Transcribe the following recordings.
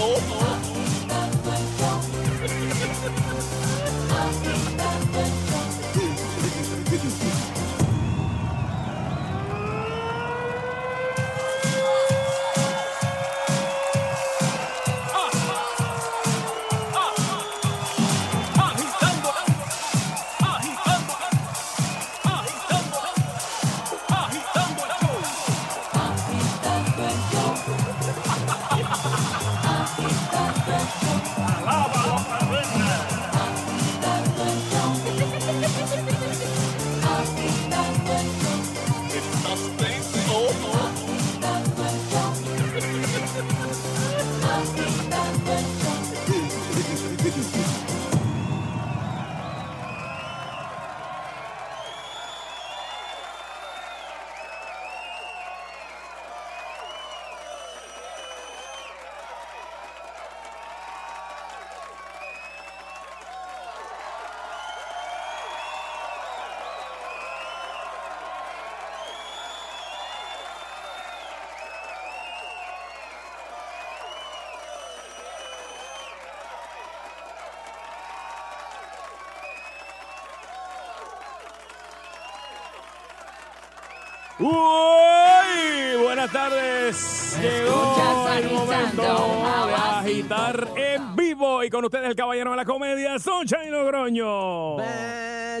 oh, Uy, buenas tardes. Llegó el momento de agitar en vivo y con ustedes el caballero de la comedia, Sunshine Logroño.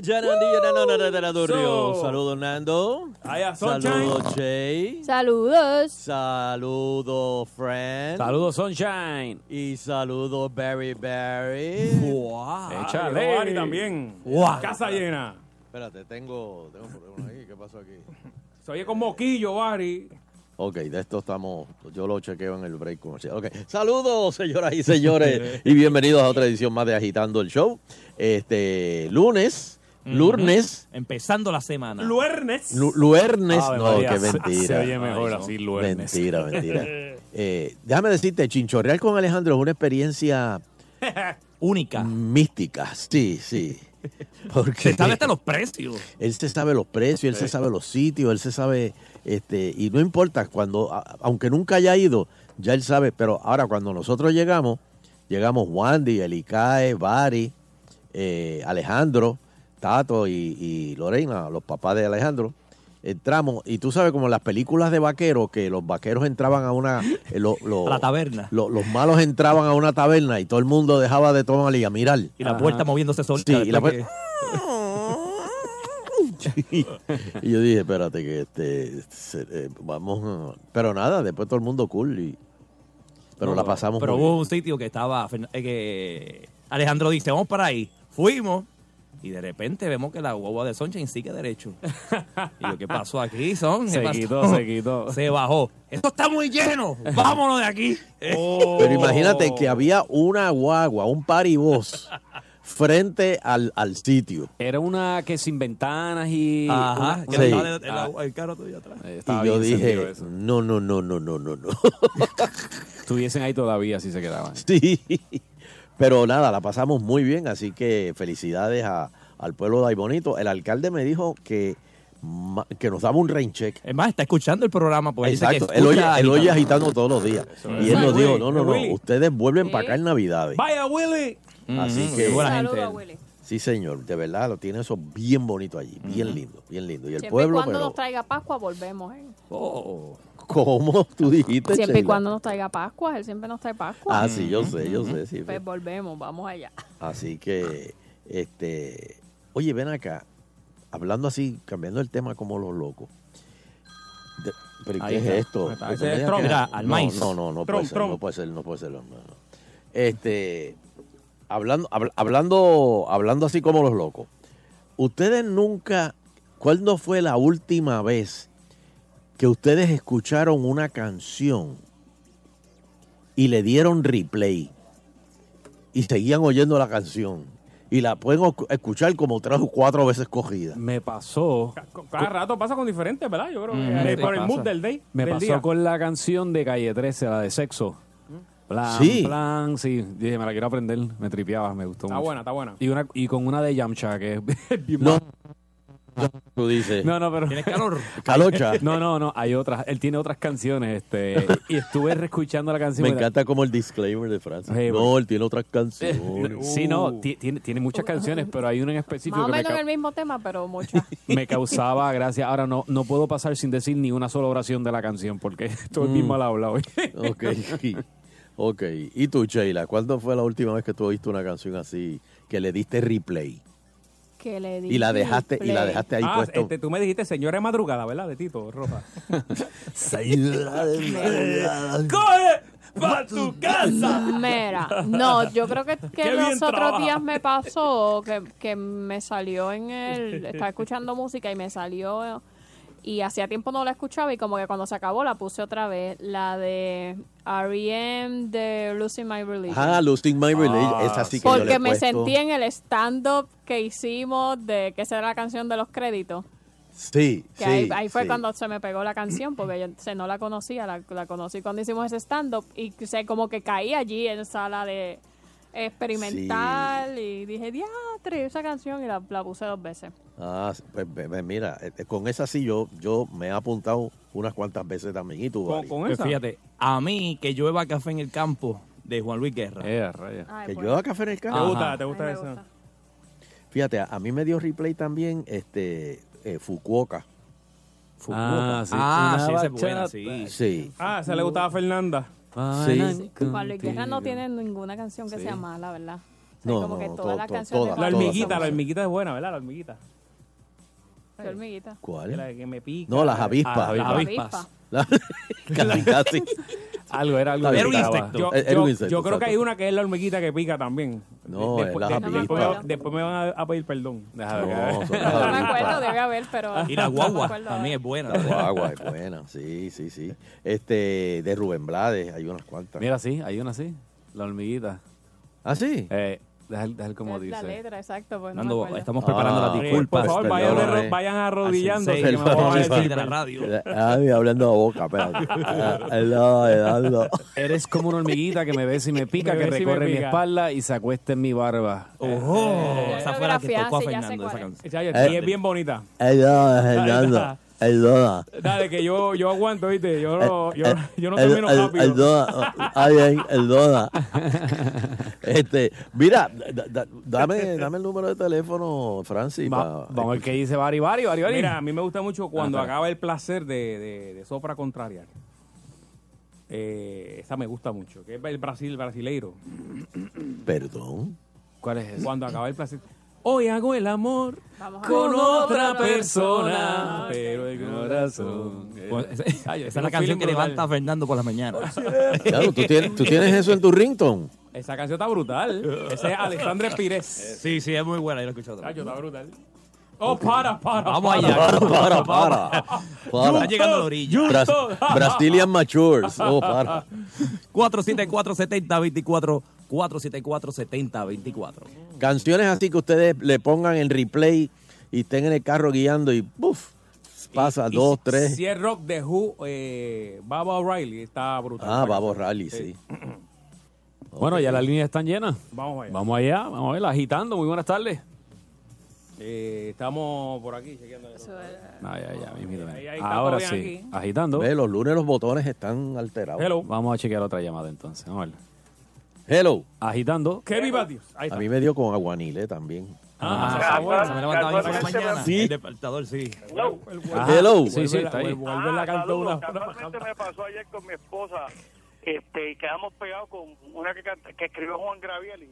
Ya Nandillo, na, na, na, na, na, na, Dorrio. So. Saludos, Nando. Ay, a Sunshine. Saludos, Jay. Saludos. Saludos, Friend. Saludos, Sunshine. Y saludos, Barry Barry. Échale. Giovanni también. Casa llena. Espérate, tengo, tengo un problema aquí. ¿Qué pasó aquí? Se oye con moquillo, Bari. Ok, de esto estamos. Yo lo chequeo en el break comercial. Ok, saludos, señoras y señores, y bienvenidos a otra edición más de Agitando el Show. Este lunes, lunes, Empezando la semana. Luernes. lu- luernes. Ave No, María, qué Ah, se- Se mentira. oye mejor Ay, no. así, Luernes. Mentira, mentira. Eh, déjame decirte, chinchorrear con Alejandro es una experiencia Única. mística. Sí, sí. Se Porque sabe hasta los precios. él se sabe los precios, él se sabe los sitios, él se sabe, este, y no importa, cuando, a- aunque nunca haya ido, ya él sabe, pero ahora cuando nosotros llegamos, llegamos Wandy, Elicae, Bari, eh, Alejandro, Tato y, y Lorena, los papás de Alejandro, entramos, y tú sabes como en las películas de vaqueros, que los vaqueros entraban a una... eh, lo- lo- A la taberna. lo- los malos entraban a una taberna y todo el mundo dejaba de tomar y a mirar. Y la Ajá. puerta moviéndose sola. Sí, y la después ah, Y yo dije, espérate, que este, se- eh, vamos. a- Pero nada, después todo el mundo cool. Y, pero No, la pasamos Pero muy bien. hubo un sitio que estaba. Fern- eh, que Alejandro dice: Vamos para ahí. Fuimos. Y de repente vemos que la guagua de Sunshine sigue derecho. Y yo, ¿qué pasó aquí, Son? ¿Qué Se pasó?" quitó, se quitó. Se bajó. Esto está muy lleno. Vámonos de aquí. Pero imagínate que había una guagua, un paribos, frente al, al sitio. Era una que sin ventanas y. Ajá. una- que sí. estaba el, el- el carro tuyo atrás. Eh, estaba Y yo bien sentido dije, eso. no, no, no, no, no, no, no. Estuviesen ahí todavía si se quedaban. Sí. Pero nada, la pasamos muy bien, así que felicidades a- al pueblo de Aybonito. El alcalde me dijo que, ma- que nos daba un rain check. Es más, está escuchando el programa. Porque Pues dice que Exacto, él oye, escucha él oye agitando. agitando todos los días. Y él nos Willy, dijo, no, no, no, Willy. ustedes vuelven para acá en Navidades. Vaya, Willy. Así Mm, que, qué buena Saludos, gente. abuele. sí señor, de verdad, lo tiene eso bien bonito allí, Mm. bien lindo, bien lindo. Y el Siempre y pueblo, cuando pero, nos traiga Pascua, volvemos. ¿eh? Oh. ¿cómo tú dijiste, Siempre y Sheila? cuando nos traiga Pascua, él siempre nos trae Pascua. Pues Ah, sí, yo sé, yo sé, sí. Pues volvemos, vamos allá. Así que, este, oye, ven acá, hablando así, cambiando el tema como los locos. De- ¿Pero Ahí qué es está. esto? Ahí está. Pero Ese es mira Trump. que- Mira, al no, maíz. No, no, no Trump, puede ser, Trump. no puede ser, no puede ser. no, no. Este, hablando, habl- hablando, hablando así como los locos, ustedes nunca, ¿cuándo fue la última vez que ustedes escucharon una canción y le dieron replay y seguían oyendo la canción y la pueden escu- escuchar como tres o cuatro veces cogida? Me pasó. Cada rato pasa con diferentes, ¿verdad? Yo creo que Mm, de- sí, por el pasa. mood del day. Me del pasó día. con la canción de Calle 13, la de sexo. Plan, Sí. plan, sí. Dije, me la quiero aprender. Me tripeaba, me gustó Está mucho. buena, está buena. Y, una, y con una de Yamcha, que es bien No, mala. tú dices, No, no, pero... Tienes calor. Calocha, No, no, no, hay otras. Él tiene otras canciones, este... Y estuve reescuchando la canción. me y la- encanta como el disclaimer de Francis. Hey, Eh, no, él tiene otras canciones. Sí, no, ti- tiene, tiene muchas canciones, pero hay una en específico Más o que me, menos ca- el mismo tema, pero muchas. me causaba gracia. Ahora no, no puedo pasar sin decir ni una sola oración de la canción porque estoy bien Mm. mal hablado hoy. Ok. Ok. ¿Y tú, Sheila? ¿Cuándo fue la última vez que tú oíste una canción así que le diste replay? que le di Y la dejaste, y la play. dejaste ahí ah, puesto. este, tú me dijiste señora de madrugada, ¿verdad? De Tito Roja. ¡Coge para tu casa! Mira, no, yo creo que, Qué que bien los trabaja. otros días me pasó que, que me salió en el. Estaba escuchando música y me salió. Y hacía tiempo no la escuchaba y como que cuando se acabó la puse otra vez. La de R.E.M. de Losing My Religion. Ah, Losing My Religion. Esa sí que yo le Porque he me puesto. sentí en el stand-up que hicimos de que será la canción de los créditos. Sí, Que sí, ahí, ahí fue sí. cuando se me pegó la canción, porque yo se, no la conocía, la, la conocí cuando hicimos ese stand-up y se, como que caí allí en sala de experimental y dije, diatre, esa canción y la, la puse dos veces. Ah, pues, ve- ve, mira, eh, eh, con esa sí yo, yo me he apuntado unas cuantas veces también. ¿Y tú, Con, Bari? con Pues esa. fíjate, a mí que llueva café en el campo de Juan Luis Guerra. Eh, raya. Ay, Que pues, yo haga café en el ¿Te carro. gusta? Ajá. Ah, ¿Te a mí gusta me esa? gusta. Fíjate, a, a mí me dio replay también este eh, Fukuoka. Fukuoka. Ah, sí. Ah, Una sí, esa es buena, bachata. sí. Sí. Ah, esa le gustaba a Fernanda. Sí. Juan Luis Guerra no tiene ninguna canción que sea mala, ¿verdad? O sea, No, como no, que no, todas to- las to- canciones de todas, La Juan Luis todas hormiguita, son la son- hormiguita es buena, ¿verdad? La hormiguita. buenas. Hormiguita. ¿Cuál? La que me pica. No, las avispas. Ah, las Las La avispas. avispa. casi, casi. Algo era algo Está que bien, estaba. era un Yo, El- el yo- insecto, yo creo que exacto. hay una que es la hormiguita que pica también. No, es las después, avispas. después me- después me van a, a pedir perdón. Deja de No, son las No me avispas. acuerdo, debe haber, pero. Y la Ah, no me guagua acuerdo también es buena. La guagua es buena, sí, sí, sí. Este, de Rubén Blades, hay unas cuantas. Mira, sí, hay una así. La hormiguita. ¿Ah, sí? Eh, deja, el- deja el como Es la dice. letra, exacto. Pues, no me Nando, acuerdo. estamos preparando Ah. las Eh, disculpas. Por favor, Perdón, vayan, eh. arro- vayan arrodillándose. Al que me sensei, van a al decir- sensei de la pues. radio. Ay, Ah, hablando a boca, espérate. Ah, no, Eduardo. Eres como una hormiguita que me besa y me pica, Me que besa y me recorre mi pica. espalda y se acuesta en mi barba. Ojo, esa fue la que Geografía, tocó a sí, ya sé Fernando esa cuál canción. Chayo, Eh. y es bien bonita. Ay, no, Fernando. Perdona. Dale, que yo, yo aguanto, ¿viste? Yo no, yo, Eh, yo no el- termino el- rápido. el Dona, oh, ay, ay, el Dona. Este, mira, da- da- dame, dame el número de teléfono, Francis. Va- pa- vamos a ver qué dice Bari, Bari, Bari, Bari. Mira, a mí me gusta mucho cuando Ah, espera. acaba el placer de, de, de Sopra Contraria. Eh, esa me gusta mucho, que es el Brasil brasileiro. Perdón. ¿Cuál es ese? Cuando acaba el placer. Hoy hago el amor Vamos a con ver. otra Ah, persona, pero el corazón. Esa Pues, esa es la un canción que feeling levanta a brutal. Fernando por la mañana. Claro, ¿tú, tienes, tú tienes eso en tu ringtone. Esa canción está brutal. Ese es Alexandre Pires. Sí, sí, es muy buena. Yo la he escuchado otra vez. Chacho, está brutal. Oh, para, para. Vamos para. allá. Para, para, para. Está para. llegando a la orilla. Bras- Brazilian Matures. Oh, para. 474-7024. 474-7024. Canciones así que ustedes le pongan en replay y estén en el carro guiando y ¡buf! Pasa Y dos, si- tres. Si es rock de Who, eh, Baba O'Reilly está brutal. ah, Esa vamos, canción. rally, sí. Bueno, ya las líneas están llenas. Vamos allá. Vamos allá, vamos a verla agitando. Muy buenas tardes. Eh, estamos por aquí chequeando. eso. Ay, ay, ay, mismito, ven. Ahí- ahí está Ahora todo bien sí, aquí. agitando. Ve, los lunes los botones están alterados. Hello. Vamos a chequear otra llamada entonces. Vamos a ver. Hello. Agitando. Que viva Dios. Ahí A está. mí me dio con aguanile también. Ah, esa es buena, esa me levantaba bien por la mañana. Sí. Ah, El despertador, sí. Hello. Sí, sí, está ahí. Ah, Vuelve la cantó una- saludos. Casualmente me pasó ayer con mi esposa este, y quedamos pegados con una que, canta- que escribió Juan Graviel y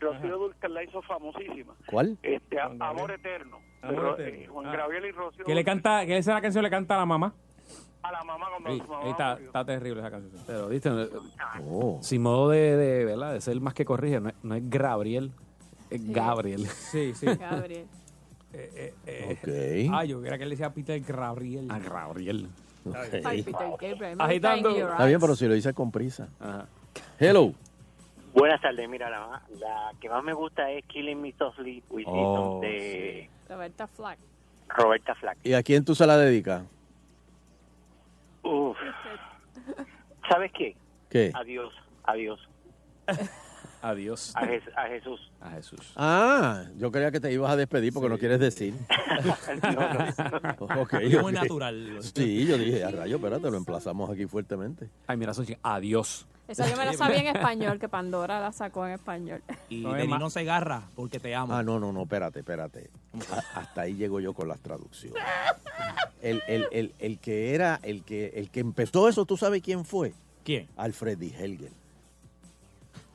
Rocío Dulce la hizo famosísima. ¿Cuál? Este, a- Juan Gabriel. Amor Eterno. Amor Ro- Eterno. eh, Juan Ah. Gabriel y Rocío Que le Dulce. canta, que esa canción le canta a la mamá. a la mamá cuando Ey, su mamá ey, está, murió. está terrible esa canción. Pero, ¿viste? No- Oh. Sin modo de, de, ¿verdad? de ser más que corrige, no es, no es Gabriel, es Gabriel. Sí, Eh, sí. Gabriel. Ok. Ah, yo era que le decía Peter Gabriel. Ah, Gabriel. Ay, ok. Peter Gabriel. Agitando. Está bien, pero si lo dices con prisa. Ajá. Hello. Buenas tardes, mira, la, ma- la que más me gusta es Killing Me Softly with Oh, Seasons de Roberta Flack. Roberta Flack. ¿Y a quién tú se la dedicas? Uf. ¿Sabes qué? ¿Qué? Adiós, adiós. Adiós A, Jes- a Jesús. a Jesús. Ah, yo creía que te ibas a despedir porque no quieres decir. No, no. Ok, Es muy ok. natural. Sí, yo dije, a rayo, espérate, lo emplazamos aquí fuertemente. Ay, mira, Sonchi, adiós. Esa yo me la sabía en español, que Pandora la sacó en español. Y No, es de mí más- no se agarra porque te amo. Ah, no, no, no, espérate, espérate. A- hasta ahí llego yo con las traducciones. El, el, el, el que era, el que, el que empezó eso, ¿tú sabes quién fue? ¿Quién? Alfred D. Helgen.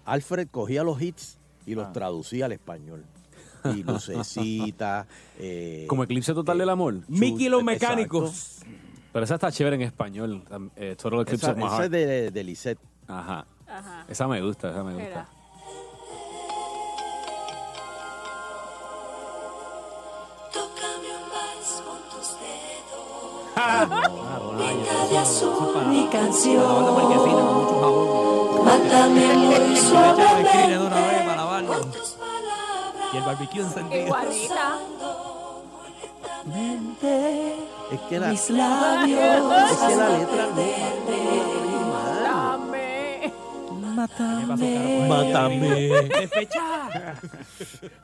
Alfred cogía los hits y Ah. los traducía al español. Y Lucecita. eh, Como Eclipse Total del Amor. Mickey y los Exacto. mecánicos. Pero esa está chévere en español. tam- eh, Total Eclipse esa, of My esa es Heart. de, de, de Lisette. Ajá. Ajá. Esa me gusta, esa me Era. gusta. Tócame un vals con tus dedos. Pinta de azul mi canción. Lavando marquesina con mucho jabón. Mátame muy Échame el cleaner de una vez suavemente para lavarlo. con tus palabras. Y el barbecue encendido. Igualita. Es que la, Mis es labios que la letra no va con la Dame. Mátame, Despecha.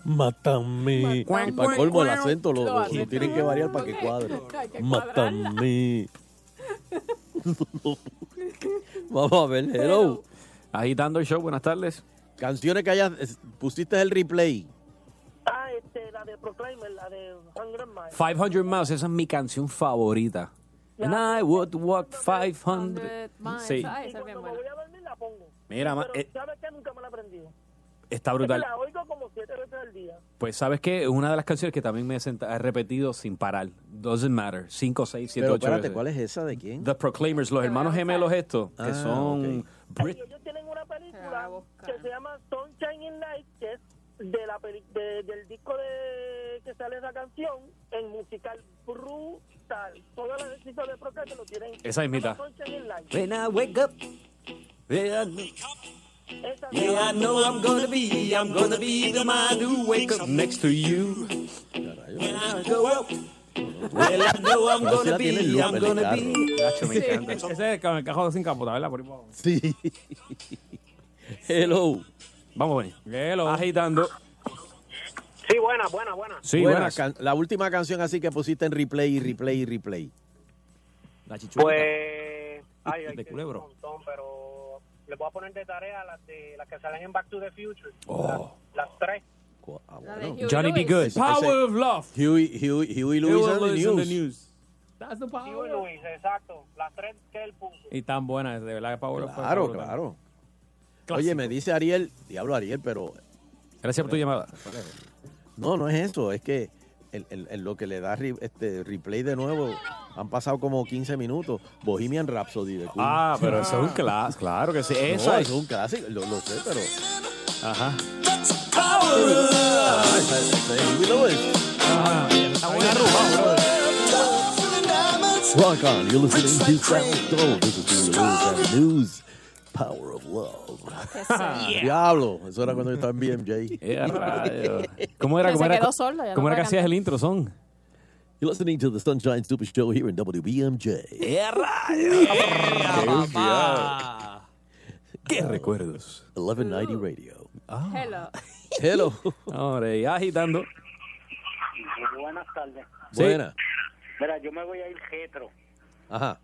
mátame. Y para colmo el acento lo, lo- lo tienen que variar para que Ok. cuadre. Hay que cuadrarla. Mátame. Vamos a ver, hello. Agitando el show, buenas tardes. Canciones que hayas es- pusiste el replay. Ah, este, la de Proclaimer, la de 100 Miles. 500 Miles, esa es mi canción favorita. And I would walk 500. Sí, Ay, Y esa es bien cuando me buena. voy a dormir la pongo. Mira, ma- Pero, eh. ¿sabes qué? Nunca me la he aprendido. está Es que brutal. La oigo como siete veces al día. Pues sabes que es una de las canciones que también me he, senta- he repetido sin parar. Doesn't matter. 5, 6, 7, Pero 8 espérate, ¿cuál es esa de quién? The Proclaimers, los hermanos gemelos estos, que Ah, son... ok. Brit- Y ellos tienen una Te la película voy a buscar. que se llama Sunshine in Night, que es de la peli- de- del disco de que sale esa canción en musical brutal. Todos los ejercicios de Proclaimer lo tienen. Esa es mitad. Sunshine in Night. When I wake up, yeah, Esa yeah, I know I'm gonna be, I'm gonna be the man who wake up next to you. When I go out, well, I know I'm Pero si la gonna tiene el be, loop I'm en el gonna carro. be. Nacho, me encanta. Ese es el, ca- el cajón sin capota, ¿verdad? Por ahí para abajo. Sí. Hello. Vamos, Benny. Hello. Agitando. Sí, buena, buena, buena. Sí, Buena buenas. can- la última canción así que pusiste en replay y replay y replay. La chichuela. Pues. Ay, ay, De que culebro. un montón, pero. Le voy a poner de tarea las, de, las que salen en Back to the Future. Las, las tres. Cu- ah, La de bueno. Huey Johnny B. Lewis. Good. Ese- Power ese- of Love. Huey, Huey, Huey Lewis and the Lewis and the News. News. That's the Sí, power. Luis, exacto. Las tres que él puso. Y tan buena, de verdad que Power of Love. Claro, claro. Oye, me dice Ariel, diablo Ariel, pero Gracias por tu llamada. no, no es eso, es que el, el- el- lo que le da re- este replay de nuevo, han pasado como 15 minutos. Bohemian Rhapsody de Queen. Ah, pero eso es un clásico. Claro que sí. No, Esa es es. un clásico, lo, lo sé, pero... Ajá. Ah, esa- esa es Huey Lewis. Rock on, Oh, you're listening to Sound Soul. This is Huey Lewis and the News. Power of Love. Que se- Diablo, eso era cuando yo estaba en BMJ. Eh, rayo. ¿Cómo era? Que ¿Cómo se era, quedó solo, ya no ¿cómo era puede que hacías cantar. el intro, son? You're listening to the Sunshine Super Show here in WBMJ. ¡Eh, Ea, papá. ¡Qué recuerdos! 1190 Radio. Hello. Hello. Hombre, y agitando. Buenas tardes. Buena. Mira, yo me voy a ir retro. Ajá.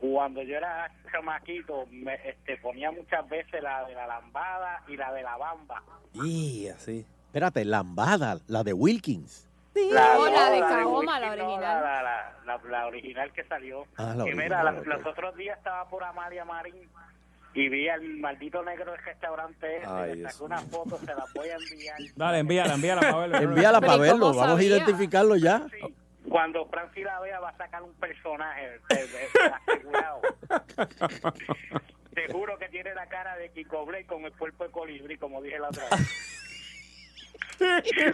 Cuando yo era chamaquito, me este, ponía muchas veces la de la lambada y la de la bamba. Y así. Espérate, Lambada, la de Wilkins. La, Oh, la no, de la Caoma, la Whiskey, no, original. La, la- la- la original que salió. Ah, la y original, mira, la- ok. los otros días estaba por Amalia Marín y vi al maldito negro del restaurante ese, Ay, le Dios saqué una foto, se las voy a enviar. Dale, envíala, envíala para verlo. Envíala Pero para ¿y cómo verlo, vamos a sabía? identificarlo ya. Cuando Francis la vea va a sacar un personaje, te, te- asegurado. Te juro que tiene la cara de Kiko Blake con el cuerpo de colibrí, como dije la otra vez.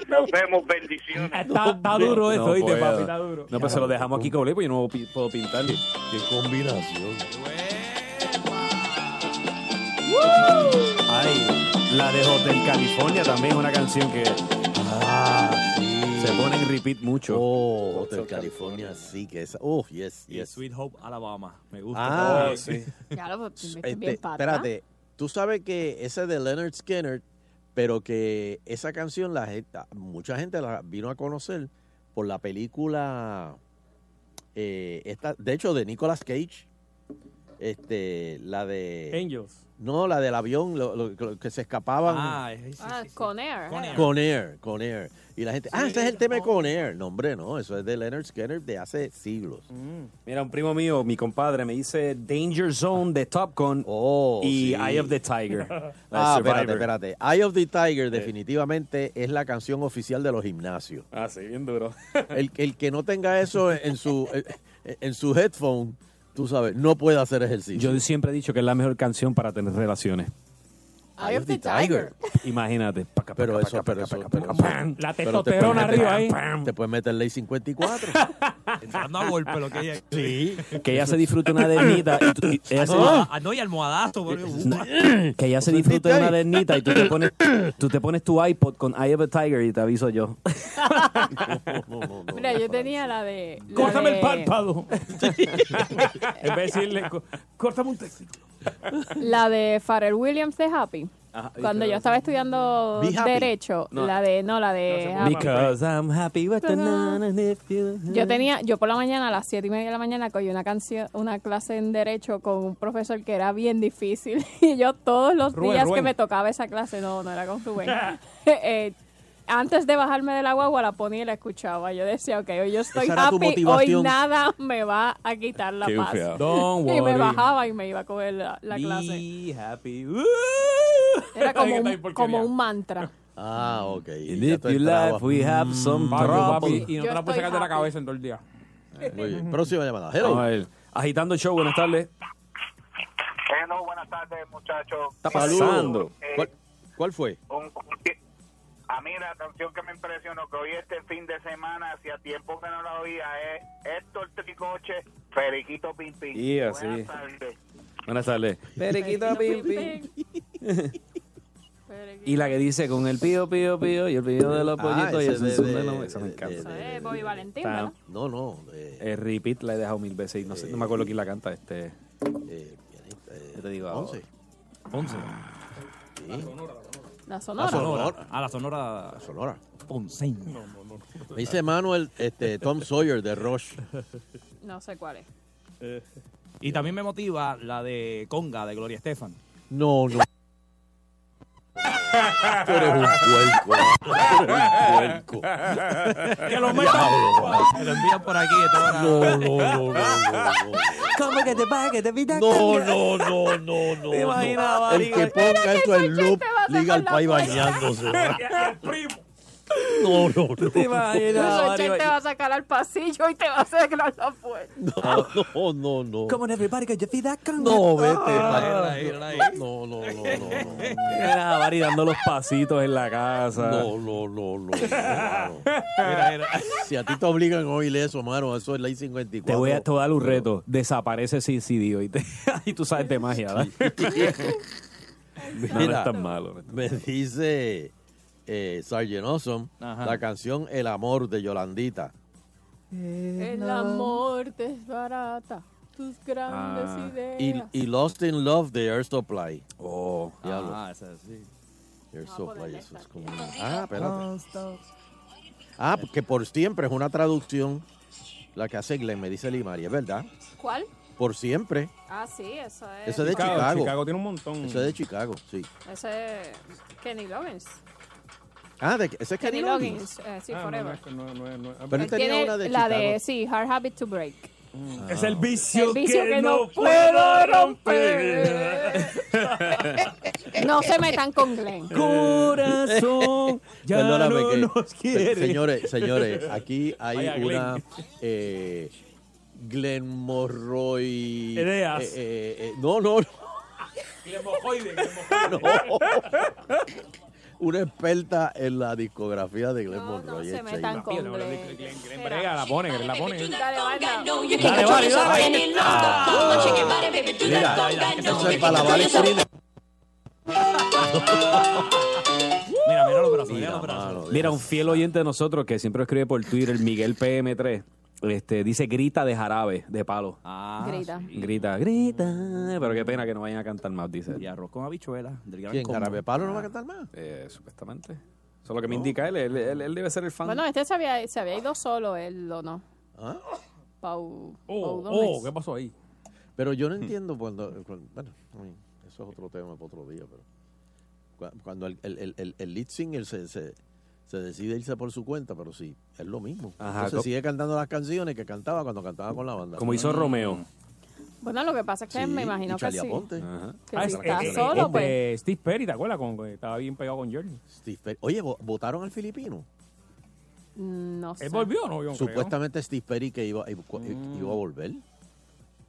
Nos vemos, bendiciones. Está, está duro eso, No ¿viste, puedo. papi? Está duro. No, pues se lo dejamos aquí con porque yo no pi- puedo pintarle. Qué combinación. Ay, la de Hotel California también es una canción que ah, se pone Oh, en repeat mucho. Oh, Hotel California, sí que es. Oh, yes, Y yes. Sweet Hope, Alabama. Me gusta. Ah, Oh, sí. Ya lo me estoy Este, bien pata. espérate, tú sabes que ese de Leonard Skinner, pero que esa canción la gen- mucha gente la vino a conocer por la película, eh, esta, de hecho, de Nicolas Cage, este, la de Angels. no, la del avión, lo, lo- lo que se escapaban. Ah, es- Ah, Con Air. Con Air, con Air. Y la gente, ah, ese es el tema de Con Air. No, hombre, no, eso es de Leonard Skinner de hace siglos. Mm. Mira, un primo mío, mi compadre, me dice Danger Zone de Top Gun Oh, y sí. Eye of the Tiger. la de Ah, espérate, Survivor. espérate. Eye of the Tiger definitivamente es la canción oficial de los gimnasios. Ah, sí, bien duro. El, el que no tenga eso en su eh, en su headphone, tú sabes, no puede hacer ejercicio. Yo siempre he dicho que es la mejor canción para tener relaciones. Eye of the Tiger. Imagínate. Paca, paca, Pero eso, paca, pero paca, eso, paca, pero paca, eso. pam. La Pero te puedes testosterona arriba ahí. meter- Te puedes meter ley 54. Entrando a golpe lo que ella. Sí. Que ella se disfrute una dernita y tú- y ella se- Ah, no, y almohadazo. porque- que ella se ¿Tú disfrute sentiste una Pues ahí? dernita y tú te pones tú te pones tu iPod con Eye of the Tiger y te aviso yo. No, no, no, Mira, no, yo no. tenía la de. la Córtame el de- párpado. en vez de decirle, "Có- córtame un testículo. La de Pharrell Williams de Happy. Cuando yo estaba estudiando Be Happy. derecho, No. la de no, la de Happy. Because I'm happy with the nana if you- Yo tenía, yo por la mañana a las siete y media de la mañana cogí una canción, una clase en derecho con un profesor que era bien difícil y yo todos los Rubén, días Rubén. que me tocaba esa clase, no, no era con Rubén. eh, antes de bajarme de la guagua la ponía y la escuchaba. Yo decía, ok, hoy yo estoy Esa era tu happy, hoy motivación. nada me va a quitar la Qué paz. feo. Don't Y me worry. bajaba y me iba a coger la, la Be clase. happy. Uh, Era como Ay, un, porquería. como un mantra. Ah, ok. And Y ya Mm, if tú you laugh, entrabas. we have some Papi, Mm, papi, trouble. y no Yo te la puedes estoy sacar de la happy. cabeza en todo el día. Muy bien. Próxima llamada. Vamos a Hello. ver. Agitando el show, buenas tardes. Bueno, buenas tardes, muchachos. Está pasando. ¿Cuál, cuál fue? un- un- a mí la canción que me impresionó que hoy este fin de semana, hacía tiempo que no la oía, es Héctor Tricoche, Periquito Pimpín. Y Buenas así. tardes. Buenas tardes. Periquito. Y la que dice con el pío, pío, pío y el pío de los Ah, pollitos y ese el de- zunzun de de- los- Esa me de- encanta. Eso es Bobby Valentín, Está- ¿verdad? No, no. eh, El repeat la he dejado mil veces y no sé, no me acuerdo quién la canta. Este, eh, pianista, eh, Yo te digo ahora. once. Ponce. La sonora. Sonora. Ah, la sonora Sonora. ponceña. Me dice Manuel este, Tom Sawyer de Rush. No sé cuál es. Y también me motiva la de Conga de Gloria Estefan. No, no. Tú eres un puerco. Tú eres un puerco. Que lo meta. Que lo envían por aquí. de todas las- No, no, no, no, no. ¿Cómo que te paga que te pita? No, no, no, no, no. Te imaginaba, El que ponga esto en loop, liga al país bañándose. No, no, Te no. imaginaba, Eso, Chen te va a sacar al pasillo y te va a cerrar la puerta. No, Oh, no, no. Como en Everybody Got Your Feet That Conga. No, vete. Mírala pa- ahí, mírala ahí. No, no, no, no, no. Era Bari dando los pasitos en la casa. No, no, no, no. no, no. Mira, mira. Si a ti te obligan a oír eso, mano, eso es ley 54. Te voy a te voy a dar un reto. Desaparece ese incidio y, te- y tú sabes de magia, ¿verdad? No, no Mira. es tan malo. no es tan- Me dice eh, Sargent Awesome Ajá. la canción El amor de Yolandita. El amor te es barata. Tus grandes Ah, ideas. Y, y Lost in Love de Air Supply. Oh. Diablo. Ah, esa sí. Air a Supply, ponerle eso es esta. como. Ah, espérate. Ah, que por siempre es una traducción la que hace Glenn, me dice Limari, es verdad. ¿Cuál? Por siempre. Ah, sí, eso es. Eso es de Chicago. Chicago. tiene un montón. Eso es de Chicago, sí. Ese es Kenny Loggins. Ah, de, ese es Kenny Kenny Loggins. Loggins, eh, sí, Ah, no, no, Forever. no, no, no, no. Pero él Él tenía tiene una de la Chicago. de, sí, Hard Habit to Break. Es el vicio, El vicio que, que no, no puedo puedo romper. No se metan con Glenn. Corazón, ya Perdóname no que- nos quiere. se- Señores, señores, aquí hay Vaya, Glenn. una eh, Glen Morroy. Ideas. eh, eh, eh, no, no, no, una experta en la discografía de Glen Morroy. es Sheila. Brega, la pone, la pone. Dale, vale, dale. Ah. Mira, Eso es para lavar el cine. Mira, mira los brazos, mira los brazos. Mira, un fiel oyente de nosotros que siempre escribe por Twitter, Miguel PM3, este, dice grita de jarabe, de palo. Ah, Grita. Grita, grita. Pero qué pena que no vayan a cantar más, dice. Y arroz con habichuela. Del gran ¿Quién, combo. Jarabe Palo no va a cantar más? Eh, supuestamente. Eso es lo que me indica él. Él, él- él debe ser el fan. Bueno, este se había, se había ido solo, él o no. ¿Ah? Pau. Oh, oh, Pau Gómez. ¿qué pasó ahí? Hmm. Pero yo no entiendo cuando, cuando- bueno, I mean, eso es otro tema para otro día, pero cua- cuando el, el, el- el- el lead singer se, se, se decide irse por su cuenta, pero sí, es lo mismo. Ajá, Entonces co- sigue cantando las canciones que cantaba cuando cantaba con la banda. Como hizo Romeo. Bueno, lo que pasa es que Sí, me y imagino que Charlie sí. Aponte. Que Ah, es- si está es- es- solo, es pues. de Steve Perry, ¿te acuerdas? Con, que estaba bien pegado con Jordan. Steve Perry. Oye, vo- votaron al filipino. No sé. ¿Él volvió o no? Yo no creo. Supuestamente Steve Perry que iba, iba, Mm. iba a volver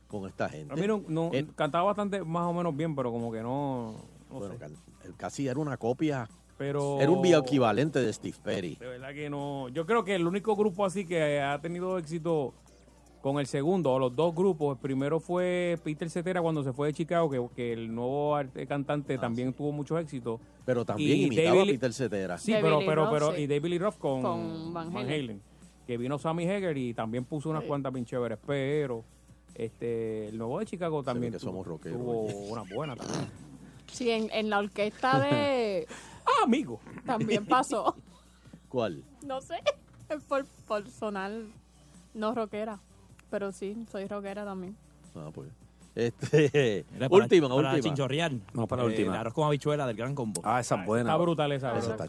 con esta gente. A mí no, no- Eh. cantaba bastante, más o menos bien, pero como que no. no Bueno, sé. can- él casi era una copia. Pero- Era un bioequivalente de Steve Perry. De verdad que no. Yo creo que el único grupo así que ha tenido éxito con el segundo, o los dos grupos, el primero fue Peter Cetera cuando se fue de Chicago, que, que el nuevo arte- cantante también tuvo mucho éxito. Ah, Pero también imitaba David a Lee- Peter Cetera. Sí, De pero, Billy pero, Roth, pero, sí. y David Lee Roth con, Con Van, Van Halen. Halen. que vino Sammy Hager y también puso unas cuantas bien chéveres, pero este, el nuevo de Chicago también que tuvo- somos rockeros, tuvo una buena también. Sí, en, en la orquesta de. ah, amigo. También pasó. ¿Cuál? No sé. Por, por sonar no rockera. Pero sí, soy rockera también. Ah, pues. Este, Mira, para- última, para última. chinchorrear. No, para la Eh, última. el arroz con habichuela del gran combo. Ah, esa es buena. Está brutal esa. Esa bro. está-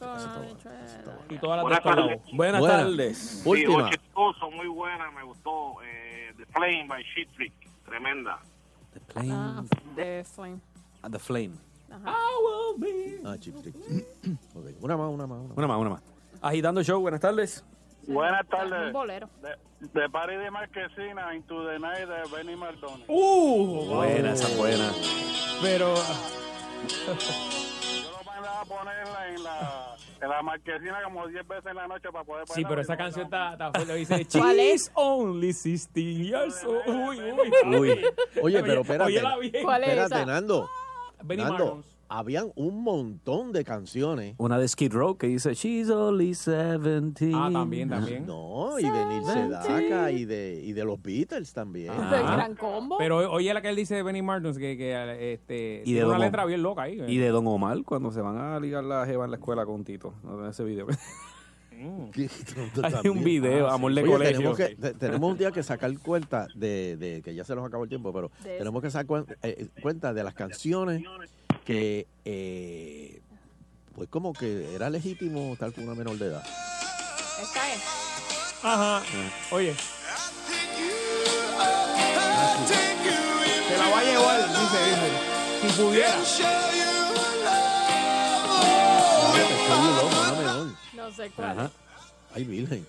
Y todas las Buenas de Colabo. tardes. Buenas Buenas. tardes. Última. Sí, chistoso, muy buena, me gustó. Eh, The Flame by Sheet Freak, tremenda. Ah, Eh, de Flame. Ah, The Flame. Ajá. Ah, chip, chip, chip. Ok, Una más, una más, una más. Una más, una más. Agitando Show, buenas tardes. Buenas Es tardes. un bolero. De, de Party de Marquesina, Into the Night de Benny Maldonado. Uh, Buena, esa es buena. Pero. En la Marquesina como 10 veces en la noche para poder Sí, pero esa canción está, está fuerte. Dice, ¿Cuál She's only 16 years old. Uy, uy. Uy. Oye, Oye, pero espérate. oye, la bien. ¿Cuál es espérate, esa? Nando. Benny Nando, Marlons. habían un montón de canciones. Una de Skid Row que dice She's only 17. Ah, también, también. No, y de Neil Sedaka y de, y de los Beatles también. Ah. Del Gran combo. Pero oye la que él dice de Benny Martins, que, que este, Y tiene de una Don letra bien loca ahí. eh. Y de Don Omar cuando se van a ligar la jeva en la escuela con Tito. No ese video. Mm. Hay un video, amor de Ah, Oye, colegio. Tenemos, que- te- tenemos un día que sacar cuenta de, de- que ya se nos acabó el tiempo, pero De tenemos que sacar cuen- eh, cuenta de las canciones que, eh, pues como que era legítimo estar con una menor de edad. Ah. Esta es. Ajá. Oye. Se la va a llevar, dice, dice. Si pudiera. No sé cuál. Ajá. Ay, virgen.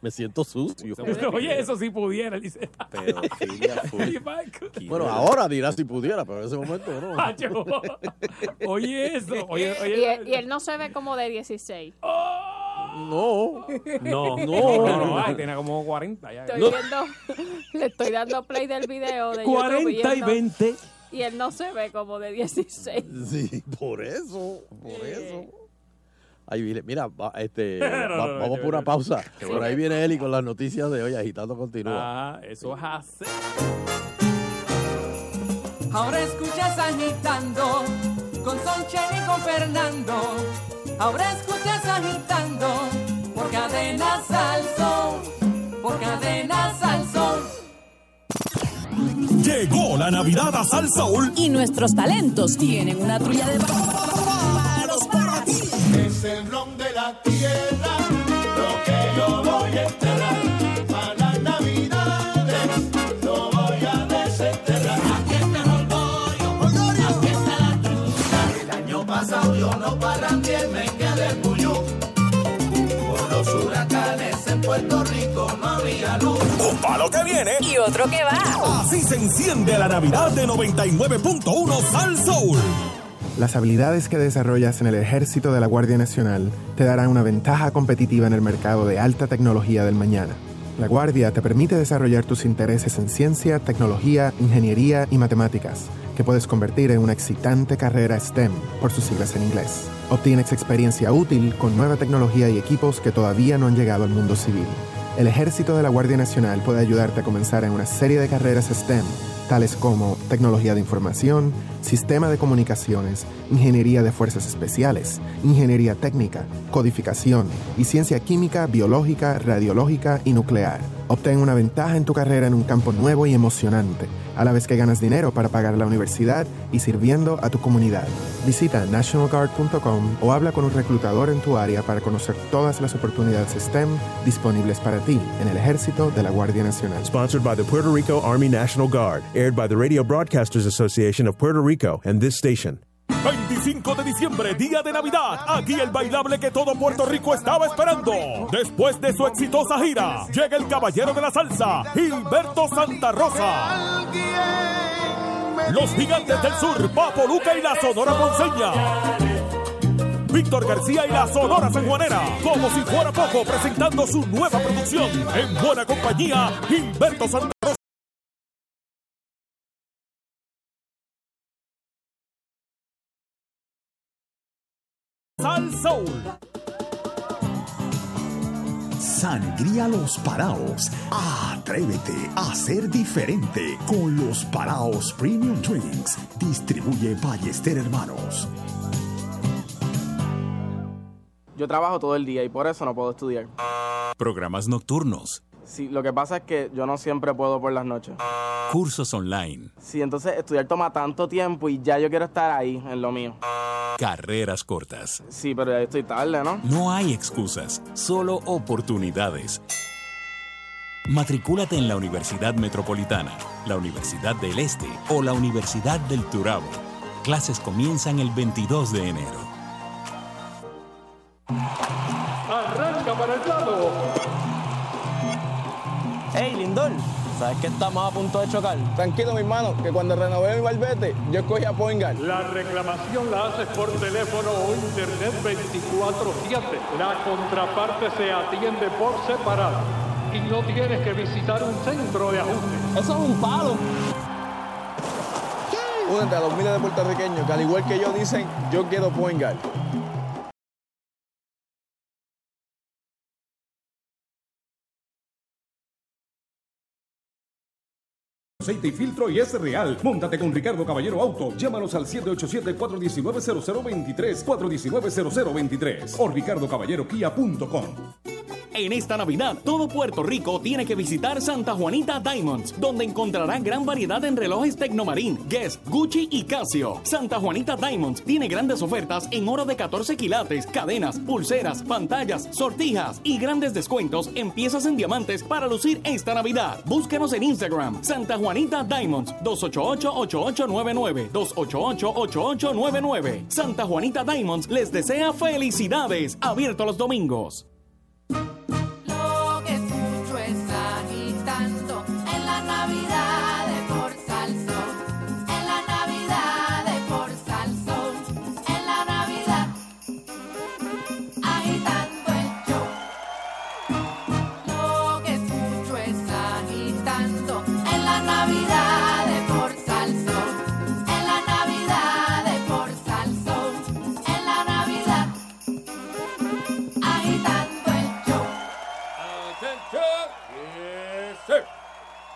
Me siento sucio. Oye, eso si pudiera, dice. Pedofilia full. Ay, Marco. Bueno, ahora dirás si pudiera, pero en ese momento no. Pacho. Oye, eso. Oye, oye. Y él, y él no se ve como de 16. No, No. no, no, no, ay, tenía como 40 ya. Estoy viendo, le estoy dando play del video de 40 YouTube y él no- 20. y él no se ve como de 16. Sí, por eso, por eso. Ay, Virgen, mira, va- este, No, va- no, no, no, vamos por no. una pausa. Qué Por ahí bueno. viene Eli con las noticias de hoy. Agitando continúa. Ah, eso es así. Ahora escuchas agitando con Sonchen y con Fernando. Ahora escuchas agitando por cadenas al sol, por cadenas al sol. Llegó la Navidad a Sal Soul. Y nuestros talentos tienen una trulla de Bárbaros para ti. Es el ron de la tierra, lo que yo voy a enterrar. Para las Navidades, Puerto Rico no había luz. Un palo que viene Y otro que va. Así se enciende la Navidad de 99.1 Sal Soul. Las habilidades que desarrollas en el ejército de la Guardia Nacional te darán una ventaja competitiva en el mercado de alta tecnología del mañana. La Guardia te permite desarrollar tus intereses en ciencia, tecnología, ingeniería y matemáticas, que puedes convertir en una excitante carrera STEM, por sus siglas en inglés. Obtienes experiencia útil con nueva tecnología y equipos que todavía no han llegado al mundo civil. El ejército de la Guardia Nacional puede ayudarte a comenzar en una serie de carreras STEM tales como tecnología de información, sistema de comunicaciones, ingeniería de fuerzas especiales, ingeniería técnica, codificación y ciencia química, biológica, radiológica y nuclear. Obtén una ventaja en tu carrera en un campo nuevo y emocionante, a la vez que ganas dinero para pagar la universidad y sirviendo a tu comunidad. Visita nationalguard.com o habla con un reclutador en tu área para conocer todas las oportunidades STEM disponibles para ti en el ejército de la Guardia Nacional. Sponsored by the Puerto Rico Army National Guard. Aired by the Radio Broadcasters Association of Puerto Rico and this station. 25 de diciembre, día de Navidad. Aquí el bailable que todo Puerto Rico estaba esperando. Después de su exitosa gira, llega el caballero de la salsa, Gilberto Santa Rosa. Los gigantes del sur, Papo Luca y la Sonora Ponceña. Víctor García y la Sonora Sanjuanera. Como si fuera poco, presentando su nueva producción. En buena compañía, Gilberto Santa Rosa. Sal Soul. Sangría Los Paraos. Atrévete a ser diferente con los Paraos Premium Drinks. Distribuye Ballester Hermanos. Yo trabajo todo el día y por eso no puedo estudiar. Programas nocturnos, Sí, lo que pasa es que yo no siempre puedo por las noches. cursos online, Sí, entonces estudiar toma tanto tiempo y ya yo quiero estar ahí en lo mío. carreras cortas. Sí, pero ya estoy tarde, ¿no? No hay excusas, solo oportunidades. Matricúlate en la Universidad Metropolitana, la Universidad del Este o la Universidad del Turabo. Clases comienzan el 22 de enero. Arranca para el lado. Hey, Lindor, ¿sabes que estamos a punto de chocar? Tranquilo, mi hermano, que cuando renové mi barbete, yo escogí a Poingal. La reclamación la haces por teléfono o internet 24-7. La contraparte se atiende por separado y no tienes que visitar un centro de ajuste. Eso es un palo. Únete a los miles de puertorriqueños que, al igual que yo, dicen: Yo quiero Poingal. Aceite y filtro y es real. Móntate con Ricardo Caballero Auto. Llámanos al 787-419-0023, 419-0023 o ricardocaballeroquia.com. En esta Navidad, todo Puerto Rico tiene que visitar Santa Juanita Diamonds, donde encontrará gran variedad en relojes Tecnomarín, Guess, Gucci y Casio. Santa Juanita Diamonds tiene grandes ofertas en oro de 14 quilates, cadenas, pulseras, pantallas, sortijas y grandes descuentos en piezas en diamantes para lucir esta Navidad. Búscanos en Instagram, Santa Juanita Diamonds, 288-8899, 288-8899. Santa Juanita Diamonds les desea felicidades. Abierto los domingos. Lo que escucho es agitando en la Navidad de por salso. En la Navidad de por salso. En la Navidad agitando el show. Lo que escucho es agitando en la Navidad de por salso. En la Navidad de por salso. En la Navidad agitando el show.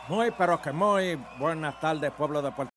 Muy, pero que muy buenas tardes, pueblo de Puerto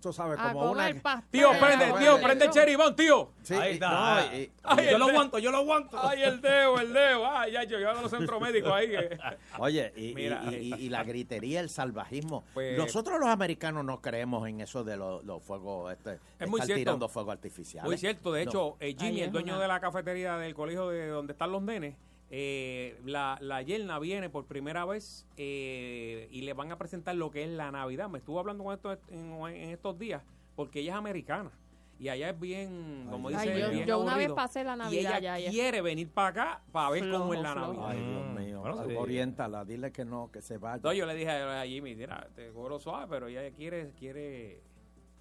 Tú sabes, Ah, como con una. el pastel. Tío, prende, tío, prende el cherry bomb, tío. Sí, Ahí está. no, y- y- yo lo aguanto, yo lo aguanto. Ay, el dedo, el dedo. Ay, ya, yo, yo hago los centros médicos ahí. que- Oye, y, y- Mira, Pues y- y- y la gritería, el salvajismo. Nosotros los americanos no creemos en eso de los, los fuegos, este, estar muy cierto. tirando fuegos artificiales. Muy cierto, de No. hecho, eh, Jimmy, Ay, el es dueño una- de la cafetería del colegio de donde están los nenes, Eh, la, la Yelna viene por primera vez eh, y le van a presentar lo que es la Navidad. Me estuvo hablando con esto en, en estos días porque ella es americana. Y allá es bien, como Ay, dice, yo- bien yo una aburrido. vez pasé la Y Navidad ella allá, ya. quiere venir para acá para ver cómo es la Navidad. Mm. Ay, Dios mío. Bueno, sí. Oriéntala, dile que no, que se vaya. Entonces yo le dije a a Jimmy, mira, te cobro suave, pero ella quiere, quiere,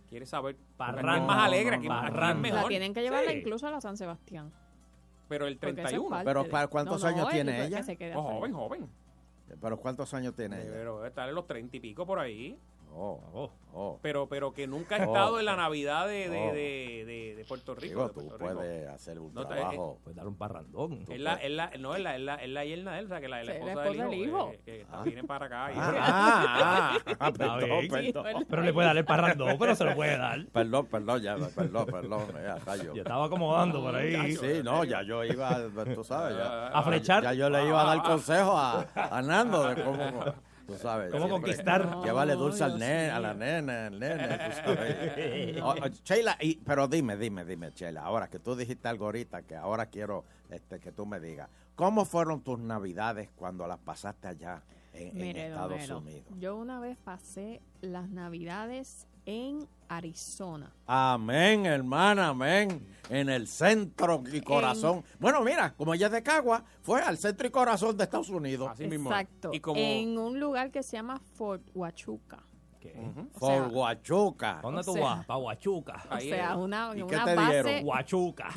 quiere saber porque aquí es más alegre, aquí, aquí es mejor. La tienen que llevarla Sí, incluso a la San Sebastián. Pero el porque eso es 31. parte Pero de- ¿para cuántos No, no, años él tiene fue que ella? se queda Oh, sola. joven, joven. Pero ¿cuántos años tiene ella? Pero debe estar en los 30 y pico por ahí. Oh, oh. Pero, pero que nunca ha Oh. estado en la Navidad de, Oh. de, de, de- de Puerto Rico. Digo, de tú Puerto Rico. puedes hacer un No, está- trabajo. Puedes dar un parrandón. Es la, es la, no, es la, es la, es la yerna de él, o sea, que la, la Sí, esposa, del hijo. que- que está- Ah. viene para acá. y- Ah, ah, ah, Está perdón, bien. perdón. Sí, Pero le puede dar el parrandón, pero se lo puede dar. Perdón, perdón, ya, perdón, perdón. Ya, está yo. Yo estaba acomodando por ahí. Sí, no, ya yo iba, Ah, pues, tú sabes, Ah, ya. A flechar. Ya yo le iba a Ah. dar consejo a, a Nando de cómo, tú sabes. Cómo siempre conquistar. Llevarle No, dulce al Dios nene, mío. a la nena, al nene, tú sabes. O- o- Sheila, y- pero dime, dime, dime, Sheila, ahora que tú dijiste algo ahorita, que ahora quiero este, que tú me digas, ¿cómo fueron tus navidades cuando las pasaste allá en, en Mire, don Estados Melo, Unidos? Yo una vez pasé las Navidades en Arizona. Amén, hermana, amén. En el centro y corazón. Bueno, mira, como ella es de Cagua, fue al centro y corazón de Estados Unidos. Exacto. En un lugar que se llama Fort Huachuca. Por Huachuca. ¿Dónde tú O sea- vas? Para Huachuca. O Ahí sea, es. una- ¿Y una qué te base- dieron? Huachuca.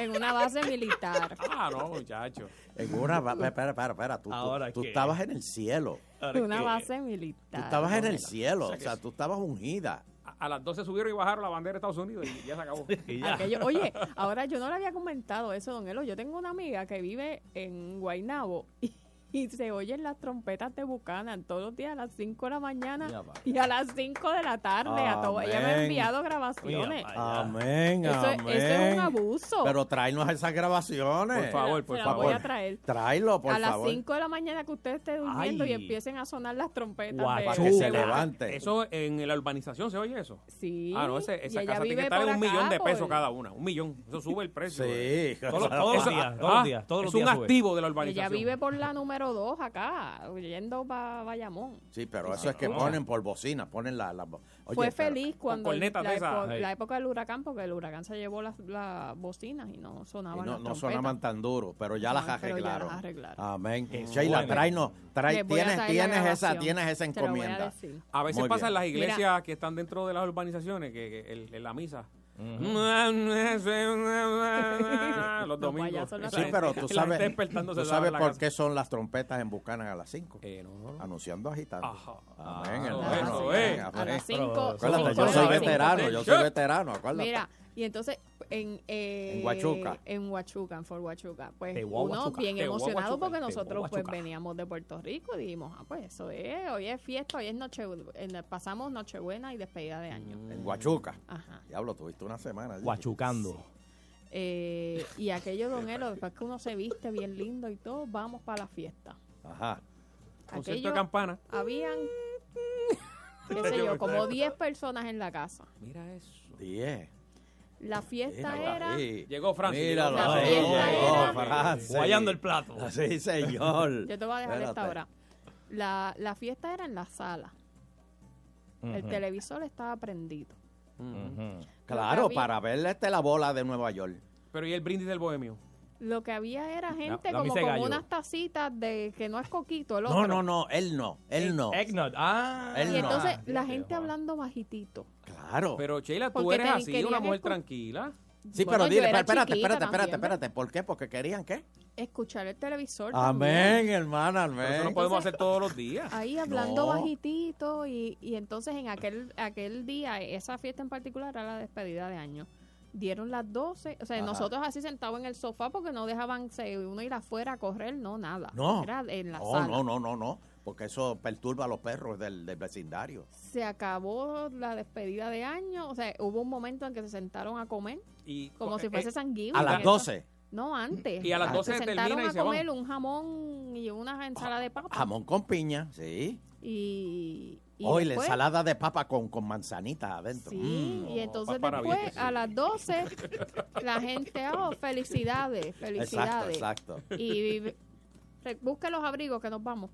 En una base militar. Ah, no, muchacho. En una. va- Espera, espera, espera, espera. Tú, tú- Ahora tú qué. estabas en el cielo. Una base Tú militar. estabas en don el Melo. cielo. O O sea que sea, tú estabas ungida. A, a las 12 subieron y bajaron la bandera de Estados Unidos y ya se acabó. Aquello- oye, ahora yo no le había comentado eso, don Elo. Yo tengo una amiga que vive en Guaynabo y, y se oyen las trompetas de Bucanan todos los días a las 5 de la Ya mañana va. y a las 5 de la tarde. A todo. Ella me ha Amén. enviado grabaciones. Amén, Eso es- amén. eso es un abuso. Pero tráenos esas grabaciones. Por favor, por Se la- se la voy favor. a traer. Tráelo, por a las favor. 5 de la mañana que usted esté durmiendo y Ay. empiecen a sonar las trompetas. de- Para que se de- levante. Eso en la urbanización se oye eso. Sí. Ah, no, ese- Y esa ella casa tiene que vive estar en por un millón acá, de pesos por- cada una. Un millón. Eso sube el precio. eh. Sí. ah, Todos- todos los eso- días, todos los días, todos los ah, Es un días sube. activo de la Ella urbanización. vive por la número 2 acá, yendo para Bayamón. Sí, pero eso Sí, es que no. ponen por bocina, ponen la... la bo- Oye, Fue pero- feliz cuando el- cornetas la, de esas. epo- Ay. la época del huracán, porque el huracán se llevó las las bocinas y no Y sonaban no, las no trompetas. sonaban tan duro, pero ya No, las Ah, pero ya arreglaron. las arreglaron. Amén. Qué Sheila, bueno. tráenos, trae- Les voy a tienes, traer la tienes esa, grabación. tienes Se esa la voy a encomienda. decir. A veces Muy pasan bien. las Mira. iglesias que están dentro de las urbanizaciones, que, que el- en la misa. Los domingos. Sí, La gente- pero tú la sabes, gente despertándose de tú la- sabes la Eh, por casa. qué son las trompetas en Bucanan a las 5. Anunciando agitando. Amén, Ah, hermano. eso Amén, es. amén. A las Pero, cinco, Acuérdate, cinco, yo soy cinco, veterano, cinco. yo soy veterano, acuérdate. Mira, y entonces en eh, En Huachuca. en Huachuca, en Fort Huachuca, pues Te uno voy a Huachuca, bien te voy a emocionado Huachuca, porque te voy a nosotros pues Huachuca. veníamos de Puerto Rico y dijimos, ah, pues eso es, hoy es fiesta, hoy es noche, en- pasamos Nochebuena y despedida de año. En Huachuca. Ajá. Diablo, tuviste una semana. allí. Huachucando. Eh, y aquello don Elo, después que uno se viste bien lindo y todo, vamos para la fiesta. Ajá. Concierto Aquello- de campana. Habían, qué sé yo, como 10 personas en la casa. Mira eso. 10. La fiesta Míralo era... ahí. Llegó Francis, Míralo llegó ahí, Francis. llegó Era- Francis. Guayando el plato. Sí, señor. Yo te voy a dejar esta Espérate. hora. La, la fiesta era en la sala. El Ujú. televisor estaba prendido. Claro, Porque había- para ver este, la bola de Nueva York. Pero ¿y el brindis del bohemio? Lo que había era gente la como misa de con gallo. unas tacitas de que no es coquito. El No, otro. Eh, no, no, él no, él no. Ah, él y no. entonces la gente hablando bajitito. Claro. Pero Sheila, tú Porque eres te- así, una querían mujer escu- tranquila. Sí, Bueno, pero yo dile, era espérate, espérate, chiquita espérate, espérate, también. espérate. ¿Por qué? Porque querían qué? Escuchar el televisor. Amén, también. hermana, amén. Pero eso no podemos hacer todos los días. Ahí hablando No. bajitito y, y entonces en aquel aquel día, esa fiesta en particular era la despedida de año. Dieron las 12, o sea, Ajá. nosotros así sentados en el sofá porque no dejaban se- uno ir afuera a correr, no, nada. No. Era en la no, sala. no, no, no, no. Porque eso perturba a los perros del, del vecindario. Se acabó la despedida de año, o sea, hubo un momento en que se sentaron a comer, Y, eh, como si fuese sanguíneo. A las 12. No, antes. eh, Y a las 12 se termina sentaron y a se van. Ah, comer un jamón y una ensalada de papa. Jamón con piña, sí. Y, Y Hoy la después- ensalada de papa con, con manzanita adentro. Mm. Sí, y entonces después a las 12 la gente, oh, felicidades, felicidades. Exacto, exacto. Y re- busquen los abrigos que nos vamos.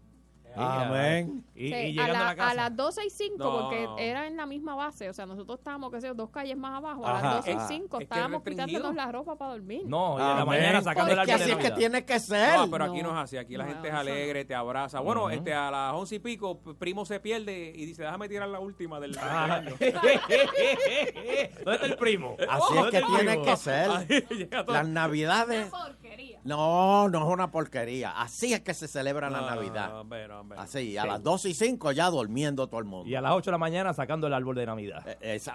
Amén. Y, y Sí, a, llegando a, la- la casa. a las 12 y 5, No. porque era en la misma base. O sea, nosotros estábamos, qué sé yo, dos calles más abajo. A Ajá. las 12 Ah. y 5 Es que estábamos restringido. quitándonos la ropa para dormir. No, y en la Amén. mañana sacando el Porque árbol así de es que Navidad. tiene que ser. No, pero aquí No. no es así. Aquí la No, gente es eso no. alegre, te abraza. Bueno, Ujú. este a las once y pico, p- primo se pierde y dice, déjame tirar la última del Ah. año. ¿Dónde está el primo? Así es ¿Dónde que está el tiene primo? que ser. Llega todo. Las navidades. No, no es una porquería. Así es que se celebra la No, Navidad. hombre, no, hombre. Así, Sí. a las 12 y 5 ya durmiendo todo el mundo. Y a las 8 de la mañana sacando el árbol de Navidad.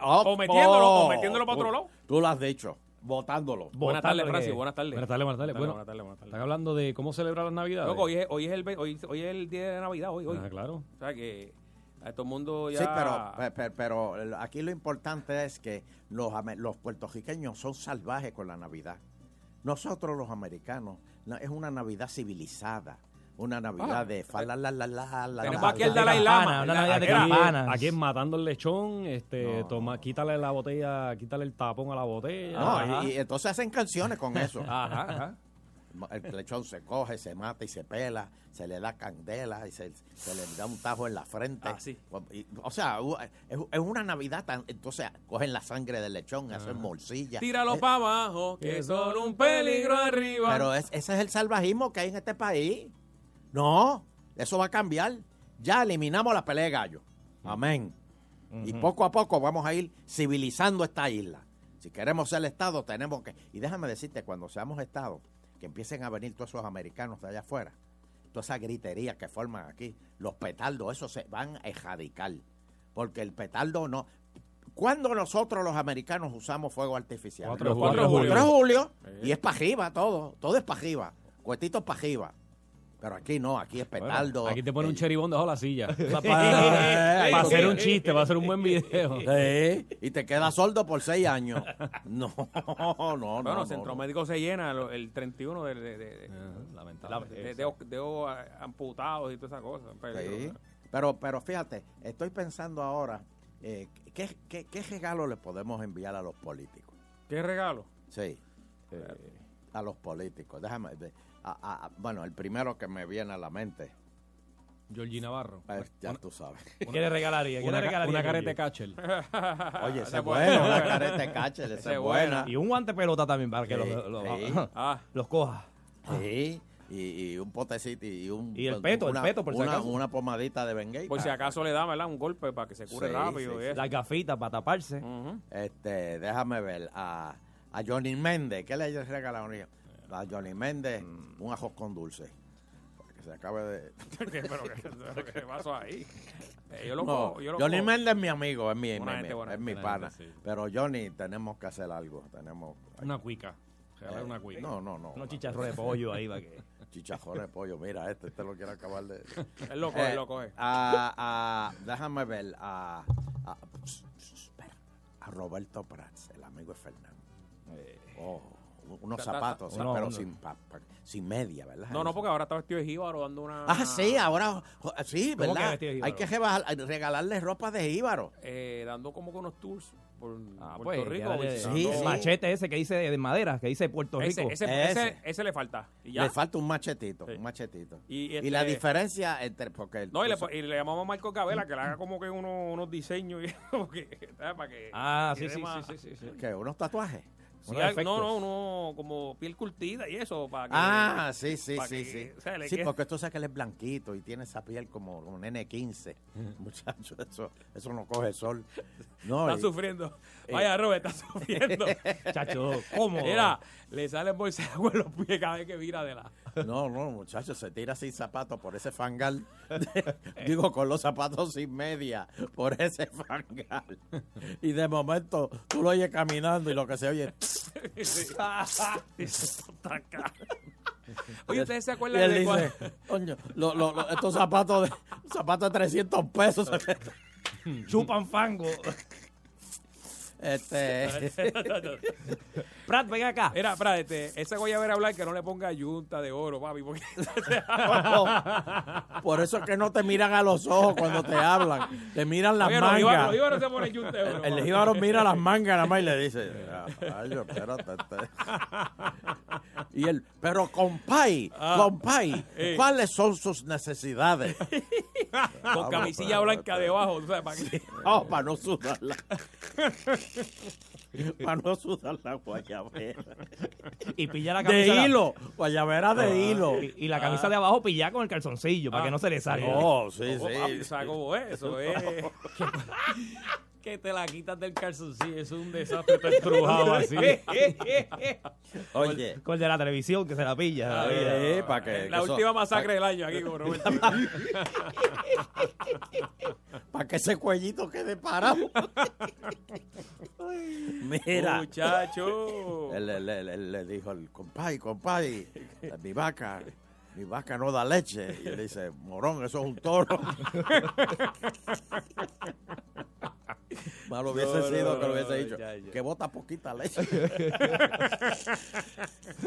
Oh, O metiéndolo, o oh. metiéndolo para otro lado. Tú lo has dicho, votándolo. Buenas tardes, Francis. Buenas tardes. Buenas tardes, buenas tardes. Buenas tardes, Bueno, buenas tardes, buenas tardes. Están hablando de cómo celebrar las Navidades. Loco, hoy es, hoy es el, ve- hoy, hoy es el día de Navidad, hoy, hoy. Ah, claro. O sea que a todo el mundo ya... Sí, pero, pe- pe- pero, aquí lo importante es que los, ame- los puertorriqueños son salvajes con la Navidad. Nosotros los americanos, no, es una Navidad civilizada. Una Navidad Ah, de fa- la la la la la Tenemos la, aquí la, el la. Dalai Lama, una Navidad de campanas. Aquí es matando el lechón, este, toma, quítale la botella, quítale el tapón a la botella. No, y, y entonces hacen canciones con eso. Ajá, ajá. El lechón se coge, se mata y se pela, se le da candela y se, se le da un tajo en la frente. Ah, Y, o sea, u- es, es una Navidad tan. Entonces cogen la sangre del lechón, hacen morcilla. Tíralo Eh, para abajo, que son un peligro arriba. Pero es- ese es el salvajismo que hay en este país. No, eso va a cambiar. Ya eliminamos la pelea de gallo. Amén. Y poco a poco vamos a ir civilizando esta isla. Si queremos ser Estado, tenemos que... Y déjame decirte, cuando seamos Estado, que empiecen a venir todos esos americanos de allá afuera, toda esa gritería que forman aquí, los petardos, esos se van a erradicar. Porque el petardo no... ¿Cuándo nosotros los americanos usamos fuego artificial? Cuatro de julio. 4 de julio. Sí. Y es pajiva todo. Todo es pajiva. Cuetitos pajiva. Pero aquí no, aquí es Bueno, petardo. Eh, aquí te pone un cheribón debajo de la silla. Pa- para, para hacer un chiste, para hacer un buen video. Sí, y te queda sordo por seis años. No, no, no. bueno, no, Centro no. Médico se llena lo- el 31 de, de, de, de- de- de- de- de- de- a- amputados y todas esas cosas. Pero- Sí. Pero, pero fíjate, estoy pensando ahora, eh, ¿qué, qué, qué regalo le podemos enviar a los políticos? ¿Qué regalo? Sí. eh, a los políticos. Déjame. de- a- a- a- bueno, el primero que me viene a la mente. Georgina Navarro. eh, ya tú sabes. ¿Qué le regalaría? ¿Qué Una le ca- regalaría? una careta Georgie? Cachel. Ah, Oye, esa Esa es buena, una careta de Cachel, esa es buena. Y un guante pelota también para que Sí, los, los- sí. los coja. Sí. Y, y un potecito y un. Y el peto, el una- peto, por si una, acaso. Una pomadita de Bengay. Por si acaso le da, ¿verdad? Un golpe para que se cure Sí, rápido. sí, y sí. eso. Las gafitas para taparse. Este, déjame ver. A, a Johnny Méndez, ¿qué le regalaron? A Johnny Méndez, Mm. un ajo con dulce. Para que se acabe de. ¿Qué- pero qué- pero ¿Qué pasó ahí? Eh, yo lo No, cojo, yo lo Johnny cojo. Méndez es mi amigo, es mi, Buena mi- gente, mi- buena es mi gente, pana. sí. Pero Johnny, tenemos que hacer algo. Tenemos Una cuica. eh, Regalar una cuica. No, no, no. Unos chicharrones de pollo ahí para que. Chicharrones de pollo, mira, este te lo quiere acabar de. Eh, Él lo coge, él lo coge. a- a- déjame ver. A, a- ps- ps- espera, a Roberto Prats, el amigo de Fernando. Oh, unos Eh. Ta- ta- ta- zapatos, unos- pero unos- sin, pa- pa- sin media, ¿verdad? No, no, porque ahora está vestido de jíbaro dando una... Ah, sí, ahora. jo- Sí, ¿Cómo que ¿verdad? vestido de Hay jíbaro? que rebajar- regalarle ropa de jíbaro. eh, dando como que unos tours por Puerto Pues, Rico. ya le- visitando- el machete ese que dice de, de madera, que dice Puerto Ese- Rico. ese- ese- Ese, le falta. Y ya. Le falta un machetito, un machetito. Y, Y, este- la diferencia entre. Porque el- No, y le, po- y le llamamos a Marco Cabela que le haga como que uno- unos diseños y porque, ¿sabes? para que... Ah, sí, quede sí, más- sí, sí, sí. ¿Qué? ¿Unos tatuajes? Sí, Unos al- efectos. no, no, no, como piel curtida y eso. Para que, Ah, sí, sí, para sí, que- sí. o sea, le Sí, quede- porque esto sabes que él es blanquito y tiene esa piel como un N15. Muchacho, eso, eso no coge sol. No, está y- sufriendo. y- Vaya, Robert, está sufriendo. Chacho, ¿cómo? Mira, le sale bolsa de agua en los pies cada vez que mira de la... No, no, muchacho, se tira sin zapatos por ese fangal. Digo, con los zapatos sin media, por ese fangal. Y de momento tú lo oyes caminando y lo que se oye. Oye, ¿ustedes se Y acuerdan él de dice, cuando... "Coño, lo- lo- lo- estos zapatos de, zapatos de 300 pesos. Chupan fango. Este, Prat, ven acá. Mira, Prat, este, esa guayabera blanca no le ponga yunta de oro, papi. Porque... por eso es que no te miran a los ojos cuando te hablan. Te miran las Oye, los mangas. jíbaros- los jíbaros se ponen yunta de oro, El, el mano. jíbaro mira las mangas nada más y le dice, ay, espérate. este". Y él, pero compay, Ah. compay, eh. ¿cuáles son sus necesidades? Ah, Con camisilla pues, blanca debajo, tú sabes, para que- Oh, para no sudarla. para ah. no sudar la guayabera. Y pilla la De camisa. hilo, guayabera de hilo. Ah, Ah. Y, y la camisa de abajo pilla con el calzoncillo para que no se le salga. Oh, sí, Oh, papi, sí. ¿Sabes cómo es eso? eh? Que te la quitas del calzoncillo, es un desastre, te estrujado así. Oye. Con el de la televisión que se la pilla. Ah, Oye. eh, pa' que- La que eso- última pa' masacre que- del año aquí con Roberto. Para que ese cuellito quede parado. Mira. Muchacho. Él, él- él- él le dijo, el compay, compay, eh, mi vaca, mi vaca no da leche. Y él dice, morón, eso es un toro. Malo hubiese No, no, sido que no, lo hubiese no, dicho. ya, ya. Que bota poquita leche.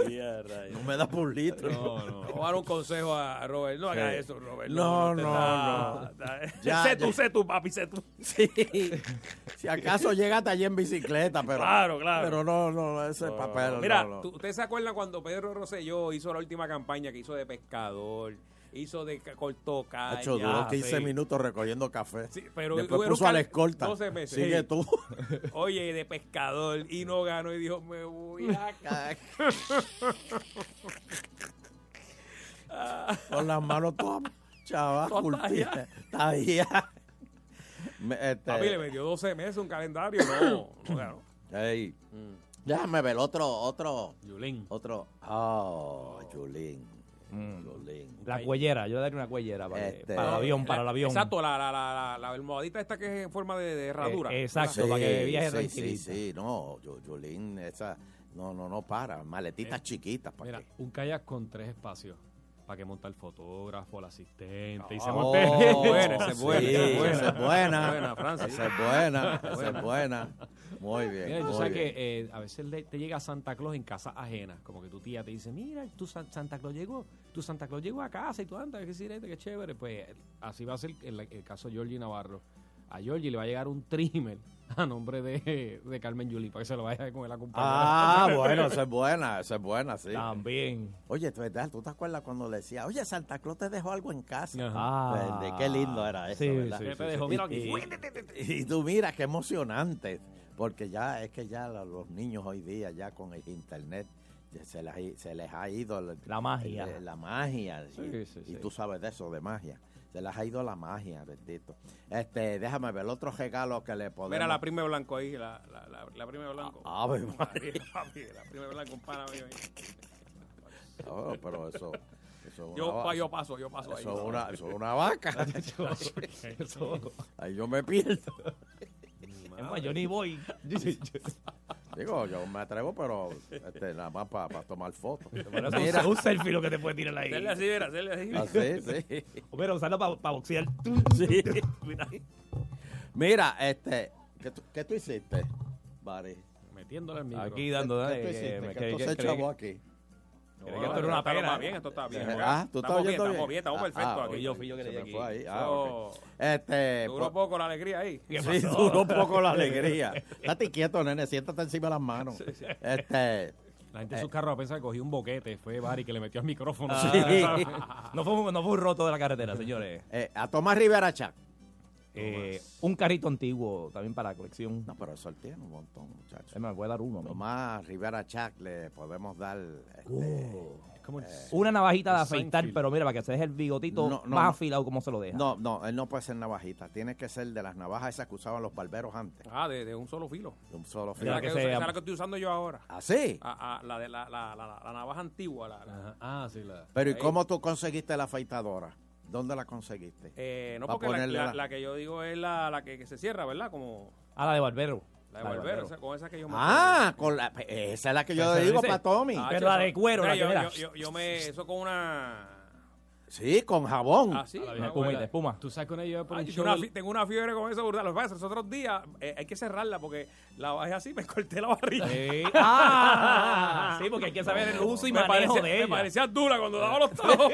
Sí, a rayos. no me da por un litro. No, no. Vamos a dar un consejo a Robert. No haga Sí. eso, Robert. No, te no, da- no. da- eh. Ya, sé tú, ya. sé tú, papi, sé tú. Sí. Si acaso llegaste allí en bicicleta, pero. Claro, claro. Pero no, no, ese papel. Mira, no, no. tú- ¿ustedes se acuerdan cuando Pedro Rosselló hizo la última campaña que hizo de pescador? Hizo de ca- cortó caña. Hacho, duró 15 sí. minutos recogiendo café. pero Después hubo puso un a la cal- escolta. 12 meses. Sigue Sí. tú. Oye, de pescador. Y no ganó y dijo, me voy a cagar. Con las manos todas chavas, Todas curtidas. talladas. talladas. Me- este, Papi, le metió 12 meses un calendario. No, no ganó. ey, Mm. Déjame ver otro, otro. Yulín. Otro. Oh, Yulín. Mm. Yulín. La cuellera, yo le daría una cuellera para, Este- para el avión, para el avión. Eh, Exacto, la, la, la, la, la almohadita esta que es en forma de, de herradura. Eh, exacto, ¿verdad? para que viaje sí, sí, tranquilito. sí, no, Yu- Yulín, esa, no, no, no para, Eh. maletitas chiquitas. ¿para Mira, qué? un kayak con tres espacios. Para que monta el fotógrafo, el asistente. Y se Oh, monte. sí, esa es buena, esa es buena, esa es buena. Muy bien, Mira, tú muy sabes que bien. eh, a veces le- te llega Santa Claus en casa ajena. Como que tu tía te dice, mira, tu San- Santa Claus llegó, tu Santa Claus llegó a casa y tú andas, qué sirete, qué chévere. Pues eh, así va a ser el, el caso de Georgie Navarro. A Georgie le va a llegar un trimmer a nombre de, de Carmen Yulín para que se lo vaya con el acompañante. Ah, bueno, esa es buena, esa es buena, sí. También. Oye, tú, ¿tú te acuerdas cuando le decía, oye, Santa Claus te dejó algo en casa? Ajá. Ah. Pues, de qué lindo era eso, Sí, ¿verdad? sí, sí, Te dejó, sí. mira aquí. Y, y tú mira, qué emocionante, porque ya es que ya lo- los niños hoy día, ya con el internet, ya se les, ha i- se les ha ido el- La magia. el- la magia. y, sí, y tú sabes de eso, de magia. Se les ha ido la magia, bendito. Este, déjame ver otro regalo que le podemos... Ah, Mira la prima de blanco ahí, la, la, la, la prima de blanco. Ave María. María, papi, la prima de blanco, un pana mío ahí. Oh, pero eso... eso es Yo una- pa- yo paso, yo paso ahí. Eso es una, eso es una vaca. Eso- Ahí yo me pierdo. Es más, yo ni voy. Digo, yo me atrevo, pero este, nada más para tomar fotos. Pero eso es un- un selfie lo que te puede tirar ahí. Hacerle así, mira, hacerle así. Así, Ah, sí. Pero usarlo para boxear. Mira. Mira, este, ¿qué tú, qué tú hiciste, Bari? Metiéndole el micro. Aquí dando. ¿Qué eh, que- tú hiciste? me- ¿Qué que- tú que- has creí- hecho vos aquí? creí que esto era una Pero pera. más bien, esto está bien. Ah, ¿tú estás estamos bien, oyendo bien? estamos bien, estamos Ah, perfectos ah, aquí. ok. Yo fui yo que Se le di me aquí. fue ahí. Ah, Eso ok. Este, Duró pues- poco la alegría ahí. ¿Qué Sí, pasó? duró poco la alegría. Estate quieto, nene, siéntate encima de las manos. Este, La gente en sus carros piensa que cogió un boquete, fue Barry que le metió al micrófono. Ah, Sí. no, fue, un- no fue un roto de la carretera, señores. eh, a Tomás Rivera Chac. Eh, un carrito antiguo también para la colección. No, pero eso él tiene un montón, muchachos. Eh, me voy a dar uno. man. Tomás Rivera Chac le podemos dar. este, Oh. Es como el- Una navajita de afeitar, Seinfeld. pero mira, para que se deje el bigotito Eh, No, no, más no. afilado como se lo deja. No, no, él no puede ser navajita. Tiene que ser de las navajas esas que usaban los barberos antes. Ah, de, de un solo filo. De un solo Esa es la filo. que que, uso- se- esa es la que estoy usando yo ahora. ¿Así? Ah, ah, la de la, la, la, la- la navaja antigua. La, la- Ajá. Ah, sí, la. Pero ¿y ahí. cómo tú conseguiste la afeitadora? ¿Dónde la conseguiste? Eh, no, Pa' porque la, ponerle la- la- la que yo digo es la, la que, que se cierra, ¿verdad? Como A la de barbero. la de volver, esa- con esa que yo me. Ah, con la, esa es la que yo Esa le digo dice- para Tommy. Ah, Pero chico, la de cuero, mira, la que yo, era. yo, yo, yo me. Eso con una. Sí, con jabón. Ah, sí. No, con abuela. de espuma. Tú sabes que una yo por Ah, un yo show- una fi- tengo una fiebre con eso brutal. Lo que pasa es que los otros días eh, hay que cerrarla porque la bajé así, me corté la barriga. Sí. Ah, sí, porque hay que saber el uso y Me manejo parecía- de Me ella. parecía dura cuando daba los tojos.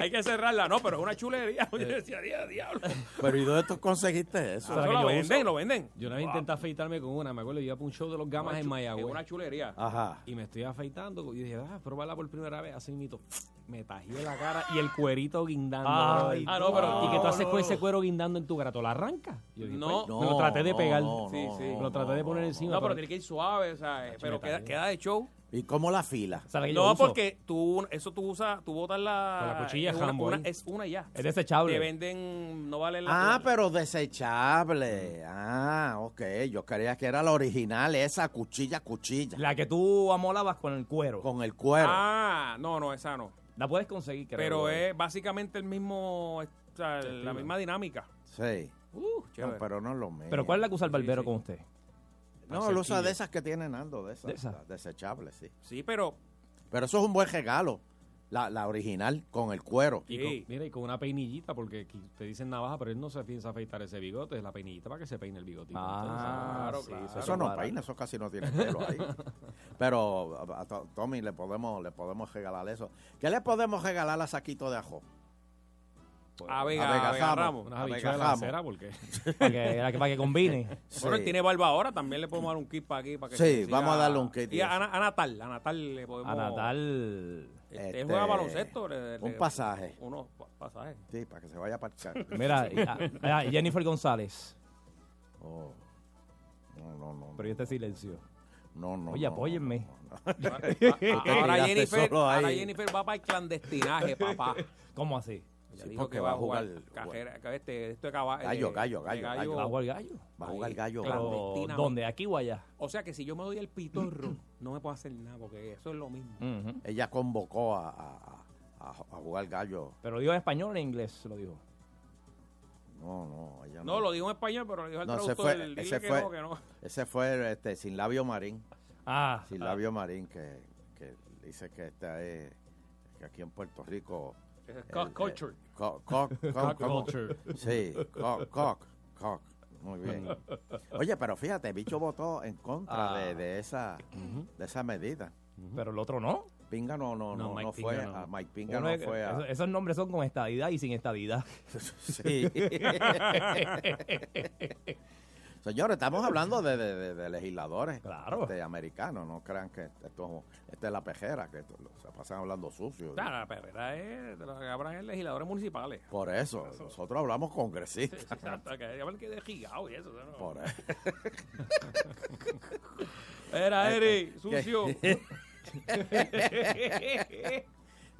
hay que cerrarla. No, pero es una chulería. Eh. Yo decía, "Dia- diablo. Pero ¿y dónde tú conseguiste eso? Eso lo venden, lo venden. Yo una vez Wow. intenté afeitarme con una, me acuerdo, yo iba para un show de los gamas Una en chu- Mayagüez. es una chulería. Ajá. Y me estoy afeitando y dije, ah, probarla por primera vez, así mito. Me tajé la cara y el cuerito guindando. Ay, brother. ah, no, pero- y que tú no, haces no, con no. ese cuero guindando en tu grato, ¿la arranca? Yo dije, No. pues, me lo traté de No, pegar. no, sí, no, sí. Me lo traté de poner encima. Ah, No, pero tiene que ir suave, o sea, eh, pero queda, queda de show. ¿Y cómo la fila? No, porque tú, eso tú usas, tú botas la... Con la cuchilla es una- Hambo, una- ¿eh? Es una ya. Es desechable. Te venden, no vale la... Ah, pero desechable. Ah, ok. Yo creía que era la original, esa cuchilla, cuchilla. La que tú amolabas con el cuero. Con el cuero. Ah, no, no, esa no. La puedes conseguir, creo. Pero eh. es básicamente el mismo, o sea, la misma dinámica. Sí. Uh, No, chévere. pero no es lo mismo. ¿Pero cuál es la que usa el barbero con usted? No, lo usa de esas que tiene Nando, de esas. ¿De esas? las Desechables, sí. Sí, pero... Pero eso es un buen regalo. La, la original, con el cuero. Y con- mira, y con una peinillita, porque aquí te dicen navaja, pero él no se piensa afeitar ese bigote, es la peinillita para que se peine el bigotito. Ah, Entonces, sí, eso, no peina, eso casi no tiene pelo ahí. Pero a, a To- Tommy le podemos, le podemos regalar eso. ¿Qué le podemos regalar a Saquito de Ajo? A Vega, a Vega a Vega Jamo. Ramos. Unas A Vega habichuelas Jamo. aceras, ¿por qué? Para que, para que combine. Bueno, él tiene barba ahora, también le podemos dar un kit para aquí. Para que Sí, se siga- vamos a darle un kit y Y a, eso. a Natal, a Natal le podemos... A Natal. Él juega baloncesto. le- Este, un le- pasaje. Uno, pa- pasaje. Sí, para que se vaya a parchar. Mira, y- ah, ah, Jennifer González. Oh. No, no, no. Pero y este silencio. No, no. Oye, no, apóyenme. Ahora Jennifer, ahora Jennifer va para el clandestinaje, papá. ¿Cómo así? Ella Sí, dijo porque que va va a a jugar jugar- cajera- ca- este, esto de caba- Gallo, de- gallo, de gallo, gallo. Va a jugar gallo. Va a jugar gallo. Pero, clandestinamente. ¿dónde? ¿Aquí o allá? O sea que si yo me doy el pitorro, no me puedo hacer nada, porque eso es lo mismo. Ella convocó a, a- a- a jugar gallo. Pero lo dijo en español o en inglés, lo dijo. No, no, ella no. No, lo digo en español, pero lo dijo el No, ese traductor. fue, dile ese que fue, no, que no. ese fue este, sin labio marín. Ah. Sin labio marín que, que dice que esta es que aquí en Puerto Rico. Ese es el- cock el- culture. cock- cock- Cock cock- ¿cómo? culture. Mm. Sí, Sí, cock, cock, cock. Muy bien. Oye, pero fíjate, Bicho votó en contra Ah. de, de esa, de esa medida. Pero el otro no. Pinga no, no, No, no, no, Mike fue. Pinga no. a- Mike Pinga Uno no es- fue. a- esos, esos nombres son con estadidad y sin estadidad. Sí. Señores, estamos hablando de, de- de- de legisladores este, americanos. No crean que esto, esta es la pejera, que esto- se pasan hablando sucio. Nah, la perrera es de lo que habrán en legisladores municipales. Por eso, nosotros hablamos congresistas. Exacto, que ya ver que de gigao y eso. ¿no? Por eso. Era, Eri, ¿Qué? sucio.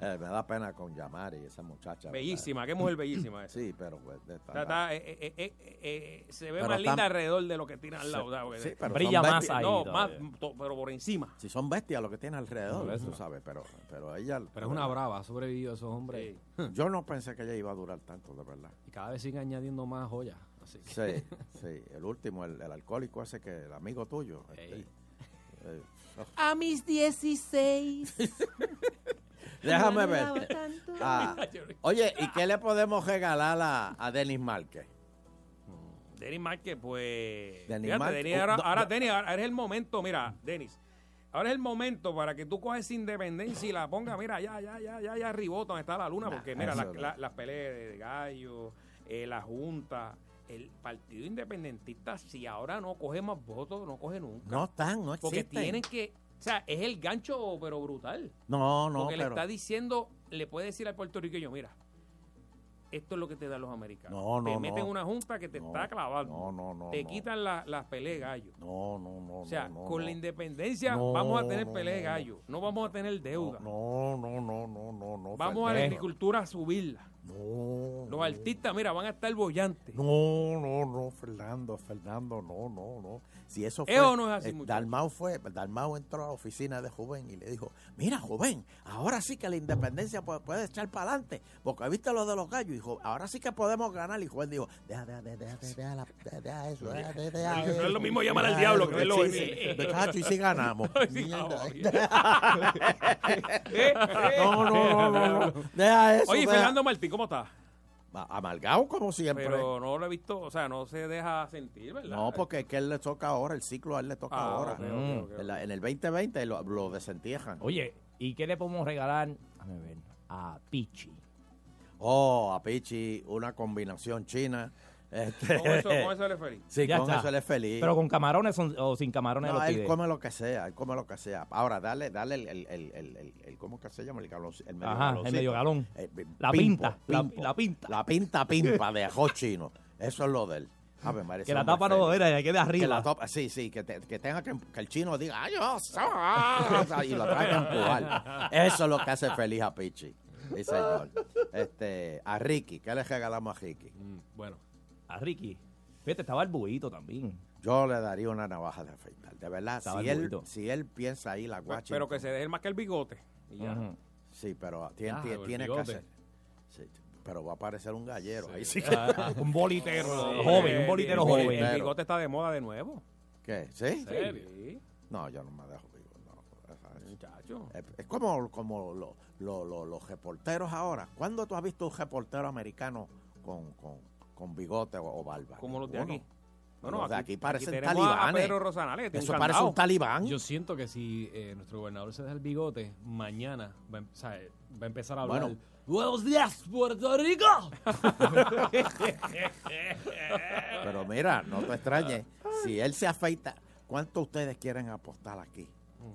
Eh, me da pena con Yamari, esa muchacha. ¿verdad? Bellísima, qué mujer bellísima esa. Sí, pero pues, de esta- O sea, está, eh, eh, eh, eh, eh, se ve Pero más linda tam- alrededor de lo que tiene al lado. Sí, o sea, porque- sí, pero Brilla son más bestias. ahí No, todavía. más, to- pero por encima. Si son bestias lo que tiene alrededor, Por eso. tú sabes, pero, pero ella... Pero es una brava, ha sobrevivido a esos hombres. Yo no pensé que ella iba a durar tanto, de verdad. Y cada vez siguen añadiendo más joyas. Así que- Sí, sí. El último, el, el alcohólico ese que el amigo tuyo. este, eh, oh, A mis 16. déjame No ganaba ver. tanto. Ah, oye, ¿y qué le podemos regalar a, a Denis Márquez? Denis Márquez, pues. Denis fíjate, Márquez, Denis, oh, ahora, do- ahora, do- Denis, ahora es el momento, mira, Denis. Ahora es el momento para que tú coges esa independencia y la pongas, mira, ya, ya, ya, ya, ya, ribota donde está la luna, porque mira, eso la- no. la- las peleas de gallo, eh, la junta, el partido independentista, si ahora no coge más votos, no coge nunca. No están, no Porque existen. tienen que. O sea, es el gancho, pero brutal. No, no, Porque le pero... está diciendo, le puede decir al puertorriqueño, mira, esto es lo que te dan los americanos. No, no, Te meten no. una junta que te No, está clavando. no, no, no, Te no. quitan la- las peleas de gallo. No, no, no. o sea, no, no, con no. la independencia No, vamos a tener no, peleas de no, no. gallo. No vamos a tener deuda. No, no, no, no, no, no. vamos a la Fernández. agricultura a subirla. No. Los artistas, mira, van a estar bollantes. No, no, no, Fernando. Fernando, Fernando, no, no, no. Si eso ¿Es fue. o no es así, eh, muchacho? Dalmau fue, Dalmau entró a la oficina de Joven y le dijo, mira, Joven, ahora sí que la independencia puede, puede echar para adelante, porque viste lo de los gallos, hijo, ahora sí que podemos ganar. Y Joven dijo, deja, deja, deja, deja, deja, la- deja, deja eso, deja, deja, deja No es eso, lo mismo llamar al deja diablo eso". que verlo Sí, venir. sí, muchacho, y si ganamos. No, no, no, no. Deja eso, Oye, deja- Fernando Martín, ¿cómo está? Ma- Amargado como siempre. Pero no lo he visto, o sea, no se deja sentir, ¿verdad? No, pues, porque es que él le toca ahora, el ciclo a él le toca Ah, ahora. ok, ok, ok, En, la- en el 2020 lo, lo desentiejan. Mm. Oye, ¿y qué le podemos regalar? Déjame ver, A Pichi. Oh, a Pichi, una combinación china. Este, Con eso- con eso él es feliz. Sí, Ya con está. eso él es feliz. Pero con camarones o- o sin camarones No, lo él pide. come lo que sea, él come lo que sea. Ahora, dale, dale el, el, el, el, el- el- ¿cómo que se llama? El galón. El medio Ajá, el galoncito. medio galón. El pi- La pimpo, pinta, la- pimpo. la pinta. La pinta pimpa de ajo chino. Eso es lo de él. Ave María, Que ese la hombre tapa es no feliz. era, que quede arriba. Que la tapa, sí, sí, que, te- que tenga que, que el chino diga, ¡ay, yo soy! Y lo traiga a empujar. Eso es lo que hace feliz a Pichi. Sí, señor. Este, a Ricky, ¿qué le regalamos a Ricky? Mm, bueno, a Ricky. Fíjate, estaba el buito también. Yo le daría una navaja de afeitar. De verdad, Estaba si el él, bulto. si él piensa ahí la Pues, guacha. pero que se deje más que el bigote. Y ya. Sí, pero tiene, Ah, tiene- el tiene que bigote. hacer. Sí, pero va a aparecer un gallero. Ahí sí que- Ah, un bolitero. Sí. Eh, el- el- El bigote está de moda de nuevo. ¿Qué? ¿Sí? ¿En serio? No, yo no me dejo bigote. no. Esa es- Muchacho. Es, es como, como lo- lo- lo- los reporteros ahora. ¿Cuándo tú has visto un reportero americano con, con, con bigote o, o barba? Como los de Ninguno. aquí. Los de aquí parecen tenemos a- A talibanes. Pedro Rosanales, que tiene Eso un parece candado. un talibán. Yo siento que si eh, nuestro gobernador se deja el bigote, mañana va, a em- o sea, va a empezar a hablar. Bueno. ¡Buenos días, Puerto Rico! Pero mira, no te extrañes. Si él se afeita, ¿cuánto ustedes quieren apostar aquí?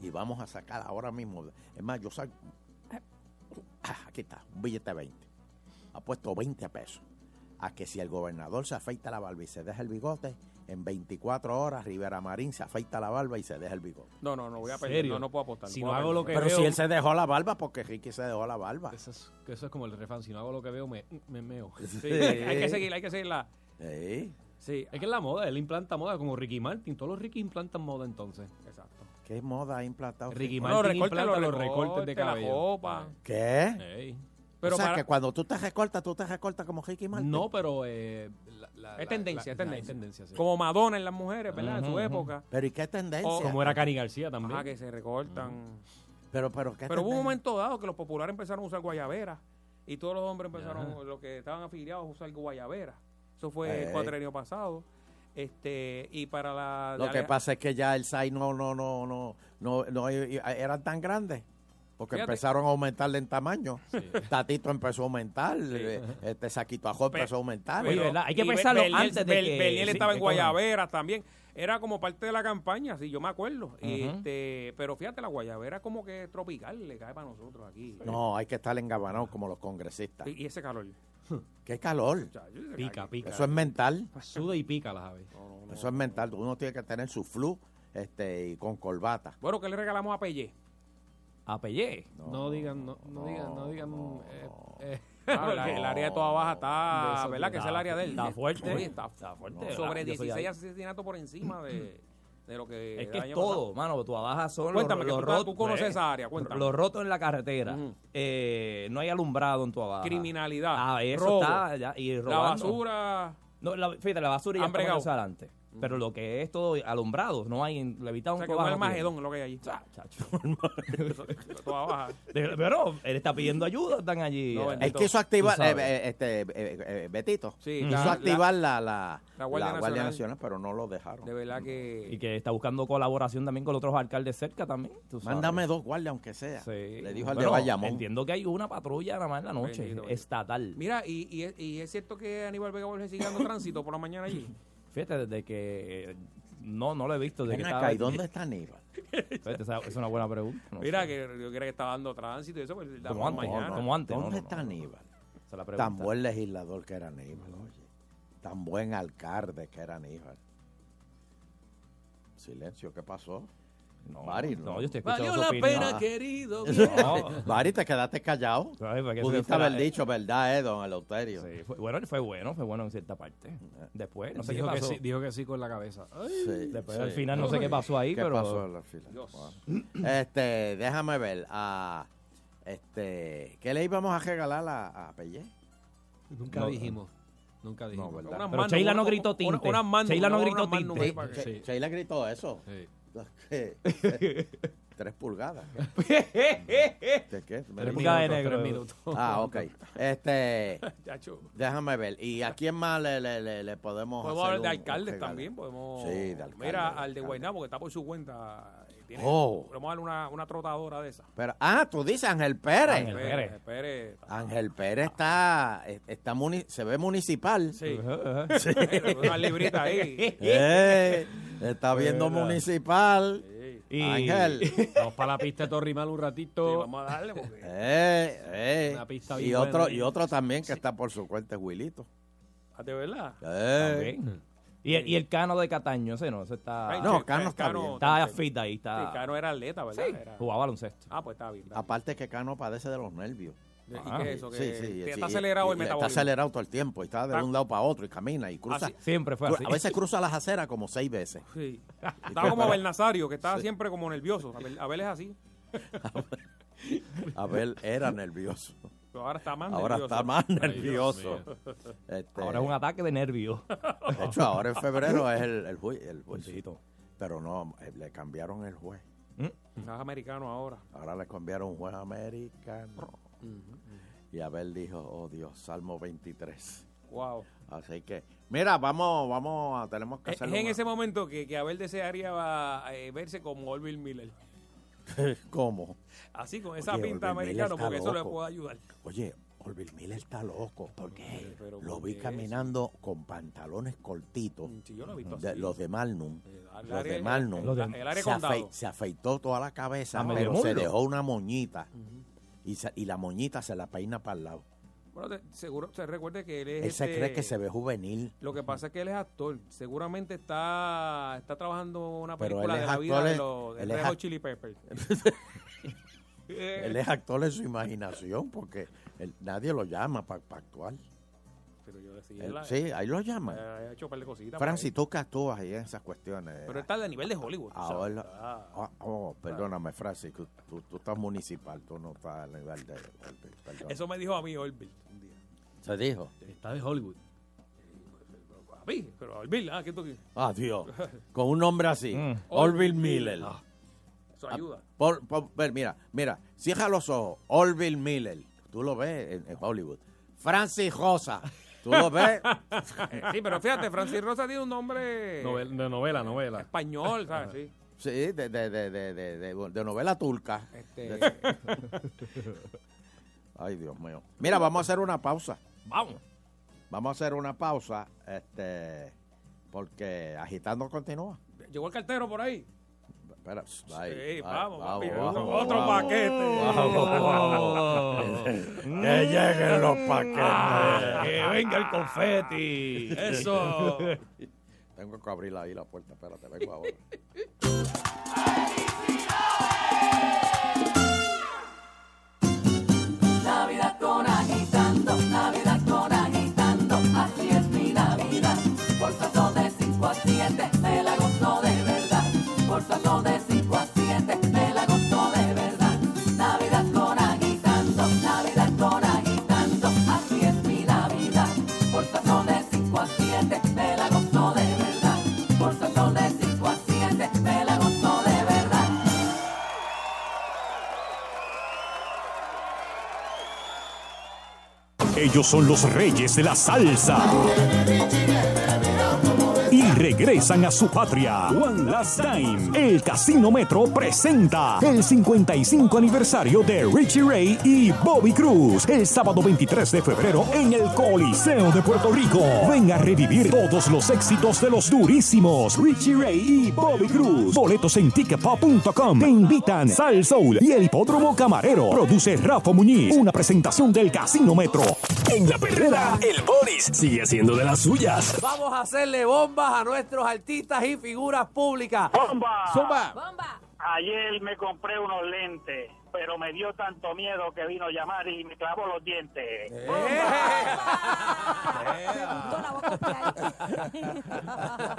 Y vamos a sacar ahora mismo. Es más, yo saco. Ah, Aquí está, un billete de 20. Apuesto 20 pesos. A que si el gobernador se afeita la barba y se deja el bigote, en 24 horas Rivera Marín se afeita la barba y se deja el bigote. No, no, no voy a ¿En perder. serio? Ah, pues, No, no puedo apostar. Si puedo no hago perder. lo que Pero veo- si él se dejó la barba, porque Ricky se dejó la barba. Eso es, que eso es como el refrán, si no hago lo que veo, me, me meo. Sí, hay que seguir, hay que seguir la... Sí. Sí. Es que es la moda, él implanta moda, como Ricky Martin. Todos los Ricky implantan moda entonces. Exacto. ¿Qué moda ha implantado? Ricky Ricky? Martin recortes, implanta los los recortes de recortes, la cabello. copa. ¿Qué? Ey. Pero o sea, para- que cuando tú te recortas, tú te recortas como Ricky Martin. No, pero... eh, la- la- Es la- tendencia, la- es la- tendencia. sí. Como Madonna en las mujeres, ¿verdad? en Ujú, su ujú. época. Pero ¿y qué tendencia? O- Como era Cani García también. Ajá, que se Mm. recortan. Pero, pero, ¿qué Pero hubo un tendencia? momento dado que los populares empezaron a usar guayabera y todos los hombres empezaron, los que estaban afiliados, a usar guayabera. Eso fue Ey. el cuatrenio pasado. Este, y para la... Lo la- que pasa es que ya el SAI no, no, no, no, no, no eh, eh, eran tan grandes. Porque Fíjate. empezaron a aumentarle en tamaño. Tatito empezó a aumentar. eh, Este Saquito Ajo empezó a aumentar. Pero- y Be- Bernier- Bel- Bernier estaba en guayabera también. Era como parte de la campaña, sí, yo me acuerdo. Y, Ujú. este, pero fíjate, la guayabera como que es tropical, le cae para nosotros aquí. No, hay que estar engabanado como los congresistas. Y, y ese calor. ¡Qué calor! Pica, pica. Eso es mental. Suda y pica las aves. Eso es mental. Uno tiene que tener su flu este, y con corbata. Bueno, ¿qué le regalamos a Pellé? A Pellé. No, digan, no, no digan, no digan... eh, eh, Ah, Claro, porque Ah, el área de toda baja De está, eso, ¿verdad? Que es el está- área de él. está fuerte. Oye, está, Está fuerte, fuerte. Sobre ¿verdad? Yo soy 16 ahí. asesinatos por encima de, de lo que. Es el que es año todo, pasado. mano. Tú abajas son Cuéntame, que los, tú- los tú rotos. conoces eh, esa área, cuéntame. Los rotos en la carretera. eh, no hay alumbrado en tu abajo. Criminalidad. Ah, eso robo, está. ya, y La robando. basura. No, la, fíjate, la basura ya Han está bregado. más adelante. Pero lo que es todo alumbrado, no hay en- levitado O sea, en que tu un abajo no Almagedón es lo que hay allí. Toda baja. tiene. De- Pero él está pidiendo ayuda, están allí. No, eh, Él tú quiso activar, sabes. eh, eh, este, eh, eh, Betito, Sí, quiso la- activar la, la, la Guardia Nacional. Nacional, pero no lo dejaron. De verdad que. Y que está buscando colaboración también con otros alcaldes cerca también. tú sabes. Mándame dos guardias, aunque sea. Sí. Le dijo al Bueno, de Bayamón. Entiendo que hay una patrulla nada más en la noche, Bendito, bendito. estatal. Mira, y, y- y es cierto que Aníbal Vega Borges sigue dando tránsito por la mañana allí. Fíjate, desde que. eh, No, no lo he visto. Desde Ven que acá, estaba- ¿y dónde está Aníbal? Fíjate, esa es una buena pregunta. no Mira, sé. que yo creo que estaba dando tránsito y eso, pues, la Como antes, mañana. como antes. ¿Dónde no, no, no. está Aníbal? Se la Tan pregunta. bueno. buen legislador que era Aníbal, oye. Tan buen alcalde que era Aníbal. Silencio, ¿qué pasó? No, Bari, no, yo estoy escuchando Valió escuchando tu la opinión. pena, querido viejo. Bari, te quedaste callado. porque eso Pudiste fuera- haber dicho, ¿verdad, eh, don Eleuterio? Mm. Sí, fue- bueno, fue bueno, fue bueno en cierta parte. Después, no sé Dijo qué que pasó. sí- dijo que sí con la cabeza. Ay. Después al final no sé qué pasó ahí, ¿Qué pero pasó en la fila? Bueno. Este, déjame ver. ah, este, ¿Qué le íbamos a regalar a, a Pellé? Nunca No, dijimos. Nunca dijimos. ¿verdad? Unas Pero manos, Sheila una- no gritó una- tinte. unas manos, Sheila no una- gritó unas manos, tinte. para que- Sí. sí. Sheila gritó eso. Sí. ¿Qué? Tres pulgadas. ¿De qué? Tres pulgadas de negro. Tres minutos. Ah, ok. Este, Chacho. déjame ver. ¿Y a quién más le, le, le, le podemos Podemos hacer hablar de un- un alcaldes regalo? también. Podemos, Sí, de alcaldes. Mira, al de Guaynabo, que está por su cuenta. eh, Tiene, Oh. Vamos a darle una, una trotadora de esa. Pero, ah, tú dices Ángel Pérez. Ángel Pérez. Ángel Pérez. Ángel Pérez está, eh, está muni- se ve municipal. Sí. Una librita ahí. Eh, está viendo Verdad. municipal. Y- Ángel. Vamos para la pista de Torrimal un ratito. vamos a darle. Porque... Eh, eh. Una pista y bien otro buena. y otro también que está por su cuenta es Wilito. Ah, ¿De verdad? Eh. También. Y el, y el Cano de Cataño, ese no, ese está. Ay, No, Cano está Cano- bien. Está fit ahí, está. Sí, Cano era atleta, ¿verdad? Sí, Era- jugaba baloncesto. Ah, pues está bien. está bien. Aparte que Cano padece de los nervios. ¿Y qué es eso? Que Sí, sí, te- sí, está y- acelerado y- el y Está metabolismo. acelerado todo el tiempo y está de Está- un lado para otro y camina y cruza. Así- Siempre fue cru- así. A veces cruza las aceras como seis veces. Sí. Y Estaba tú- como Abel Nazario, que estaba siempre como nervioso. Abel, Abel es así. Abel era nervioso. Pero ahora está más Ahora nervioso. está más Ay, Dios nervioso. mío. Este, Ahora es un ataque de nervios. De hecho, ahora en febrero es el, el, ju- el juicio. Pero no, eh, le cambiaron el juez. Estás americano ahora. Ahora le cambiaron un juez americano. Y Abel dijo, oh Dios, Salmo 23. Wow. Así que, mira, vamos, vamos, a- tenemos que Es hacerlo. en ese momento que, que Abel desearía va, eh, verse como Orville Miller. ¿Cómo? Así, con esa Oye, pinta Orville americana, está porque eso le loco. puede ayudar. Oye, Orville Miller está loco porque Pero lo ¿por vi qué Mm, caminando con pantalones cortitos. Sí, yo lo he visto de- así. los de Malnum. al Los área- de Malnum. el- el área se, condado. se afeitó toda la cabeza, Ah, medio pero se muslo. dejó una moñita. y, se- y la moñita se la peina para el lado. Bueno, te- seguro, se recuerde que él es. Él se este- cree que se ve juvenil. Lo que pasa es que él es actor. Seguramente está, está trabajando una Pero película él de es la vida actor, de él- los de él es Red Hot act- Chili Peppers. Él es actor en su imaginación porque él- nadie lo llama para actuar. Pero yo decía, Él- él ha- sí, ahí lo llaman. eh, Ha hecho un par de cositas. por Francis, ahí. tú que actúas ahí en esas cuestiones. Pero está a nivel de Hollywood. tú sabes. Ahora, Ah. ah, oh, perdóname, Francis, que tú, tú estás municipal, tú no estás a nivel de. perdón. Eso me dijo a mí Orville un día. se dijo. Está de Hollywood. A mí, pero a Orville, ah, ¿qué tú quieres? Ah, Dios. Con un nombre así. Mm. Orville Miller. Ah. Ah, Ah, Eso ayuda. Por- por- ver, mira, mira, cierra los ojos. Orville Miller. Tú lo ves en, en Hollywood. Francis Rosa. Tú lo ves. Eh, sí, pero fíjate, Francis Rosa tiene un nombre Novel- de novela, novela. español, Ah. ¿sabes? Sí. Sí, de, de, de, de, de, de- de novela turca. Este- De- Ay, Dios mío. Mira, vamos a hacer una pausa. Vamos. Vamos a hacer una pausa, este, porque agitando continúa. Llegó el cartero por ahí. Espera, ahí, Sí, ahí, vamos, papi, vamos, otro vamos. paquete. Vamos, vamos. que lleguen los paquetes. Ah, que venga el confeti. Eso. Tengo que abrir ahí la puerta, espérate, vengo ahora. Navidad con agitando, Navidad con agitando, así es mi Navidad. Por tanto de 5 a 7, me la gozo de verdad. Por tanto de 5 a 7, me la gozo de verdad. Navidad con agitando, Navidad con agitando, así es mi Navidad. Por tanto de 5 a 7, me la gozo de verdad. Por tanto de 5 a 7, me la gozo de verdad. Ellos son los reyes de la salsa. Y regresan a su patria. One Last Time. El Casino Metro presenta el 55 aniversario de Richie Ray y Bobby Cruz. El sábado 23 de febrero en el Coliseo de Puerto Rico. Ven a revivir todos los éxitos de los durísimos Richie Ray y Bobby Cruz. Boletos en ticketpop.com. Te invitan Sal Soul y el Hipódromo Camarero. Produce Rafa Muñiz. Una presentación del Casino Metro. En la perrera, el Boris sigue siendo de las suyas. Vamos a hacerle bombas a nuestros artistas y figuras públicas. ¡Bomba! ¡Zumba! ¡Bomba! Ayer me compré unos lentes, pero me dio tanto miedo que vino a llamar y me clavó los dientes. Eh.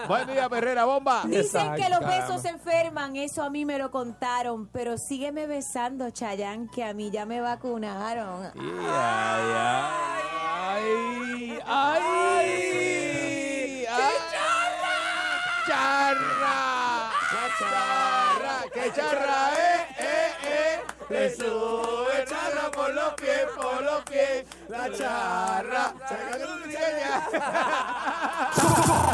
Buen día, Perrera Bomba. Dicen que los besos se enferman, eso a mí me lo contaron, pero sígueme besando, Chayán, que a mí ya me vacunaron. Ay, ay, ay. charra! ¡Charra! ¡Qué charra, eh, eh, eh! Le sube charra por los pies, por los pies. La charra. Saca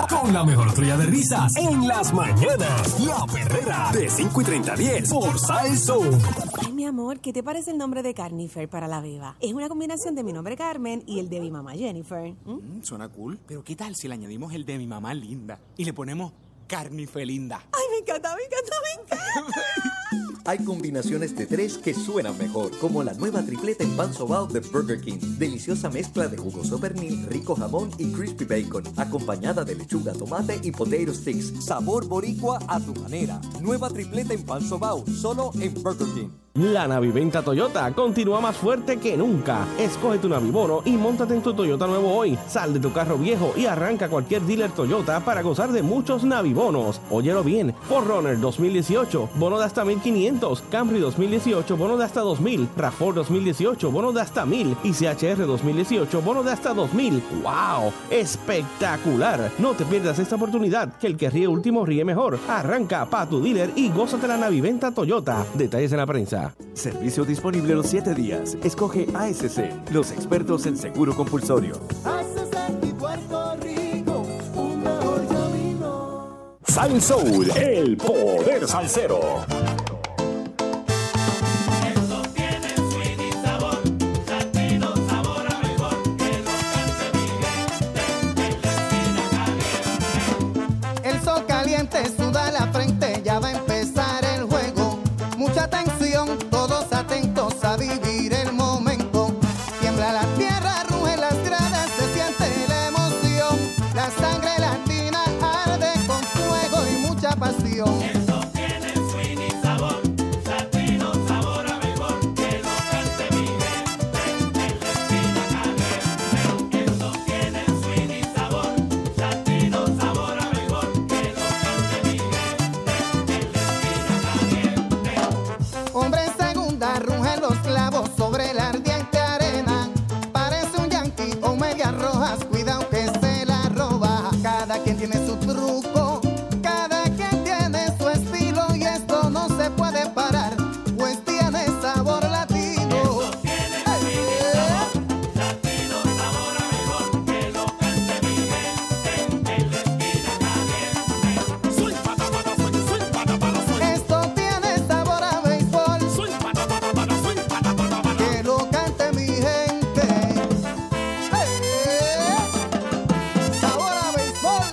tu Con la mejor tuya de risas en las mañanas. La perrera de 5 y 30 a 10 por Salsón. Ay, mi amor, ¿qué te parece el nombre de Carnifer para la beba? Es una combinación de mi nombre Carmen y el de mi mamá Jennifer. ¿Mm? Suena cool. Pero ¿qué tal si le añadimos el de mi mamá linda y le ponemos carnifelinda? Ay, me encanta, me encanta, me encanta. Hay combinaciones de tres que suenan mejor, como la nueva tripleta en pan sobao de Burger King. Deliciosa mezcla de jugoso pernil, rico jamón y crispy bacon, acompañada de lechuga, tomate y potato sticks. Sabor boricua a tu manera. Nueva tripleta en pan sobao, solo en Burger King. La Naviventa Toyota continúa más fuerte que nunca. Escoge tu Navibono y montate en tu Toyota nuevo hoy. Sal de tu carro viejo y arranca cualquier dealer Toyota para gozar de muchos Navibonos. Óyelo bien, Forerunner 2018, bono de hasta 1500, Camry 2018, bono de hasta 2000, RAV4 2018, bono de hasta 1000 y CHR 2018, bono de hasta 2000. ¡Wow! ¡Espectacular! No te pierdas esta oportunidad, que el que ríe último ríe mejor. Arranca para tu dealer y gózate la Naviventa Toyota. Detalles en la prensa. Servicio disponible los 7 días. Escoge ASC, los expertos en seguro compulsorio. Haces de mi Puerto Rico un mejor camino. Sal Soul, el poder salsero. El sol caliente suda la frente, ya va a empezar el juego. Mucha atención, todos atentos a vivir el momento. Tiembla la tierra, ruge las gradas, se siente la emoción. La sangre latina arde con fuego y mucha pasión. Hombre en segunda, rugen los clavos sobre la ardiente arena. Parece un yanqui o medias rojas, cuidado que se la roba. Cada quien tiene su truco, cada quien tiene su estilo y esto no se puede parar, pues tiene sabor latino. Esto tiene sabor a béisbol. Que lo cante mi gente. ¡Eh! Sabor Ah, a béisbol.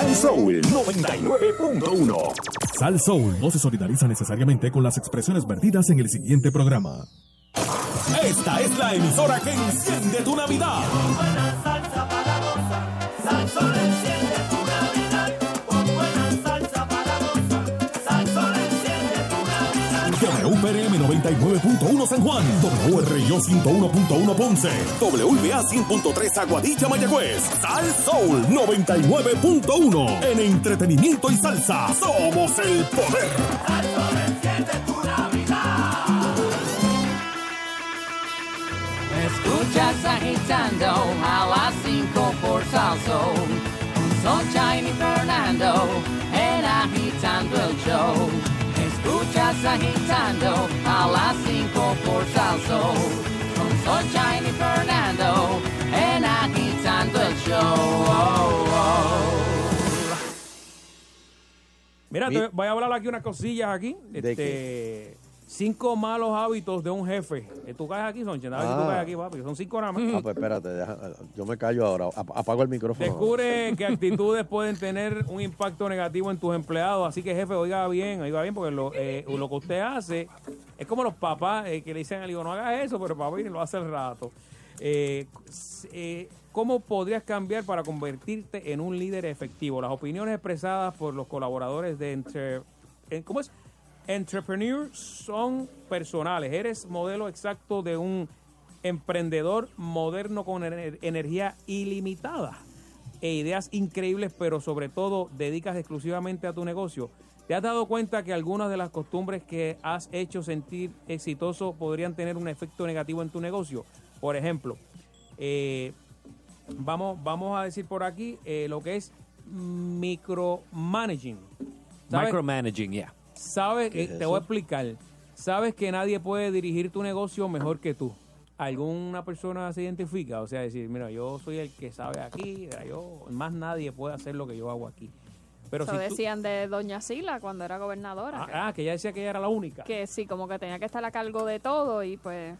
Este ¡Eh! 99.1. Sal Soul no se solidariza necesariamente con las expresiones vertidas en el siguiente programa. Esta es la emisora que enciende tu Navidad. WPRM 99.1 San Juan, WRIO 101.1 Ponce, WBA 100.3 Aguadilla Mayagüez, Sal Soul 99.1 en entretenimiento y salsa. Somos el poder. Me escuchas agitando a las 5 por Salso. Con Sunshine y Fernando en agitando el show. Me escuchas agitando a las 5 por Salso. Con Sunshine y Fernando en agitando el show. Mira, te voy a hablar aquí unas cosillas aquí. Este, Cinco malos hábitos de un jefe. Eh, Tú caes aquí, Sonchen. A ver si tú Ah. caes aquí, papi. Son cinco nada más. Ah, pues espérate, deja- yo me callo ahora. Ap- Apago el micrófono. Descubre que actitudes pueden tener un impacto negativo en tus empleados. Así que, jefe, oiga bien, oiga bien, porque lo, eh, lo que usted hace es como los papás eh, que le dicen al hijo, no hagas eso, pero papá viene y lo hace al rato. Eh, s- eh, ¿Cómo podrías cambiar para convertirte en un líder efectivo? Las opiniones expresadas por los colaboradores de entre, en- ¿cómo es? Entrepreneur son personales. Eres modelo exacto de un emprendedor moderno con ener- energía ilimitada e ideas increíbles, pero sobre todo dedicas exclusivamente a tu negocio. ¿Te has dado cuenta que algunas de las costumbres que has hecho sentir exitoso podrían tener un efecto negativo en tu negocio? Por ejemplo, eh, vamos, vamos a decir por aquí eh, lo que es micromanaging. ¿Sabes? Micromanaging, yeah. Sabes, ¿Qué eh, es te eso? voy a explicar. Sabes que nadie puede dirigir tu negocio mejor que tú. Alguna persona se identifica, o sea, decir, mira, yo soy el que sabe aquí, mira, yo más nadie puede hacer lo que yo hago aquí. Pero Eso si tú- decían de Doña Sila cuando era gobernadora. ah, que ella decía que ella era la única. que sí, como que tenía que estar a cargo de todo y pues,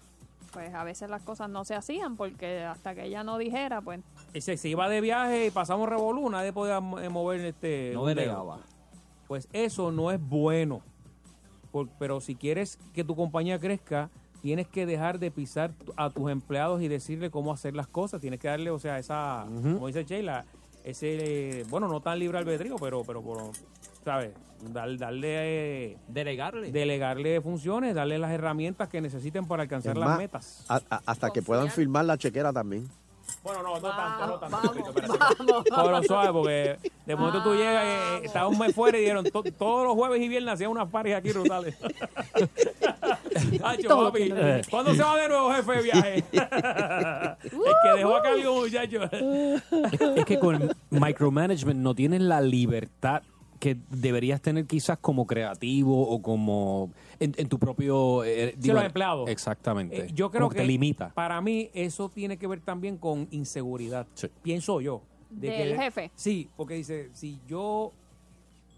pues a veces las cosas no se hacían porque hasta que ella no dijera, pues Y se, se iba de viaje y pasamos revolú, nadie podía mo- eh, mover este. No un dedo. delegaba. Pues eso no es bueno. Por- pero si quieres que tu compañía crezca, tienes que dejar de pisar tu- a tus empleados y decirle cómo hacer las cosas. Tienes que darle, o sea, esa, como dice Sheila, ese, eh, bueno, no tan libre albedrío, pero, pero, por- ¿sabes? Dar- darle. delegarle. Delegarle funciones, darle las herramientas que necesiten para alcanzar Es las más, metas. a- a- hasta que puedan firmar la chequera también. Bueno, no, no tanto, no tanto. Pero suave, porque de momento tú llegas, eh, eh, estás un mes fuera y dieron to- todos los jueves y viernes hacían unas paris aquí brutales. Hacho, Todo papi, lo que no- ¿cuándo se va de nuevo, jefe de viaje? es que dejó a cargo, muchacho. es que con micromanagement no tienes la libertad que deberías tener quizás como creativo o como en, en tu propio eh, Sí, digo, los empleados. exactamente Eh, yo creo Como que, te limita Para mí, eso tiene que ver también con inseguridad. Pienso yo. Del que- jefe. Sí, porque dice, si yo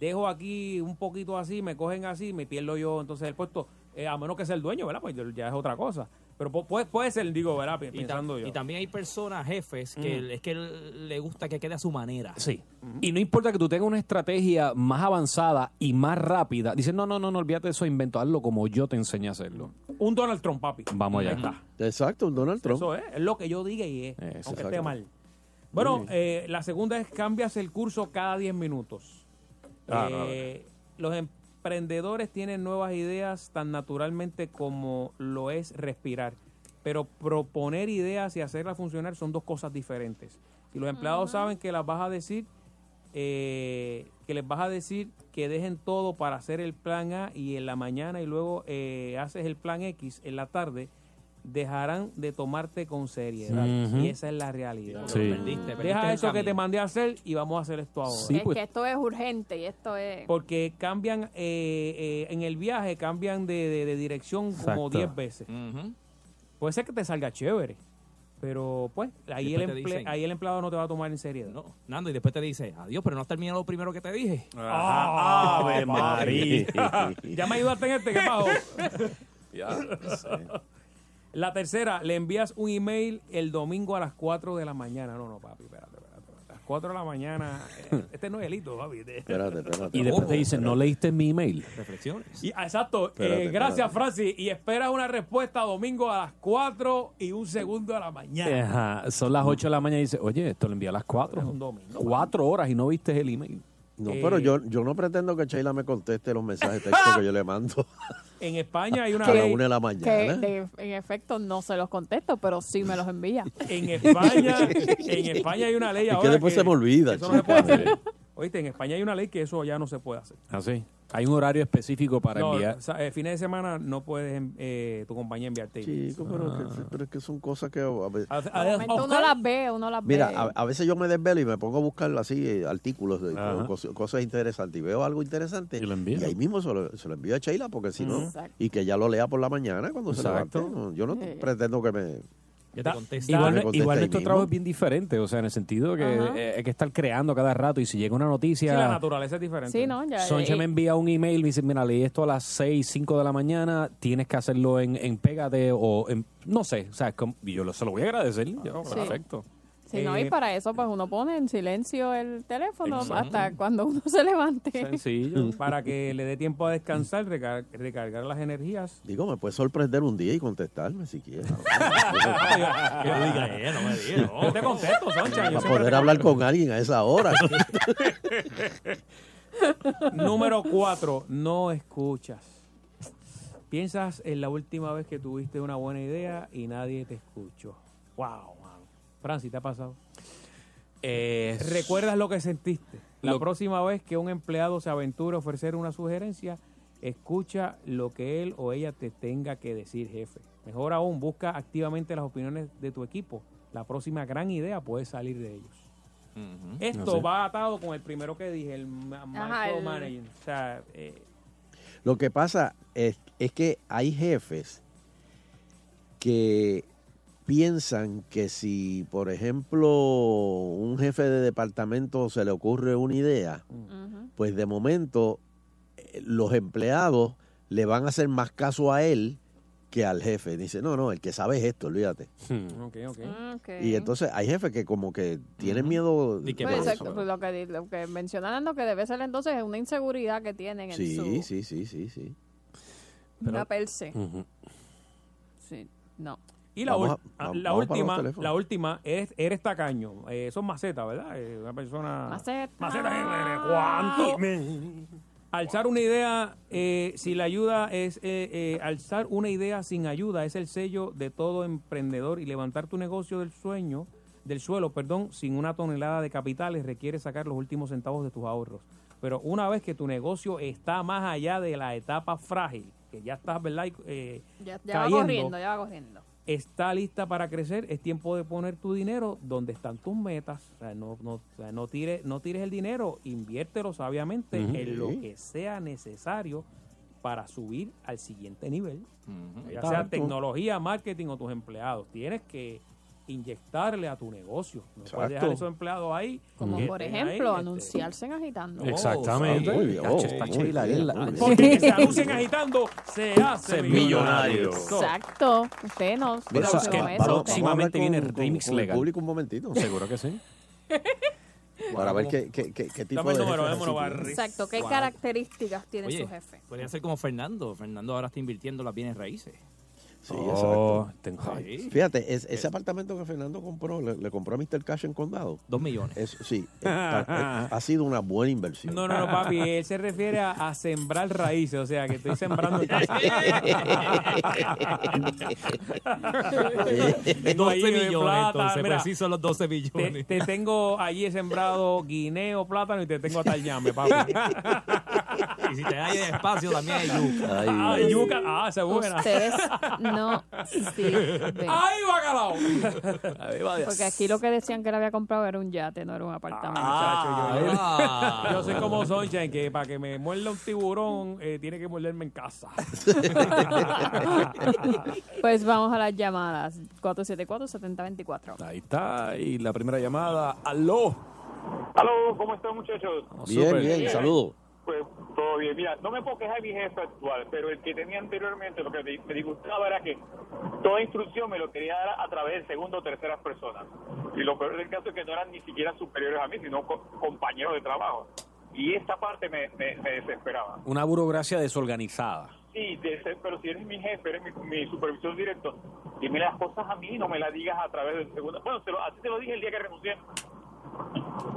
dejo aquí un poquito así, me cogen así, me pierdo yo entonces el puesto, eh, a menos que sea el dueño, ¿verdad? Pues yo- ya es otra cosa. Pero pu- puede, puede ser, digo, ¿verdad? Pi- Y, tam- Pensando yo. y también hay personas, jefes, que Mm. es que le gusta que quede a su manera. Sí. Y no importa que tú tengas una estrategia más avanzada y más rápida. Dices, no, no, no, no, olvídate de eso, inventarlo como yo te enseñé a hacerlo. Un Donald Trump, papi. Vamos allá. Ahí está. Exacto, un Donald Trump. Eso es, es lo que yo diga y es, Eso, aunque esté Eh, exacto. mal. Bueno, Sí. eh, la segunda es cambias el curso cada 10 minutos. Ah, no, Eh, Los emprendedores tienen nuevas ideas tan naturalmente como lo es respirar. Pero proponer ideas y hacerlas funcionar son dos cosas diferentes. Si los empleados saben que las vas a decir, eh, que les vas a decir que dejen todo para hacer el plan A y en la mañana y luego eh, haces el plan X en la tarde, dejarán de tomarte con seriedad. Ujú. Y esa es la realidad. Sí. Perdiste, Deja perdiste el eso que camino. te mandé a hacer y vamos a hacer esto ahora. es pues. pues. que esto es urgente y esto es... Porque cambian, eh, eh, en el viaje cambian de, de- de dirección Exacto. como 10 veces. Puede ser que te salga chévere, pero pues ahí el, Después te emple- dicen- ahí el empleado no te va a tomar en seriedad. Nando, y después te dice, adiós, pero no has terminado lo primero que te dije. Ah, Ave María. ya me ayudaste en este, ¿qué pasó? La tercera, le envías un email el domingo a las 4 de la mañana. No, no, papi, espérate, espérate. espérate. 4 de la mañana. eh, Este no es elito, Javi. Espérate, espérate. Y después te dicen, no leíste mi email. Reflexiones. Y- ah, exacto. Eh, Espérate, gracias, Francis. Y esperas una respuesta domingo a las 4 y un segundo de la mañana. Ajá, son las 8 de la mañana y dices, oye, esto lo envié a las 4. Cuatro horas y no viste el email. No, Eh, pero yo, yo no pretendo que Sheila me conteste los mensajes de texto que yo le mando. En España hay una A la ley- una de la Que mañana. de- en efecto no se los contesto, pero sí me los envía. En España, en España hay una ley Es que ahora. después se me olvida, que Eso no se puede chica. hacer. Oíste, en España hay una ley que eso ya no se puede hacer. Así. Ah, Hay un horario específico para no, enviar. o sea, eh, fines de semana no puedes eh, tu compañía enviarte. Chico, pero, Ah. que- pero es que son cosas que... a veces- Momento, uno las ve, uno las Mira, ve. a, a veces yo me desvelo y me pongo a buscar así eh, artículos, de, Ajá. cos- cosas interesantes y veo algo interesante y, ahí mismo se lo, se lo envío a Sheila porque si no, Ujú. Exacto. y que ya lo lea por la mañana cuando Exacto. se levante. No, Yo no Sí. pretendo que me... Da- conteste. Igual, Me conteste igual ahí nuestro mismo. trabajo es bien diferente, o sea, en el sentido que Ajá. eh, hay que estar creando cada rato y si llega una Sí, noticia... la naturaleza es diferente. Sí, no, ya. Sonche eh, me envía un email, me dice, mira, leí esto a las 6, 5 de la mañana, tienes que hacerlo en, en Pégate o en... No sé, o sea, como- y yo lo- se lo voy a agradecer. Ah, yo, Sí. Perfecto. sí, no, y Eh, para eso pues uno pone en silencio el teléfono Exacto. hasta cuando uno se levante. Sencillo. Para que le dé tiempo a descansar, recar- recargar las energías. Digo, me puede sorprender un día y contestarme si quiere. "Eh, Yo te contesto, Soncha. yo Para siempre poder te hablar con alguien a esa hora. Número cuatro, no escuchas. Piensas en la última vez que tuviste una buena idea y nadie te escuchó. Wow, man. Francis, ¿te ha pasado? ¿Recuerdas lo que sentiste? La Lo- próxima vez que un empleado se aventura a ofrecer una sugerencia, escucha lo que él o ella te tenga que decir, jefe. Mejor aún, busca activamente las opiniones de tu equipo. La próxima gran idea puede salir de ellos. Mm, Esto Así. va atado con el primero que dije, el ma- Ajá, el- micromanaging. O sea, eh, Lo que pasa es, es que hay jefes que piensan que si, por ejemplo, un jefe de departamento se le ocurre una idea, pues de momento eh, los empleados le van a hacer más caso a él que al jefe. Dice, no, no, el que sabe es esto, olvídate. ok, ok. Mm, Ah, Y entonces hay jefes que como que tienen miedo de Pues, eso. exacto, pues, lo que, di- lo que mencionando que debe ser entonces es una inseguridad que tienen en Sí, su sí, sí, sí, sí. una per se. Ujú. Sí, no. Y la, Vamos ul- a- ah, la va- vamos para los última, teléfonos. la última, eres, eres tacaño. Eh, son macetas, ¿verdad? Eh, una persona. Maceta. Maceta, eh, ¿cuánto? Alzar una idea, eh, si la ayuda es. eh, eh, alzar una idea sin ayuda es el sello de todo emprendedor y levantar tu negocio del sueño, del suelo, perdón, sin una tonelada de capitales requiere sacar los últimos centavos de tus ahorros. Pero una vez que tu negocio está más allá de la etapa frágil, que ya estás, ¿verdad? Y, eh, Ya, ya va cayendo, corriendo, ya va corriendo. está lista para crecer, es tiempo de poner tu dinero donde están tus metas. O sea, no, no, o sea, no, tires, no tires el dinero, inviértelo sabiamente Ujú. en lo Sí. que sea necesario para subir al siguiente nivel. Ya Exacto. sea tecnología, marketing o tus empleados. Tienes que inyectarle a tu negocio. No puedes dejar Exacto. esos empleados ahí. Como que por estén ahí, ejemplo, este, anunciarse en agitando. Exactamente. Muy bien, Cacho, oh, está muy Sheila bien, Isla. muy bien. Porque que se anuncien agitando, se hace millonario. Exacto. Usted no. Mira, no se vamos- come vamos- eso. vamos a hablar próximamente viene el remix con legal. El público un momentito. Seguro que sí. Para ver qué, qué, qué, qué tipo Dame el de... número, jefe así vámonos, tiene. Exacto. ¿Qué Wow. características tiene Oye, su jefe? podría ser como Fernando. Fernando ahora está invirtiendo en las bienes raíces. Sí, Oh, exacto. tengo- Eh. Ay, Fíjate, es- ese apartamento que Fernando compró, le, le compró a Mr. Cash en Condado. Dos millones. sí, está- ha sido una buena inversión. No, no, no, papi, él se refiere a, a sembrar raíces, o sea, que estoy sembrando. 12 Tengo ahí de millones, plata, entonces, mira, pues sí son los 12 te, millones. te tengo allí he sembrado guineo, plátano y te tengo hasta el ñame, papi. Y si te da ahí espacio, también hay yuca. Ah, yuca, ah, esa es buena. Ustedes no sirven. ¡Ay, bacalao! Porque aquí lo que decían que le había comprado era un yate, no era un apartamento. Ah, Muchacho, yo- Yo soy como Sunshine, que para que me muerda un tiburón, eh, tiene que morderme en casa. Pues vamos a las llamadas. 474-7024. Ahí está, y la primera llamada. ¡Aló! Aló, ¿cómo están muchachos? Bien, Súper. bien, saludo. Pues todo bien. Mira, no me puedo quejar de mi jefe actual, pero el que tenía anteriormente, lo que di- me disgustaba era que toda instrucción me lo quería dar a través de segunda o terceras personas. Y lo peor del caso es que no eran ni siquiera superiores a mí, sino co- compañeros de trabajo. Y esta parte me, me- me desesperaba. Una burocracia desorganizada. Sí, de ser- pero si eres mi jefe, eres mi, mi supervisor directo, dime las cosas a mí, no me las digas a través del segundo. Bueno, se lo, a ti te lo dije el día que renuncié.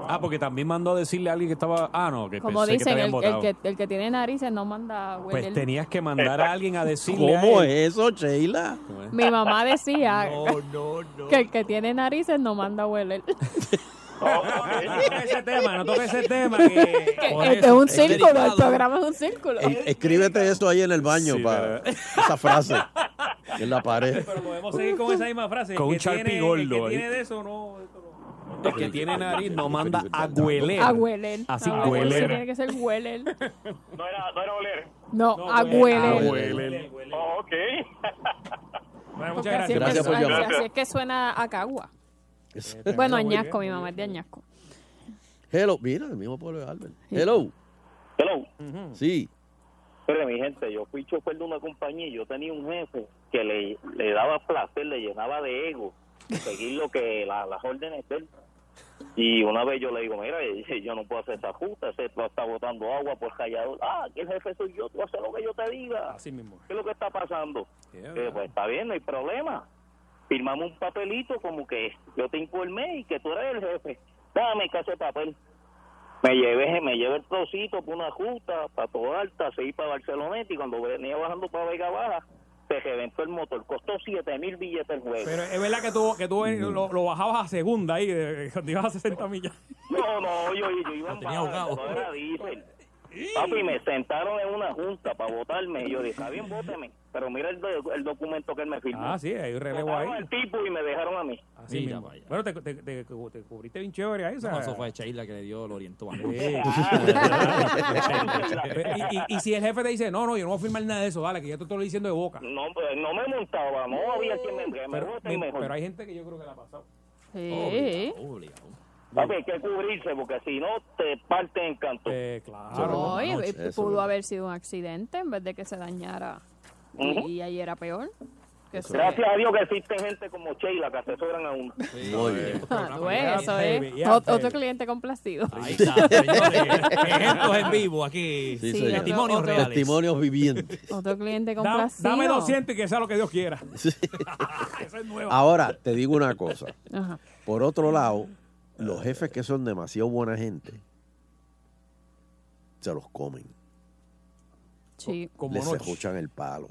Ah, porque también mandó a decirle a alguien que estaba. Ah, no, que Como pensé que te dicen, habían el, el votado. que, el que tiene narices no manda a Pues hueler. tenías que mandar a alguien a decirle. ¿Cómo a él. es eso, Sheila? Mi mamá decía no, que el que tiene narices no manda a hueler. No toque Ah, ese tema, no toque ese tema. Este es un círculo, el programa es un círculo. Eh, Escríbete eso ahí en el baño, para esa frase en la pared. Podemos seguir con esa misma frase. Con El un que tiene- Sharpie el gordo que ahí. tiene de eso no. El que tiene nariz no manda a hueler. A hueler. Así, Ah, bueno, hueler. eso Tiene que ser hueler. No era, no era oler. No, No, ah, a hueler. hueler. A hueler. Oh, ok. Ah, Porque así es que suena- Así es que suena a cagua. Pues Bueno, añasco, mi mamá es de añasco. Hello, mira, el mismo pueblo de Albert. Hello. Hello. Mm. Sí. Pero mi gente, yo fui chofer de una compañía y yo tenía un jefe que le, le daba placer, le llenaba de ego seguir lo que la- las órdenes de él. Y una vez yo le digo, mira, eh, yo no puedo hacer esa puta, ese tú está botando agua por callador. Ah, que el jefe soy yo, tú haces lo que yo te diga. Así mismo. ¿Qué es lo que está pasando? Eh, pues está bien, no hay problema. Firmamos un papelito como que yo te informé y que tú eres el jefe. Dame ese papel. Me llevé, me llevé el trocito por una justa, para toda alta, seguí para Barceloneta y cuando venía bajando para Vega Baja, se reventó el motor. Costó 7 mil billetes el juego. Pero es verdad que tú, que tú eh, lo, lo bajabas a segunda ahí, eh, cuando ibas a 60 millas. No, no, yo, yo iba en baja, no era diésel. Papi, me sentaron en una junta para votarme. Y yo dije, está bien, vóteme. Pero mira el, do- el documento que él me firmó. Ah, sí, hay un relevo Votaron ahí. al tipo y me dejaron a mí. Así mismo. Bueno, te, te, te, te cubriste bien chévere a esa. No, eso fue Sheila que le dio, lo orientó. a mí. y, y- y si el jefe te dice, no, no, yo no voy a firmar nada de eso, dale, que ya te estoy diciendo de boca. No, pues, no me montaba, no había quien me, que me Pero- vote mi- y mejor. pero hay gente que yo creo que la ha pasado. Sí. Papi, hay que cubrirse porque si no te parten en canto. Ah, claro. Oye, eh, pudo haber sido un accidente en vez de que se dañara. Ujú. Y ayer era peor. Que se- Gracias a Dios que existen gente como Sheila que asesoran a uno. Muy bien. Ah, bueno, eso es. Yeah, Ot- Otro baby. cliente complacido. Ahí está, señores. Ejemplos en vivo aquí. Sí, Sí, señor. otro- Testimonios otro- reales. Testimonios vivientes. Otro cliente Da- complacido. dame 200 y que sea lo que Dios quiera. Eso es nuevo. Ahora, te digo una cosa. Ajá. Por otro lado, los jefes que son demasiado buena gente se los comen. Sí. Como les noche. escuchan el palo.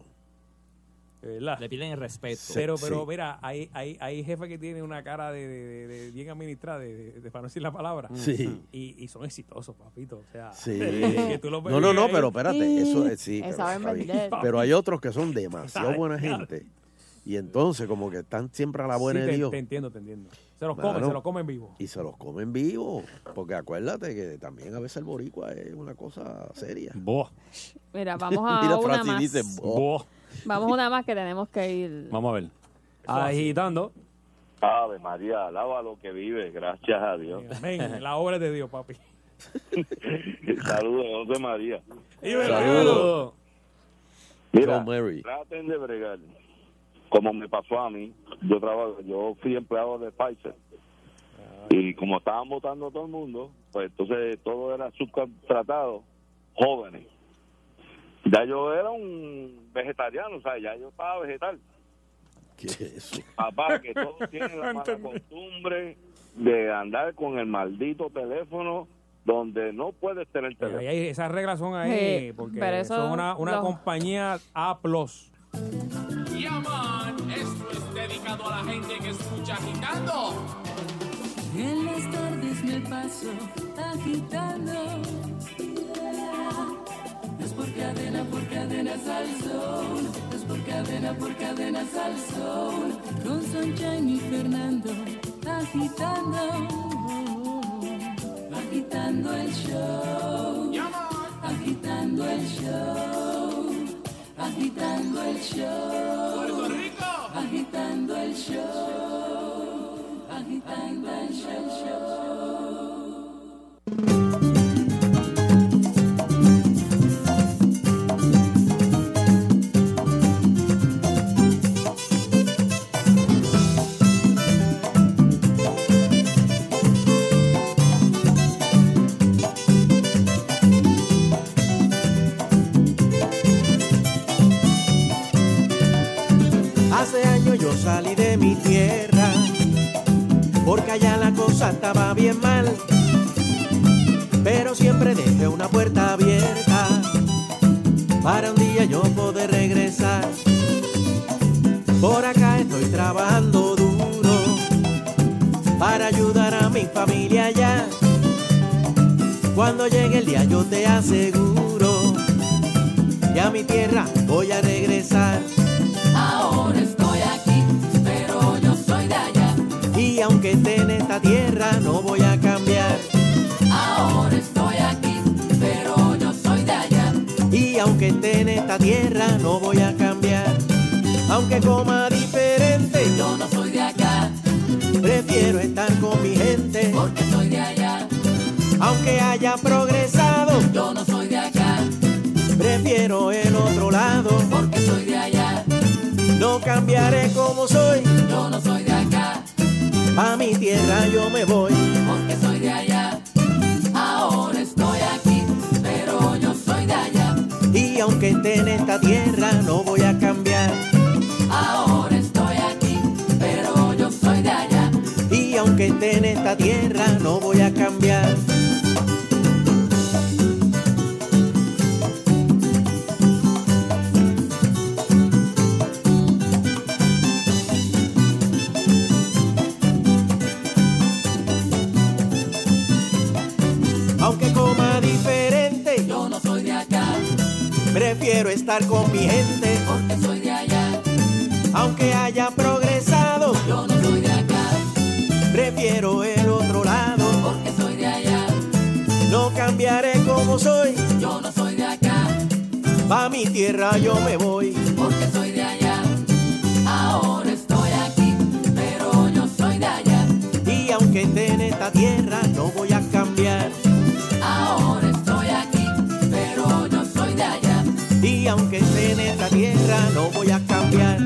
Le piden el respeto. Eh, Pero, pero mira, hay, hay, hay jefes que tienen una cara de, de- de- de bien administrada, de, de- de- para no decir la palabra. Sí. Y, y son exitosos, papito. O sea, Sí. que tú los ves No, no, no, ahí. pero espérate, eso es sí. Eh, Pero, saben está bien. vender. Pero hay otros que son demasiado Saben, buena claro. gente. Y entonces como que están siempre a la buena Sí, de te, Dios. te entiendo, te entiendo. Se los Mano, comen, se los comen vivo. Y se los comen vivos. Porque acuérdate que también a veces el boricua es una cosa seria. Mira, vamos a Mira, una Francis más. dice, "Boh". Vamos a una más que tenemos que ir. Vamos a ver. Agitando. Ave María, alaba lo que vive, gracias a Dios. Amén. La obra es de Dios, papi. Saludos, José María. Saludos. Mira, John Mary. traten de bregar. Como me pasó a mí, yo trabajo, yo fui empleado de Pfizer. Ah. Y como estaban votando a todo el mundo, pues entonces todo era subcontratado, jóvenes. Ya yo era un vegetariano, o sea, ya yo estaba vegetal. ¿Qué es eso? Papá, que todos tienen la mala costumbre de andar con el maldito teléfono donde no puedes tener teléfono. Ahí hay- esas reglas son ahí, Sí, porque pero eso- son una, una los- compañía A. Yaman, esto es dedicado a la gente que escucha agitando. En las tardes me paso agitando. Es por cadena, por cadenas al sol. Es por cadena, por cadenas al sol. Con Sunshine y Fernando agitando. Agitando el show. Agitando el show. Agitando el show. Puerto Rico. Agitando el show. Agitando el show. salí de mi tierra, porque allá la cosa estaba bien mal. Pero siempre dejé una puerta abierta para un día yo poder regresar. Por acá estoy trabajando duro para ayudar a mi familia allá. Cuando llegue el día yo te aseguro que a mi tierra voy a regresar. Ahora estoy aquí, pero yo soy de allá. Y aunque esté en esta tierra, no voy a cambiar. Ahora estoy aquí, pero yo soy de allá. Y aunque esté en esta tierra, no voy a cambiar. Aunque coma diferente, yo no soy de acá. Prefiero estar con mi gente, porque soy de allá. Aunque haya progresado, yo no soy de acá. Prefiero el otro lado, porque soy de allá. No cambiaré como soy, yo no soy de acá. A mi tierra yo me voy. porque soy de allá. Ahora estoy aquí, pero yo soy de allá. Y aunque esté en esta tierra, no voy a cambiar. Ahora estoy aquí, pero yo soy de allá. Y aunque esté en esta tierra, no voy a cambiar. Aunque coma diferente, Yo no soy de acá, prefiero estar con mi gente, porque soy de allá. aunque haya progresado. Yo no soy de acá, Prefiero el otro lado, porque soy de allá. no cambiaré como soy. Yo no soy de acá, Pa' mi tierra yo me voy. porque soy de allá. Ahora estoy aquí, pero yo soy de allá. Y aunque esté en esta tierra, no voy a cambiar. Ahora estoy aquí, pero yo soy de allá. Y aunque esté en esta tierra, no voy a cambiar.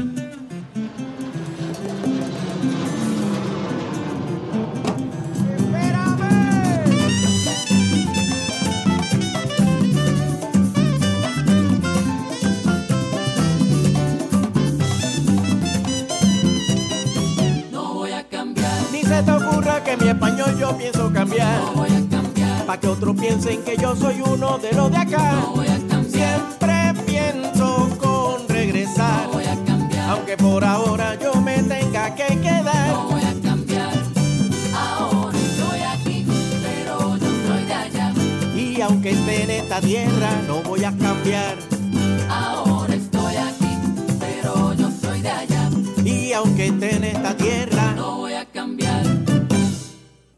No voy a cambiar, Ni se te ocurra que mi español yo pienso cambiar. no voy a cambiar, Pa' que otros piensen que yo soy uno de los de acá. no voy a cambiar, Siempre pienso con regresar. no voy a cambiar, Aunque por ahora yo me tenga que quedar. no voy a cambiar. Ahora estoy aquí, pero yo soy de allá. Y aunque esté en esta tierra, no voy a cambiar. Ahora estoy aquí, pero yo soy de allá. Y aunque esté en esta tierra, No voy a cambiar.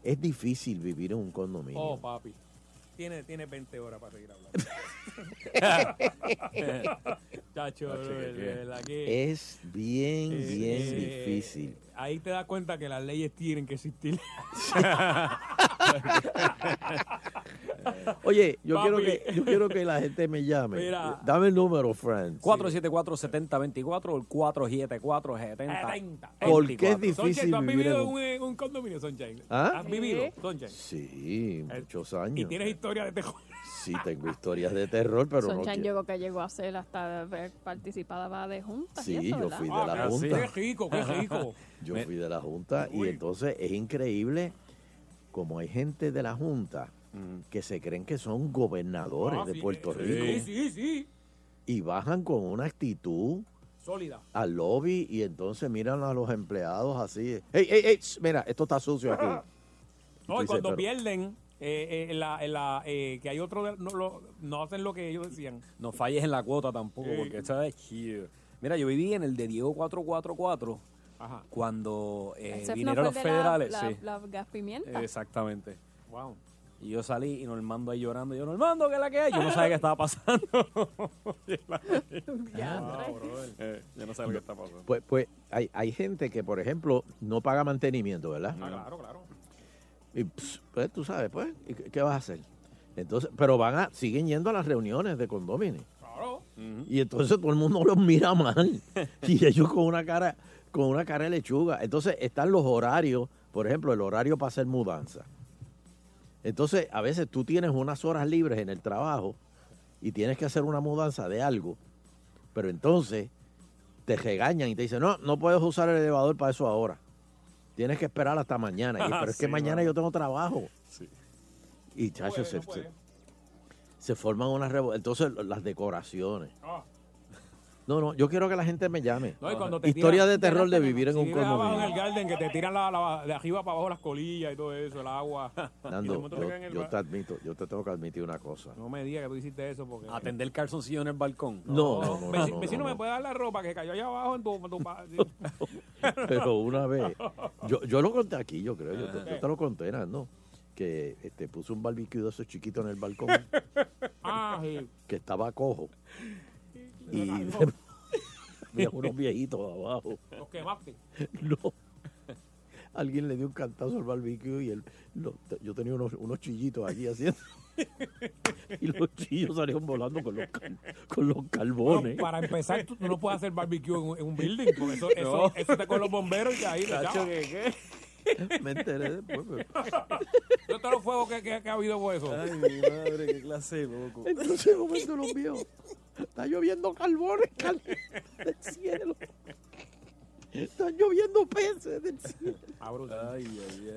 Es difícil vivir en un condominio. Oh, papi. Tiene, tiene 20 horas para seguir hablando. Chacho, No, cheque, de verdad que- Es bien, eh, bien eh, difícil. Ahí te das cuenta que las leyes tienen que existir. Oye, yo Papi. quiero que yo quiero que la gente me llame. Mira. Dame el número, friends. 474-7024 o el 474-7024. ah, ¿Por qué es Sunshine, difícil ¿tú has vivir en vivido en un... un, en un condominio, Sunshine? ¿Ah? ¿Has vivido, Sunshine? Sí, muchos Y años. tienes historia de terror. Sí, tengo historias de terror, pero no Sunshine quiero. yo creo que llegó a ser hasta eh, participada de juntas. y Sí, eso, yo ¿verdad? fui de Ah, la pero sí, Junta. qué rico, qué rico. Yo fui de la Junta y entonces es increíble como hay gente de la Junta que se creen que son gobernadores Mm. Ah, de sí, Puerto sí, Rico Sí, sí, sí. y bajan con una actitud Sólida. al lobby y entonces miran a los empleados así. ¡Ey, ey, ey! sh, Mira, esto está sucio aquí. No, y Dice, cuando pero- pierden, eh, eh, la, eh, la, eh, que hay otro, de- no, lo- no hacen lo que ellos decían. No falles en la cuota tampoco, Sí. porque esa es here. Mira, yo viví en el de Diego 444 Ajá. cuando eh, Ese no vinieron fue los el de federales. La, la, sí. la gas pimienta. Eh, Exactamente. Wow. Y yo salí y Normando ahí llorando. Yo, Normando, ¿qué es la que hay? Yo no sabía qué estaba pasando. Wow, brother. Eh, yo no sabía lo que estaba pasando. Pues, pues hay, hay gente que, por ejemplo, no paga mantenimiento, ¿verdad? Ah, claro, claro. Y ps, pues tú sabes, pues, ¿y qué, qué vas a hacer? Entonces, pero van a, siguen yendo a las reuniones de condominios. Claro. Y entonces todo el mundo los mira mal. Y ellos con una cara, con una cara de lechuga. Entonces están los horarios, por ejemplo, el horario para hacer mudanza. Entonces, a veces tú tienes unas horas libres en el trabajo y tienes que hacer una mudanza de algo. Pero entonces, te regañan y te dicen, no, no puedes usar el elevador para eso ahora. Tienes que esperar hasta mañana. Y, pero es que Sí, mañana mano. yo tengo trabajo. Y chacho, se, se- se forman unas revoluciones. Entonces, lo- las decoraciones. No, no, yo quiero que la gente me llame. Ah. No, y cuando te Historia tiran- de terror de vivir en Si un vives abajo en condominio. el garden que te tiran la, la- de arriba para abajo las colillas y todo eso, el agua. Y de Nando, momento te caen en yo, el yo ba- te admito, yo te tengo que admitir una cosa. No me digas que tú hiciste eso porque... Atender calzoncillo en el balcón. No, no, no, Veci- no, no, vecino, no. ¿me puede dar la ropa que cayó allá abajo en tu... en tu pa- sí. Pero una vez, yo, yo lo conté aquí, yo creo, yo, Ajá. te- yo te lo conté, ¿no? Que este, puse un barbecue de esos chiquitos en el balcón, Ah, sí. que estaba cojo. Y de- había unos viejitos abajo. Los quemaste. No. Alguien le dio un cantazo al barbecue y él, lo- te- yo tenía unos, unos chillitos allí haciendo. Y los chillos salieron volando con los, cal- con los carbones. Bueno, para empezar, tú, tú no puedes hacer barbecue en, un- en un building, porque eso, eso, No. eso te con los bomberos y ahí lo Chacho, llaman. Me enteré después. pero- Yo todos los fuegos que, que- que ha habido por eso. Ay, mi madre, qué clase de loco. Entonces, de momento los vio. Está lloviendo carbones, cal- del cielo. Están lloviendo peces del cielo. Ah,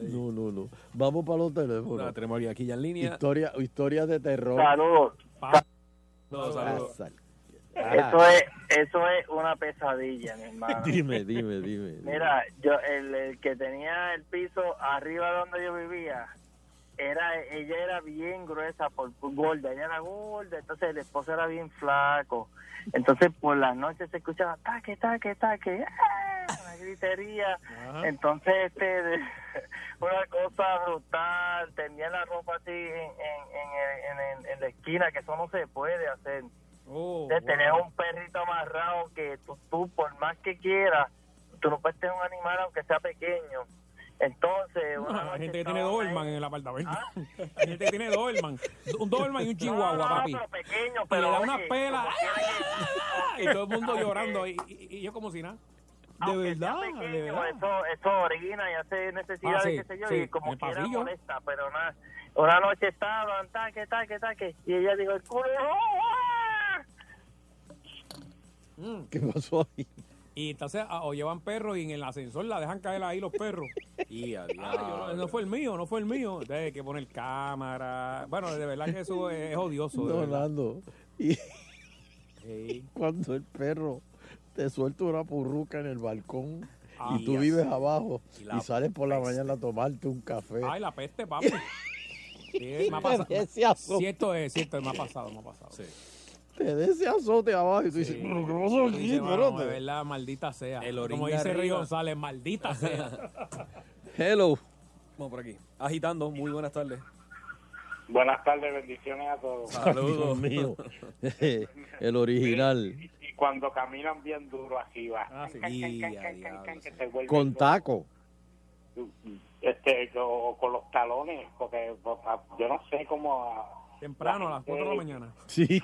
No, no, no. Vamos para los teléfonos. No, tenemos aquí ya en línea. Historia, historias de terror. Saludos. No, Ah, sal- Ah, Eso es, eso es una pesadilla, mi hermano. Dime, dime, dime. dime. Mira, yo el, el que tenía el piso arriba donde yo vivía, era ella era bien gruesa, por, por gorda, ella era gorda, entonces el esposo era bien flaco. Entonces por las noches se escuchaba taque, taque, taque, ¡ah! una gritería. Entonces este de- una cosa brutal, tenía la ropa así en, en, en- en- en- en la esquina, que eso no se puede hacer. Oh, Oh, Entonces, tener un perrito amarrado que tú, tú, por más que quieras, tú no puedes tener un animal aunque sea pequeño. Entonces, una Hay noche gente que estaba tiene Doberman en el apartamento. Hay gente que tiene Doberman. Un Doberman y un No, Chihuahua, no, papi. pero pequeño, Y pero le da oye, una pela. como ¡Ay, ay, ay! Y todo el mundo llorando. Y, y- y yo como si nada. De verdad, de pequeño, verdad. eso, eso orina y hace necesidades, Ah, sí, qué sé yo, sí, y en como el quiera pasillo. molesta, pero nada. Una noche estaban, taque, taque, taque, y ella dijo, el culo, ¡ah! Mm. ¿Qué pasó ahí? Y entonces a- o llevan perros y en el ascensor la dejan caer ahí los perros. Y Ah, yo no- no fue el mío, no fue el mío. Entonces hay que poner cámara. Bueno, de verdad que eso es odioso. de No, verdad. Nando. Y Sí. cuando el perro te suelta una purruca en el balcón Ah, y tú yes. vives abajo Y y, la sales por la mañana a tomarte un café. Ay, la peste, papi. Sí, me ha pasado. Cierto es, cierto es, me ha pasado, me ha pasado. Te des ese azote abajo y tú dices, pero ¿qué pasó Tú aquí? dices, mano, Espérate. de verdad, maldita sea. El orín Como de dice Río arriba. González, maldita sea. Hello. Vamos por aquí. Agitando, muy buenas tardes. Buenas tardes, bendiciones a todos. Ay, Dios mío. el original. Y cuando caminan bien duro así va. Ah, Can, can, can, can, can, can, que te vuelven Con loco. taco. Este, o con los talones, porque o sea, yo no sé cómo... a- Temprano, a las gente- 4 de la mañana. Sí.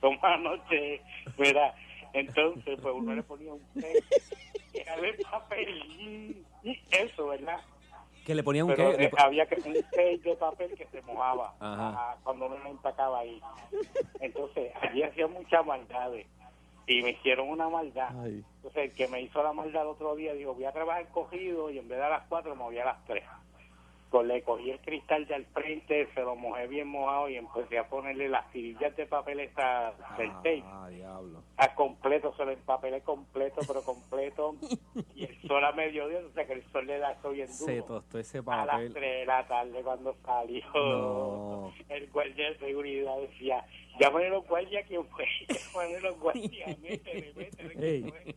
Como anoche, mira, entonces pues uno le ponía un té, era de papel, eso, ¿verdad? Que le ponían un Pero qué. Le eh, po- había que un té de papel que se mojaba Ajá. ah, cuando uno lo empacaba ahí. Entonces, allí hacía muchas maldades y me hicieron una maldad. Entonces, el que me hizo la maldad el otro día dijo, voy a trabajar cogido y en vez de a las 4 me voy a las 3. Pues le cogí el cristal de al frente, se lo mojé bien mojado y empecé a ponerle las tirillas de papel esta del Ah, tape. A completo, se lo empapelé completo, pero completo. y el sol a mediodía, o sea que el sol le da eso bien duro. Se tostó ese A las papel. 3 de la tarde cuando salió, No. el guardia de seguridad decía, llámale a los guardias que fue, llámale a los guardias, métele, métele. que fue".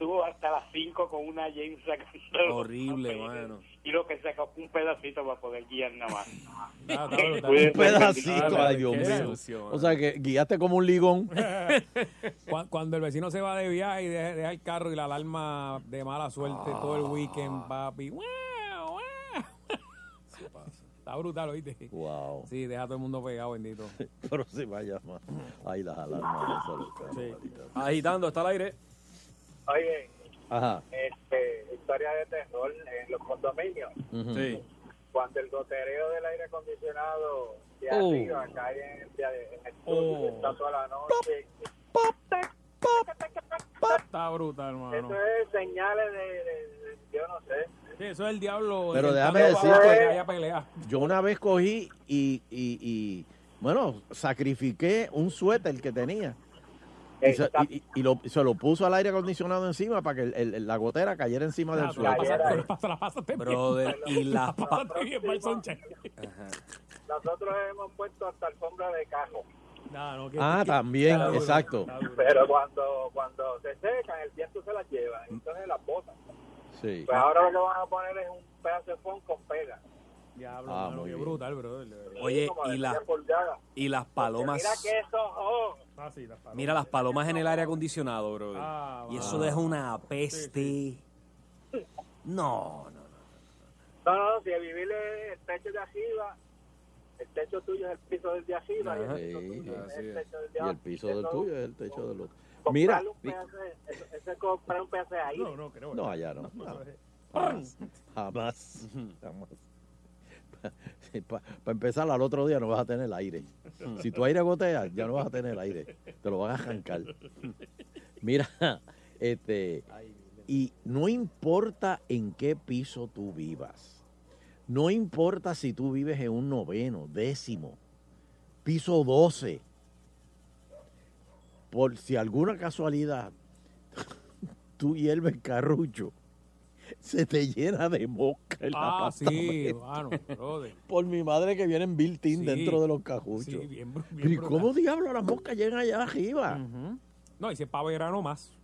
Estuvo hasta las 5 con una James sacando- Horrible, mano. Y lo que sacó fue un pedacito para poder guiar nada más. Ah, Un pedacito, ay Dios Qué mío. sucio, O sea que guiaste como un ligón. Cu- Cuando el vecino se va de viaje y deja, deja el carro y la alarma de mala suerte todo el weekend, papi. ¡Guau, guau! Está brutal, ¿oíste? Wow. Sí, deja a todo el mundo pegado, bendito. Pero se va a llamar. Ahí las alarmas. esas, los carros, maldita sea. Agitando, está al aire. Oye, Ajá. este, historia de terror en los condominios. Sí. Cuando el gotereo del aire acondicionado de Oh. arriba cae en el, en el Oh. estudio, está toda la noche. Ah, Está brutal, hermano. Eso es señales de, de- de- yo no sé. Sí, eso es el diablo. Pero déjame intentando decirte- para que haya pelea. Yo una vez cogí y, y- y, bueno, sacrifiqué un suéter que tenía. Y, se, y- y- y lo- se lo puso al aire acondicionado encima para que el- el- la gotera cayera encima Ah, del tú la suéter. pasaste- tú la Brother, y las papas. Nosotros hemos puesto hasta alfombra de cajo. Ah, también, Está duro, exacto. Pero cuando cuando se secan, el viento se las lleva, entonces las botan. Sí. Pues ahora lo que van a poner es un pedazo de fond con pega. Diablo, Ah, hermano, muy qué bien. brutal, bro. de verdad. Oye, Como de y, las media pulgada. y las palomas. Mira que eso, oh, Ah, sí, las palomas. Mira las palomas en el aire acondicionado, bro. Ah, y va. eso deja una peste. No, no. No, no, no, si el vivir es el techo de arriba, el techo tuyo es el piso del de arriba. y el Sí, techo tuyo es así el es. techo del de Y el abajo. piso del Eso- tuyo es el techo del otro. comprar Mira, un pedazo de- eso- eso es comprar un pedazo de ahí. No, no, creo. no, allá no. Jamás. Jamás. Para empezar, al otro día no vas a tener aire. Si tu aire gotea, ya no vas a tener aire. Te lo van a arrancar. Mira, este. Y no importa en qué piso tú vivas. No importa si tú vives en un noveno, décimo, piso 12. Por si alguna casualidad tú hierves carrucho, se te llena de mosca el Ah, sí, apartamento. hermano, brother. Por mi madre que vienen built-in Sí. dentro de los cajuchos. Sí, bien bru- bien ¿Y brutal. cómo diablos las moscas llegan allá arriba? No, y si es para verano más.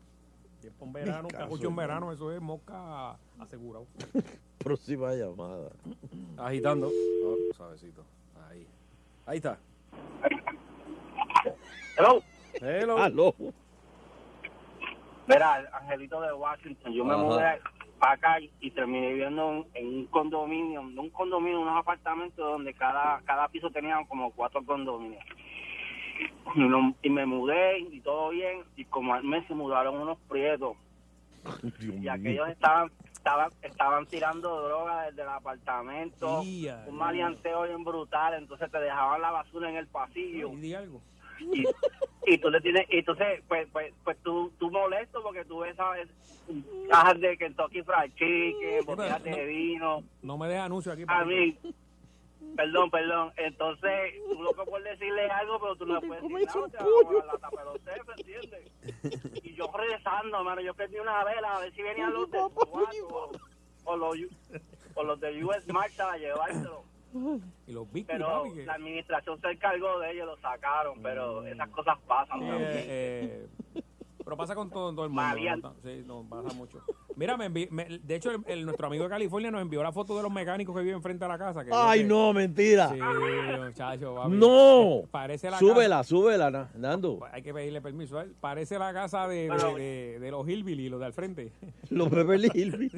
Si es para un verano, Descaso, cajucho en hermano. verano, eso es mosca asegurado. Próxima llamada. Agitando. Oh, suavecito. Ahí. Ahí está. Hello. Hello. Mira, Angelito de Washington, yo me Ajá. mudé para acá y terminé viviendo en- en un condominio, no un condominio, unos apartamentos donde cada, cada piso tenía como cuatro condominios. Y, no- y me mudé y todo bien, y como al mes se mudaron unos prietos. Y aquellos estaban, estaban, estaban tirando droga desde el apartamento, Ya, un ya. maleanteo bien brutal, entonces te dejaban la basura en el pasillo Y di algo. y tú le tienes y entonces pues pues pues tú tú molesto porque tú ves sabes cajas de Kentucky Fried Chicken botellas no. de vino No me dejes anuncio aquí. a papito. mí perdón perdón entonces tú loco por decirle algo pero tú no le puedes decir nada, o sea, como la- la tapelocera, ¿me entiendes? y yo regresando hermano yo prendí una vela a ver si venían los de Tuaco, o los o los de US Marshall a llevárselo Y los Big pero papi, que- la administración se encargó de ellos lo sacaron pero esas cosas pasan Eh, también. eh, pero pasa con todo, todo el mundo. Marian. ¿no? Sí, no, pasa mucho. Mira, me envi- me- de hecho, el- el- nuestro amigo de California nos envió la foto de los mecánicos que viven frente a la casa. que yo Ay, que- no, mentira. Sí, chacho, papi. No. Parece la súbela, súbela, Na- Nando. Hay que pedirle permiso a él. Parece la casa de, de- de- de los Hillbilly, los de al frente. Los Beverly Hills.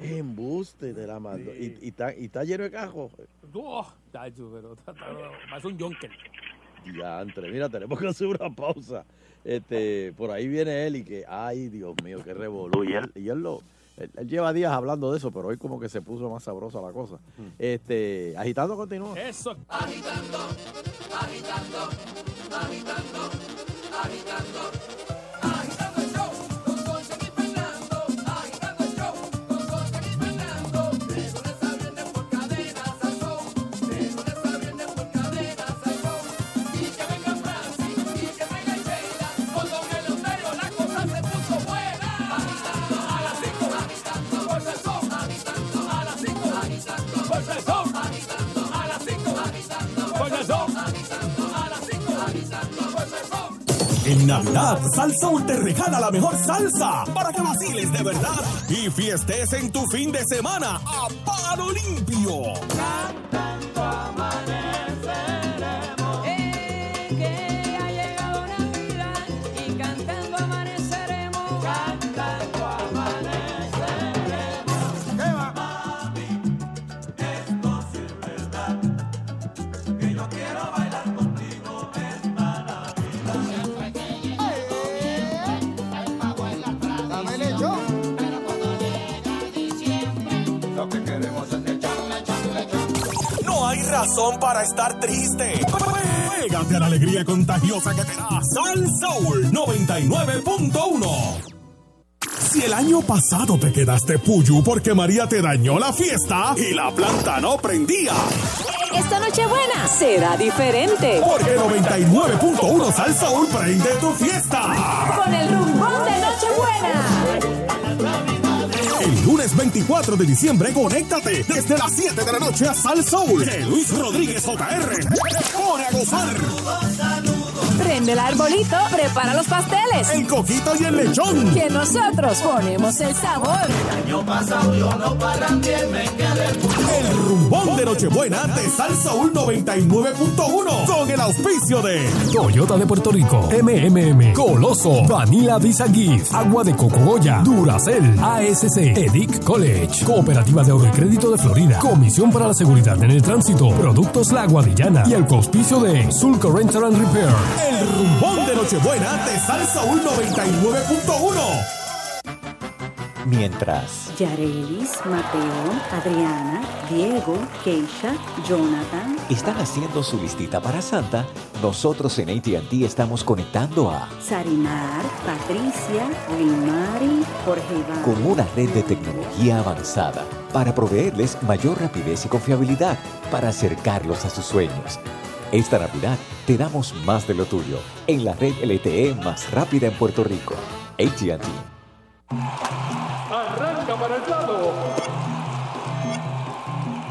Embuste de la mano. Y, y está, y está lleno de cajos. Oh, chacho, pero está- está- parece un Jonker. Diantre, mira, tenemos que hacer una pausa. Este, por ahí viene él y que, ay, Dios mío, qué revolú. Y él, y él lo, él, él lleva días hablando de eso, pero hoy como que se puso más sabrosa la cosa. Este, agitando continúa. Eso. Agitando, agitando, agitando, agitando. Agitando el show con Concha y Fernando. Agitando el show con Concha y Fernando. De lunes a viernes por cadenas al show. De lunes a viernes por cadenas al show. Y que venga Francis, y que venga Sheila. Con Don Eleuterio la cosa se puso buena. Agitando a las cinco. Agitando por el sol. Agitando a las cinco. Agitando por el sol. Agitando a las cinco. Agitando por el sol. Agitando a las cinco. Agitando por el sol. En Navidad, Salsoul te regala la mejor salsa para que vaciles de verdad y fiestes en tu fin de semana a palo limpio. Que ha llegado Navidad y cantando amaneceremos. Cantando amaneceremos. ¿Qué va? Mami, esto sí es verdad. Que yo quiero bailar contigo esta Navidad. Siempre que llegue el dame el razón para estar triste. Pégate a la alegría contagiosa que te da Sal Soul 99.1. Si el año pasado te quedaste puyu porque María te dañó la fiesta y la planta no prendía. Esta Nochebuena será diferente. Porque 99.1 Sal Soul prende tu fiesta. Con el rumbón de Nochebuena. El lunes 24 de diciembre, conéctate desde las 7 de la noche a Sal Soul. Que Luis Rodríguez JR pone a gozar. Prende el arbolito, prepara los pasteles. El coquito y el lechón. Que nosotros ponemos el sabor. El rumbón de Nochebuena de Sal Soul 99.1 con el auspicio de Toyota de Puerto Rico, MMM, Coloso, Vanilla Visa Gift, Agua de Cocogoya, Duracell, ASC, Edic College, Cooperativa de Ahorro y Crédito de Florida, Comisión para la Seguridad en el Tránsito, Productos La Guadillana y el auspicio de Sulco Rental and Repair. El rumbón de Nochebuena de Sal Soul 99.1. Mientras Yarelis, Mateo, Adriana, Diego, Keisha, Jonathan, están haciendo su listita para Santa, nosotros en ATT estamos conectando a Sarimar, Patricia, Limari, Jorge Iván. con una red de tecnología avanzada para proveerles mayor rapidez y confiabilidad para acercarlos a sus sueños. Esta Navidad te damos más de lo tuyo en la red LTE más rápida en Puerto Rico. ATT. Arranca para el plato.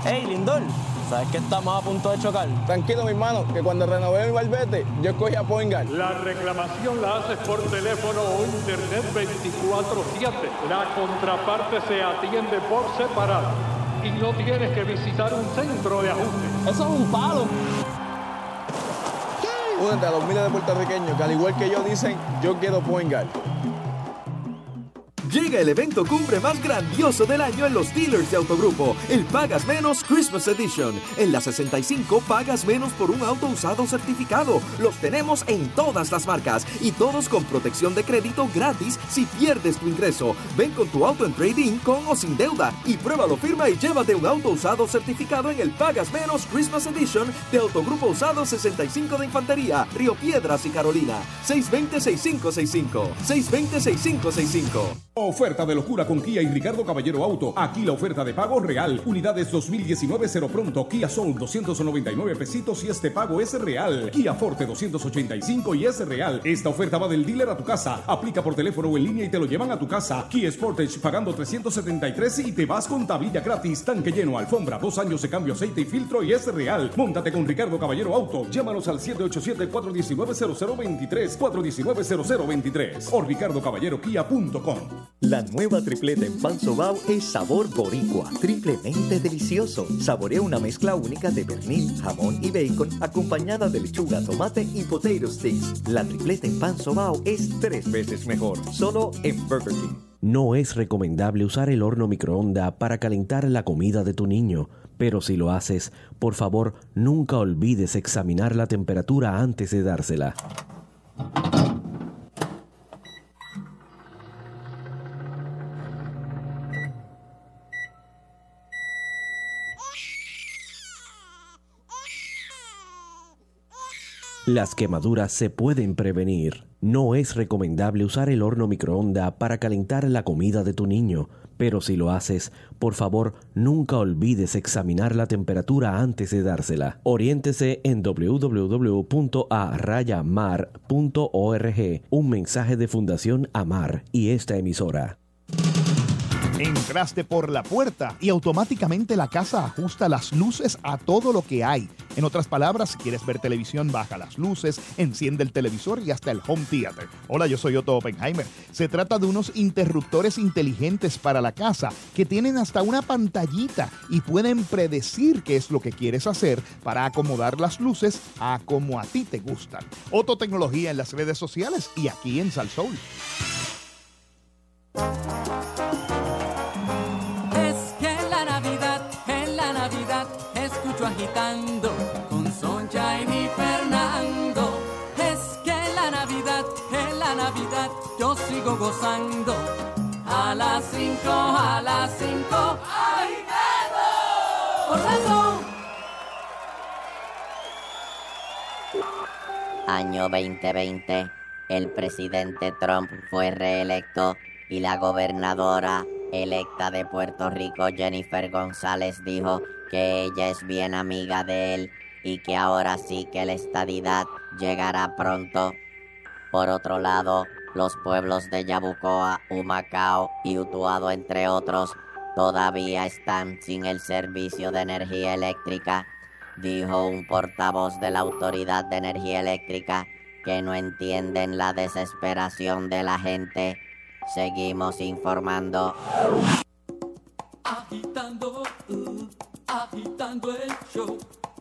Hey, Lindor, ¿sabes que estamos a punto de chocar? Tranquilo, mi hermano, que cuando renové mi barbete, yo escogí a Poingal. La reclamación la haces por teléfono o internet 24-7. La contraparte se atiende por separado y no tienes que visitar un centro de ajuste. Eso es un palo. Únete a los miles de puertorriqueños que, al igual que yo, dicen: Yo quiero Poingal. Llega el evento cumbre más grandioso del año en los dealers de Autogrupo, el Pagas Menos Christmas Edition. En la 65 pagas menos por un auto usado certificado. Los tenemos en todas las marcas y todos con protección de crédito gratis si pierdes tu ingreso. Ven con tu auto en trading con o sin deuda y pruébalo firma y llévate un auto usado certificado en el Pagas Menos Christmas Edition de Autogrupo Usado 65 de Infantería, Río Piedras y Carolina. 620-6565. 620-6565. Oferta de locura con Kia y Ricardo Caballero Auto. Aquí la oferta de pago real. Unidades 2019 cero pronto. Kia Soul 299 pesitos y este pago es real. Kia Forte 285 y es real. Esta oferta va del dealer a tu casa. Aplica por teléfono o en línea y te lo llevan a tu casa. Kia Sportage pagando 373 y te vas con tablilla gratis. Tanque lleno, alfombra, dos años de cambio, aceite y filtro y es real. Móntate con Ricardo Caballero Auto. Llámanos al 787-419-0023. 419-0023. O ricardocaballerokia.com. La nueva tripleta en pan sobao es sabor boricua, triplemente delicioso. Saborea una mezcla única de pernil, jamón y bacon, acompañada de lechuga, tomate y potato sticks. La tripleta en pan sobao es tres veces mejor, solo en Burger King. No es recomendable usar el horno microonda para calentar la comida de tu niño, pero si lo haces, por favor, nunca olvides examinar la temperatura antes de dársela. Las quemaduras se pueden prevenir. No es recomendable usar el horno microonda para calentar la comida de tu niño, pero si lo haces, por favor, nunca olvides examinar la temperatura antes de dársela. Oriéntese en www.arrayamar.org, un mensaje de Fundación Amar y esta emisora. Entraste por la puerta y automáticamente la casa ajusta las luces a todo lo que hay. En otras palabras, si quieres ver televisión, baja las luces, enciende el televisor y hasta el home theater. Hola, yo soy Otto Oppenheimer. Se trata de unos interruptores inteligentes para la casa que tienen hasta una pantallita y pueden predecir qué es lo que quieres hacer para acomodar las luces a como a ti te gustan. Otto Tecnología en las redes sociales y aquí en Salsoul. Es que en la Navidad, en la Navidad, escucho agitando con Sunshine y Fernando. Es que en la Navidad, en la Navidad, yo sigo gozando. A las cinco, a las cinco, agitando. Por Salsón. año 2020, el presidente Trump fue reelecto y la gobernadora electa de Puerto Rico, Jennifer González, dijo que ella es bien amiga de él y que ahora sí que la estadidad llegará pronto. Por otro lado, los pueblos de Yabucoa, Humacao y Utuado, entre otros, todavía están sin el servicio de energía eléctrica, dijo un portavoz de la Autoridad de Energía Eléctrica, que no entienden la desesperación de la gente. Seguimos informando. agitando, uh, agitando el show,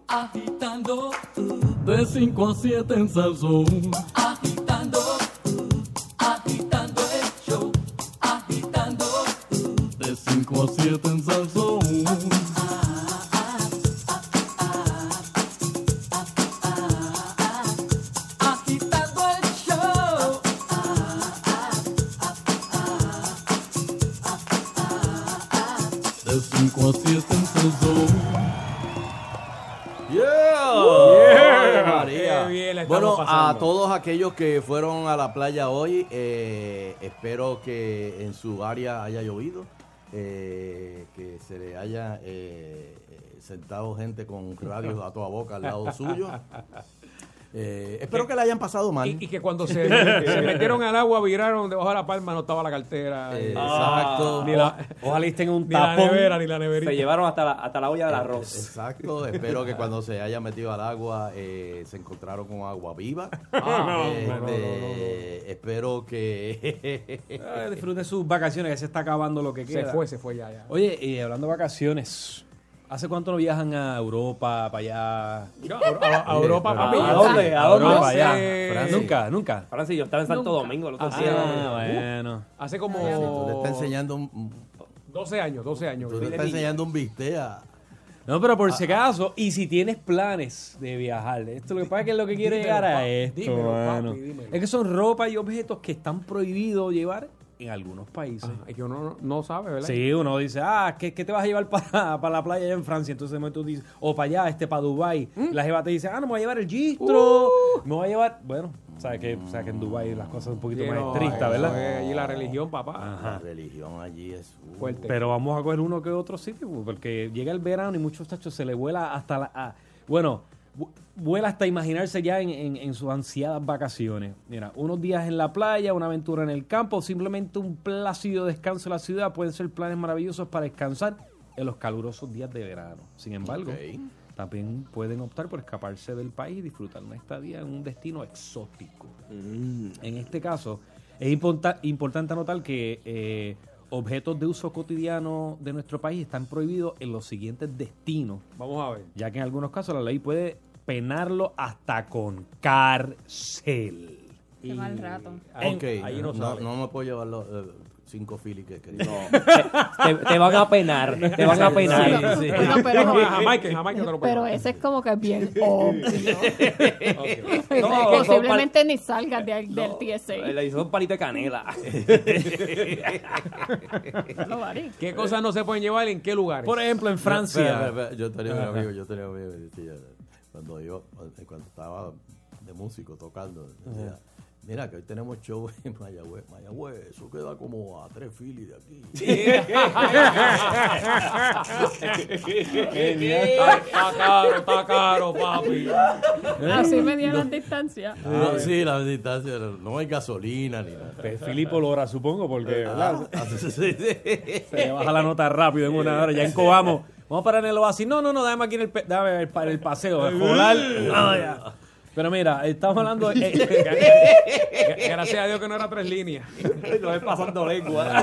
agitando, uh, de 5 a 7 en Salsón. agitando, uh, agitando el show, agitando, uh, de 5 a 7 en Salsón. Agitando el show. De 5 a 7 en Salsón. Yeah. Yeah. Ay, María. Qué bien la estamos bueno, a pasando. todos aquellos que fueron a la playa hoy, eh, espero que en su área haya llovido, eh, que se le haya eh, sentado gente con radios a toda boca al lado suyo. Eh, espero que la hayan pasado mal. Y, y que cuando se, se metieron al agua, viraron debajo de la palma, no estaba la cartera. Eh, Exacto. Ah. Ni la- Ojalá estén un ni la tapón. nevera, ni la neverita. Se llevaron hasta la, hasta la olla del arroz. Exacto, espero que cuando se hayan metido al agua eh, se encontraron con agua viva. Ah, Este, no, no, no, no, Espero que... Ah, Disfruten sus vacaciones, que se está acabando lo que Se queda. fue, se fue ya, ya. Oye, y hablando de vacaciones, ¿hace cuánto no viajan a Europa, para allá? Yo, a- a- a Europa, Pero, papi, ¿A yo dónde? sé. ¿A dónde? Yo Para sé. allá. Francis. Nunca, nunca. Francis, yo estaba en Santo Domingo el otro Ah, día. bueno. Hace como. Ah, le está enseñando un... 12 años, 12 años. Tú le estás enseñando un bistec a... No, pero por si acaso, y si tienes planes de viajar, esto lo que pasa es que lo que quiere Dímelo, llegar a papi, esto, dímelo, papi, mano. dímelo. es que son ropa y objetos que están prohibidos llevar en algunos países. es que uno no, no sabe, ¿verdad? Sí, uno dice, ah, ¿qué, qué te vas a llevar para, para la playa allá en Francia? Entonces de momento tú dices, o para allá, este, para Dubái. ¿Mm? La jeva te dice, ah, no me voy a llevar el Uh. gistro, me voy a llevar... Bueno, sabes que, sabes que en Dubái las cosas son un poquito Sí, más no, estrictas, eso ¿verdad? es allí la religión, papá. Ajá. La religión allí es... uh, Fuerte. Pero vamos a coger uno que otro sitio, pues, porque llega el verano y muchos tachos se le vuela hasta la. a- bueno, vu- vuela hasta imaginarse ya en, en- en sus ansiadas vacaciones. Mira, unos días en la playa, una aventura en el campo, simplemente un plácido descanso en la ciudad pueden ser planes maravillosos para descansar en los calurosos días de verano. Sin embargo, también pueden optar por escaparse del país y disfrutar una estadía en un destino exótico. Mm. En este caso, es importa- importante anotar que eh, objetos de uso cotidiano de nuestro país están prohibidos en los siguientes destinos, Vamos a ver. ya que en algunos casos la ley puede penarlo hasta con cárcel. Qué mal rato. Ok, Ahí no no, no, sabe. me puedo llevar los eh, cinco filis que quería. Te, te van a penar, te van a penar. Sí, sí. No, pero- En Jamaica, en Jamaica te lo Pero eso es como que bien obvio. No, son pal- Posiblemente ni salgas de- del TSA. Le hizo un palito de canela. ¿Qué cosas no se pueden llevar en qué lugares? Por ejemplo, en No, espera, espera, espera, Yo tenía un amigo, yo tenía un amigo que decía, cuando yo, cuando estaba de músico tocando, decía, Ajá. mira que hoy tenemos show en Mayagüez, Mayagüez, eso queda como a tres filis de aquí. Genial. Está- está caro, está caro, papi. Ah, Así medían las distancias. No, sí, la distancia, no- no hay gasolina ni nada. Filipo Lora, supongo, porque Ah, ¿verdad? ah, sí, sí, sí. se le baja la nota rápido en una hora, ya encobamos. Vamos a parar en el oasis. No, no, no, dame aquí en el, pe- dame el, pa- el paseo. el jolar. Ah, ya. Pero mira, estamos hablando de... eh, Gra- Gracias a Dios que no era tres líneas. Lo es pasando lengua.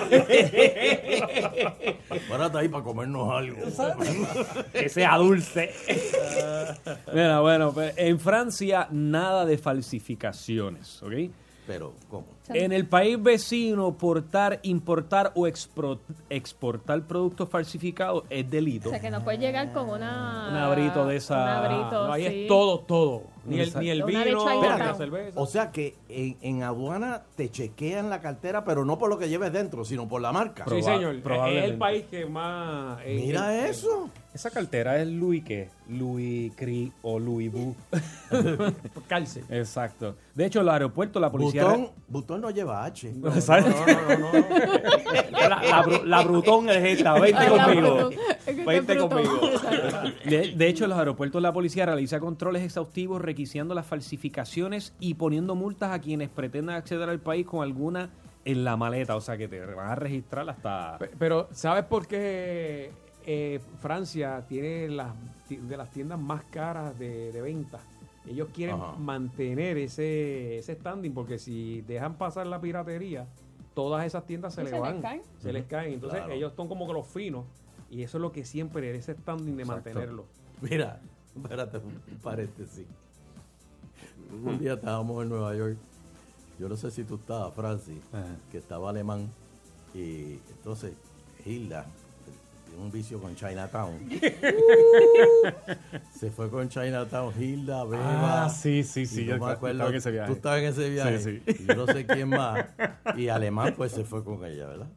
Párate ahí para comernos algo. Que sea dulce. Eh, Mira, bueno, pues, en Francia nada de falsificaciones, ¿ok? Pero, ¿cómo? En el país vecino, portar, importar o expro- exportar productos falsificados es delito. O sea, que no puedes llegar con una... Un abrito de esa- Un abrito, No, ahí es sí. todo, todo. Ni el- ni el Una vino, leche Espérate, agotada. O sea que en, en aduana te chequean la cartera, pero no por lo que lleves dentro, sino por la marca. Sí, señor. Es el probablemente. país que más. eh, Mira eh, eso. Esa cartera es Louis qué? Louis Cri o Louis Bu. Calce. Exacto. De hecho, en los aeropuertos la policía... Butón, butón no lleva H. ¿Sabes? La- la bru- la brutón es esta, vente Ay, la conmigo. brutón. Es que esto Vente es conmigo. brutón. De, de hecho, en los aeropuertos la policía realiza controles exhaustivos requisiando las falsificaciones y poniendo multas a quienes pretendan acceder al país con alguna en la maleta. O sea, que te van a registrar hasta... Pero, ¿sabes por qué eh, Francia tiene las ti- de las tiendas más caras de, de venta? Ellos quieren Ajá. mantener ese, ese standing porque si dejan pasar la piratería, todas esas tiendas se, Sí, les se les van. caen. Se les caen. Entonces, Claro. ellos son como que los finos. Y eso es lo que siempre era ese standing de Exacto. mantenerlo. Mira, espérate un paréntesis. Un día estábamos en Nueva York. Yo no sé si tú estabas, Francis, que estaba alemán. Y entonces, Hilda tiene un vicio con Chinatown. Se fue con Chinatown, Hilda, Beba. Ah, sí, sí, sí, yo y Yo me estaba acuerdo. en ese viaje. Tú estabas en ese viaje. Sí, sí. Y yo no sé quién más. Y Alemán, pues se fue con ella, ¿verdad?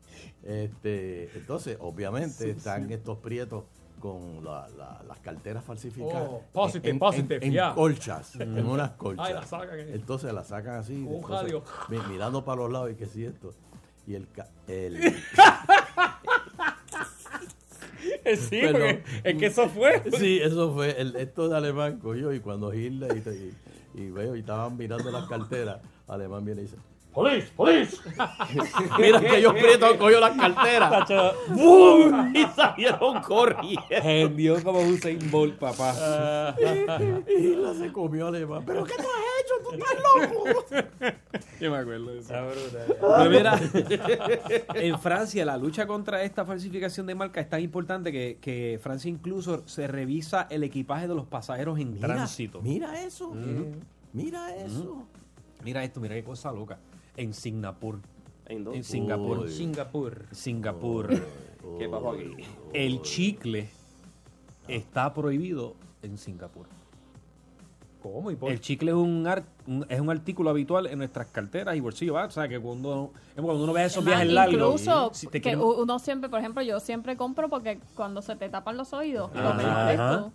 Este, entonces, obviamente, Sí, están sí. estos prietos con la- la- las carteras falsificadas. Oh, en- positive, en, positive, en- en ya. colchas, Mm. en unas colchas. Ay, la sacan ahí. Entonces la sacan así. Con un entonces, radio. mi- mirando para los lados y que sí esto. Y el... ca- el Sí, Perdón. porque es que eso fue. Sí, eso fue. El, esto de Alemán cogió y cuando Hilda y, y- y veo y estaban mirando las carteras, Alemán viene y dice, ¡Police, police! Mira que ellos prietos cogió las carteras. Tacho. ¡Bum! Y salieron corriendo. Genio como Usain Bolt, papá. Ah. Y Hilda se comió a Alemán. ¿Pero qué tú has hecho? ¡Tú estás loco! Yo me acuerdo de eso. Ah. Pero mira, en Francia la lucha contra esta falsificación de marca es tan importante que, que Francia incluso se revisa el equipaje de los pasajeros en Mira, tránsito. mira eso. Ujú. Mira eso. Mira esto, mira qué cosa loca. En Singapur. ¿En dónde? Singapur. Uy. Singapur. Singapur. ¿Qué pasó aquí? El chicle está prohibido en Singapur. ¿Cómo y por El chicle es un, ar- un- es un artículo habitual en nuestras carteras y bolsillos. ¿verdad? O sea, que cuando, cuando uno ve esos Ah, viajes largos. Incluso si te que quieren- u- uno siempre, por ejemplo, yo siempre compro porque cuando se te tapan los oídos, lo Ajá. mejor es tú.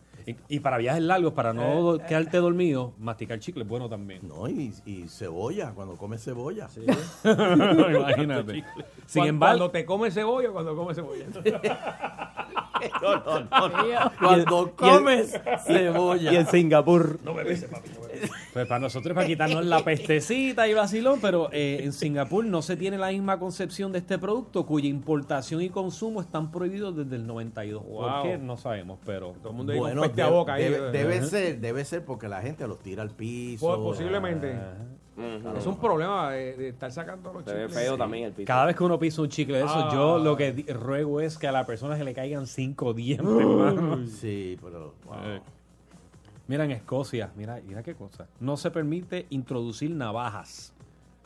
Y, y para viajes largos, para no Eh, do- quedarte dormido, masticar chicle es bueno también. No, y, y cebolla, cuando comes cebolla. Imagínate. Sin Cuando- embargo, Cuando te come cebolla o cuando come cebolla. Cuando comes cebolla. y en Singapur. No me beses, papi. No me beses. Pues para nosotros, para quitarnos la pestecita y vacilón, pero eh, en Singapur no se tiene la misma concepción de este producto, cuya importación y consumo están prohibidos desde el 92. ¿Por Wow. qué? No sabemos, pero. Todo el Bueno, peste a de- boca ahí. eh. debe, debe Ajá. ser, debe ser porque la gente los tira al piso. Pues, posiblemente. Ajá. Es un problema de, de estar sacando los Se ve chicles. feo también el piso. Cada vez que uno pisa un chicle de eso, Ah. yo lo que di- ruego es que a la persona se le caigan cinco dientes, hermano. Sí, pero. Eh. Mira en Escocia, mira, mira qué cosa. No se permite introducir navajas.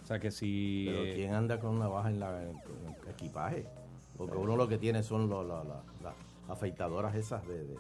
O sea que si. Pero ¿quién anda con navaja en, la, en- en el equipaje? Porque uno lo que tiene son lo- la- la- las afeitadoras esas de. de-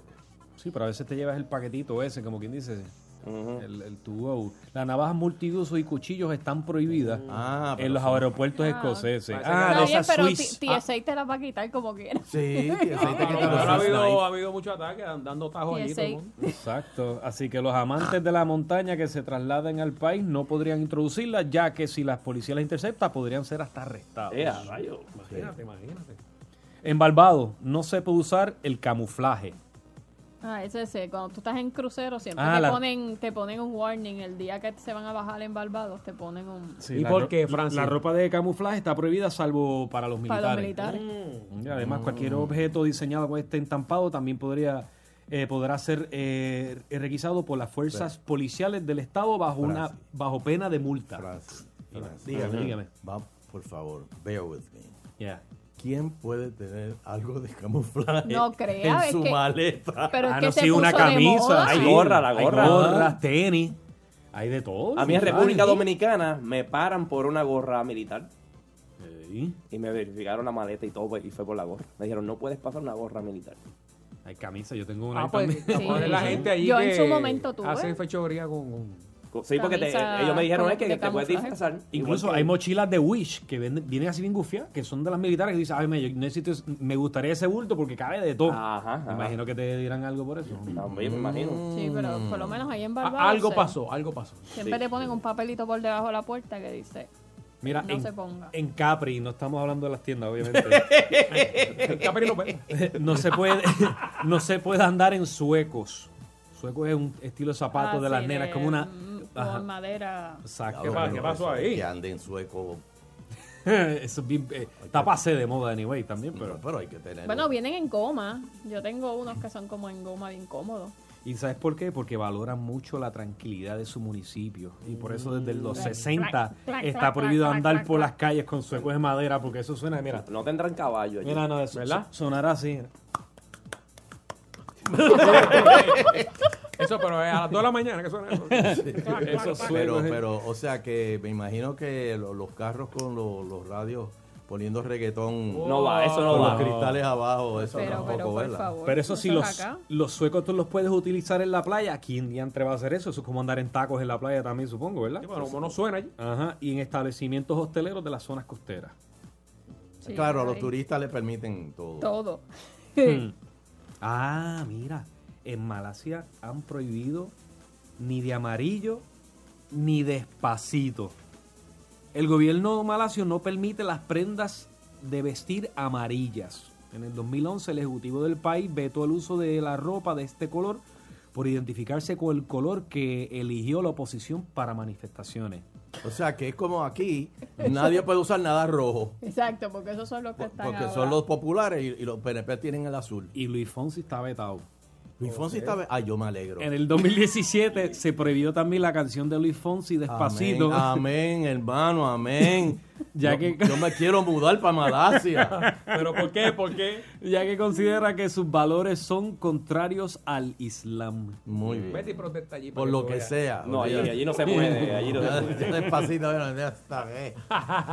Sí, pero a veces te llevas el paquetito ese, como quien dice. El, el to go. Las navajas multiuso y cuchillos están prohibidas pero en los son- aeropuertos escoceses. parece Ah, Está de bien, esas pero Swiss. ti- TSA te la va a quitar como quieras. Sí, Ahora ha habido, ha habido muchos ataques dan- dando tajos allí. todo el mundo. Exacto. Así que los amantes de la montaña que se trasladen al país no podrían introducirlas, ya que si las policías las interceptan, podrían ser hasta arrestados. Eh, Ea, rayo. Imagínate, imagínate. En Barbados no se puede usar el camuflaje. Ah, ese es Cuando tú estás en crucero, siempre Ah, te, la- ponen, te ponen un warning. El día que se van a bajar en Barbados, te ponen un. La ro- La ropa de camuflaje está prohibida salvo para los militares. Para los militares. Y además, cualquier objeto diseñado con este entampado también podría eh, podrá ser eh, requisado por las fuerzas policiales del Estado bajo una bajo pena de multa. Dígame, Ajá. Ah. dígame. Va, por favor, bear with me. Yeah. ¿Quién puede tener algo de camuflaje No crea, en es su que- maleta? pero es Ah, que no, se sí, una puso de camisa. moda. sí. Hay gorra, la Hay gorra. gorras, tenis. Hay de todo. A mí en ¿sabes? República Dominicana me paran por una gorra militar. Y me verificaron la maleta y todo, pues, y fue por la gorra. Me dijeron, no puedes pasar una gorra militar. Hay camisa, yo tengo Ah, pues, pues, la gente ahí Yo en que su momento tuve. Hace fechoría con... con- Sí, porque te- Camisa ellos me dijeron con- es que de te puedes camuflaje. disfrazar. Incluso Igual que- hay mochilas de Wish que venden- vienen así bien gufiadas, que son de las militares que dicen, ay, me, yo necesito, es- me gustaría ese bulto porque cabe de todo. Me imagino que te dirán algo por eso. Mm. También me Mm. imagino. Sí, pero por lo menos ahí en Barbados. algo se- pasó, algo pasó. Siempre te ponen un papelito por debajo de la puerta que dice, Mira, no en, se ponga. en Capri, no estamos hablando de las tiendas, obviamente. no se puede, no se puede andar en suecos. Sueco es un estilo de zapato Ah, de las sí, nenas, de- como una. mm, Ajá. Con madera. Exacto. Diablo, pero eso, Que Eso ande en sueco. es bien, eh, está pasé de moda, anyway, también, pero. Pero hay que tener. Bueno, vienen en goma. Yo tengo unos que son como en goma bien cómodos. ¿Y sabes por qué? Porque valoran mucho la tranquilidad de su municipio. Y por eso desde los Clac, 60 clac, clac, está clac, prohibido clac, andar clac, por clac. las calles con suecos de madera, porque eso suena, mira. No tendrán caballo allí. Mira, no, eso, ¿Verdad? sonará así. Eso, pero es a las 2 de la mañana que suena eso. Eso pero, ¿eh? suena. pero, o sea que me imagino que lo- los carros con lo- los radios poniendo reggaetón. No va, eso no con va. Los cristales abajo, eso Pero, tampoco, pero, por ¿verdad? favor. Pero eso sí, Eso es los, acá. los suecos tú los puedes utilizar en la playa. ¿Quién diantre va a hacer eso? Eso es como andar en tacos en la playa también, supongo, ¿verdad? bueno, como no suena allí. Ajá, y en establecimientos hosteleros de las zonas costeras. Sí, claro, a los ahí. turistas les permiten todo. Todo. Hmm. Ah, mira, en Malasia han prohibido ni de amarillo ni despacito. El gobierno malasio no permite las prendas de vestir amarillas. En el 2011 el ejecutivo del país vetó el uso de la ropa de este color por identificarse con el color que eligió la oposición para manifestaciones. O sea que es como aquí, nadie puede usar nada rojo. Exacto, porque esos son los que están Porque ahora. son los populares y, y los PNP tienen el azul. Y Luis Fonsi está vetado. Luis Fonsi está vetado. Ah, yo me alegro. En el 2017 se prohibió también la canción de Luis Fonsi, Despacito. Amén, amén, hermano, amén. Ya yo, que- yo me quiero mudar para Malasia. ¿Pero por qué? ¿Por qué? Ya que considera que sus valores son contrarios al Islam. Muy Vete y protesta allí. Por para lo tú que veas. sea. No, allí- allí no se puede, allí no se puede. Despacito, bueno, ya está bien.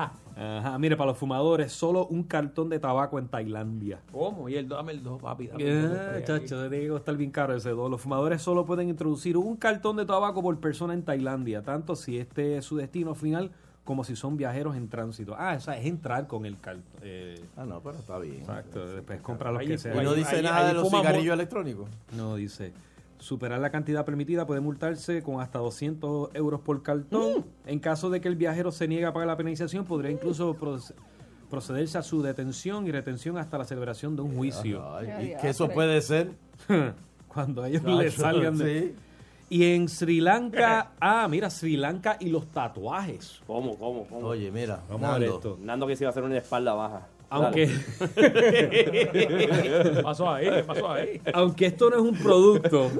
Ajá, mire, para los fumadores, solo un cartón de tabaco en Tailandia. ¿Cómo? Y el dame el 2, papi. dame el dos, Ah, estoy aquí. chacho, tiene que costar bien caro ese dos. Los fumadores solo pueden introducir un cartón de tabaco por persona en Tailandia, tanto si este es su destino final como si son viajeros en tránsito. Ah, o sea, es entrar con el cartón. Ah, no, pero está bien. Exacto, después comprar los Ahí- que sea. y no dice nada de los cigarrillos electrónicos. No dice. Superar la cantidad permitida puede multarse con hasta 200 euros por cartón. Mm. En caso de que el viajero se niegue a pagar la penalización, podría incluso proce- procederse a su detención y retención hasta la celebración de un juicio. Ay, Ah, ¿y qué eso puede ser? Cuando a ellos le Chacho, salgan de... sí. Y en Sri Lanka, ah, mira, Sri Lanka y los tatuajes. ¿Cómo, cómo, cómo? Oye, mira, Vamos a ver Nando. esto. Nando que se iba a hacer una espalda baja. Aunque- Dale. pasó ahí? ¿Qué pasó ahí? Aunque esto no es un producto,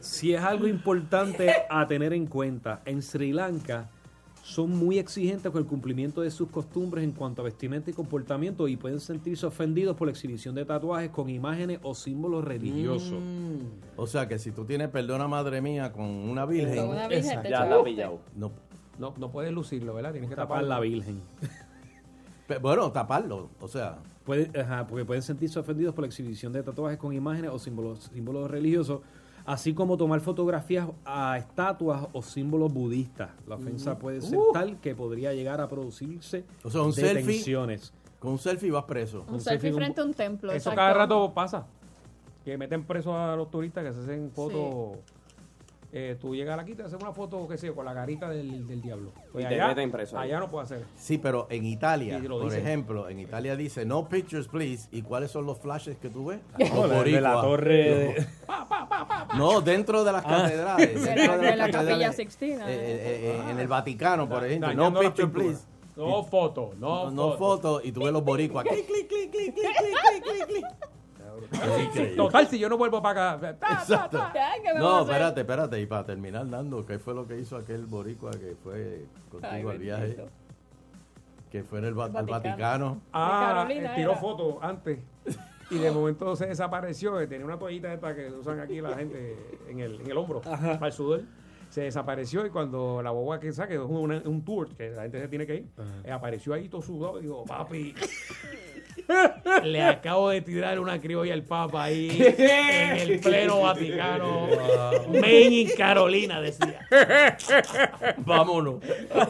si es algo importante a tener en cuenta, en Sri Lanka son muy exigentes con el cumplimiento de sus costumbres en cuanto a vestimenta y comportamiento y pueden sentirse ofendidos por la exhibición de tatuajes con imágenes o símbolos religiosos. Mm. O sea que si tú tienes perdona madre mía con una virgen, Con una virgen te ya echaste. la pillado. No, No, no puedes lucirlo, ¿verdad? Tienes que Tapar tapar la virgen. pe- bueno, taparlo, o sea, Puede- ajá, porque pueden sentirse ofendidos por la exhibición de tatuajes con imágenes o símbolos, símbolos religiosos, así como tomar fotografías a estatuas o símbolos budistas. La ofensa Mm. puede ser Uh. tal que podría llegar a producirse o sea, un detenciones. selfie. Con un selfie vas preso. Un selfie frente a un templo. Eso exacto. cada rato pasa. Que meten presos a los turistas que se hacen fotos. Eh, tú llegas aquí y te hacen una foto, qué sé yo, con la garita del, del diablo. Pues Y te allá, meten preso. allá no puedo hacer. Sí, pero en Italia, Y lo por dicen. ejemplo, en Italia dice no pictures please. ¿Y cuáles son los flashes que tú ves? Ah, Los Los de- de la boricuas. torre No, dentro de las Ah. catedrales. De la- dentro de la catedrales. Capilla Sixtina. Eh, eh, eh, Ah. en el Vaticano, por ejemplo. No dañando las pictures please. pinturas. No foto, no, No foto. Y tú ves los boricuas. Clic, clic, clic, clic, clic, clic, clic, clic. Total, si yo no vuelvo para acá. ta, ta, Exacto. ta. No, espérate, espérate. Y para terminar, Nando, ¿qué fue lo que hizo aquel boricua que fue contigo al eh. viaje? bendito. Que fue en el, Va- al Vaticano. Vaticano. Ah, Carolina eh, tiró era. fotos antes. Y de momento se desapareció. eh, Tenía una toallita esta que usan aquí la gente en el, en el hombro. Para el sudor. se desapareció y cuando la boba que saque es una- un tour que la gente se tiene que ir, eh, apareció ahí todo sudado y dijo, papi, le acabo de tirar una criolla al papa ahí en el pleno Vaticano. Maine in Carolina decía. Vámonos.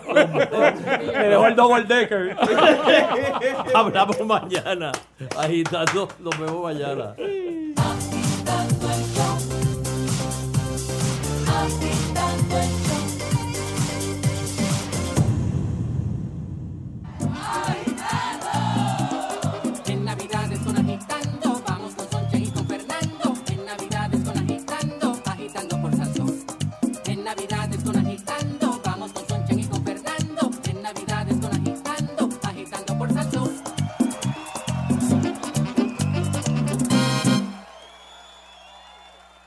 Me dejó el double decker. Hablamos mañana. Agitando, nos vemos mañana. Agitando el show. Agitando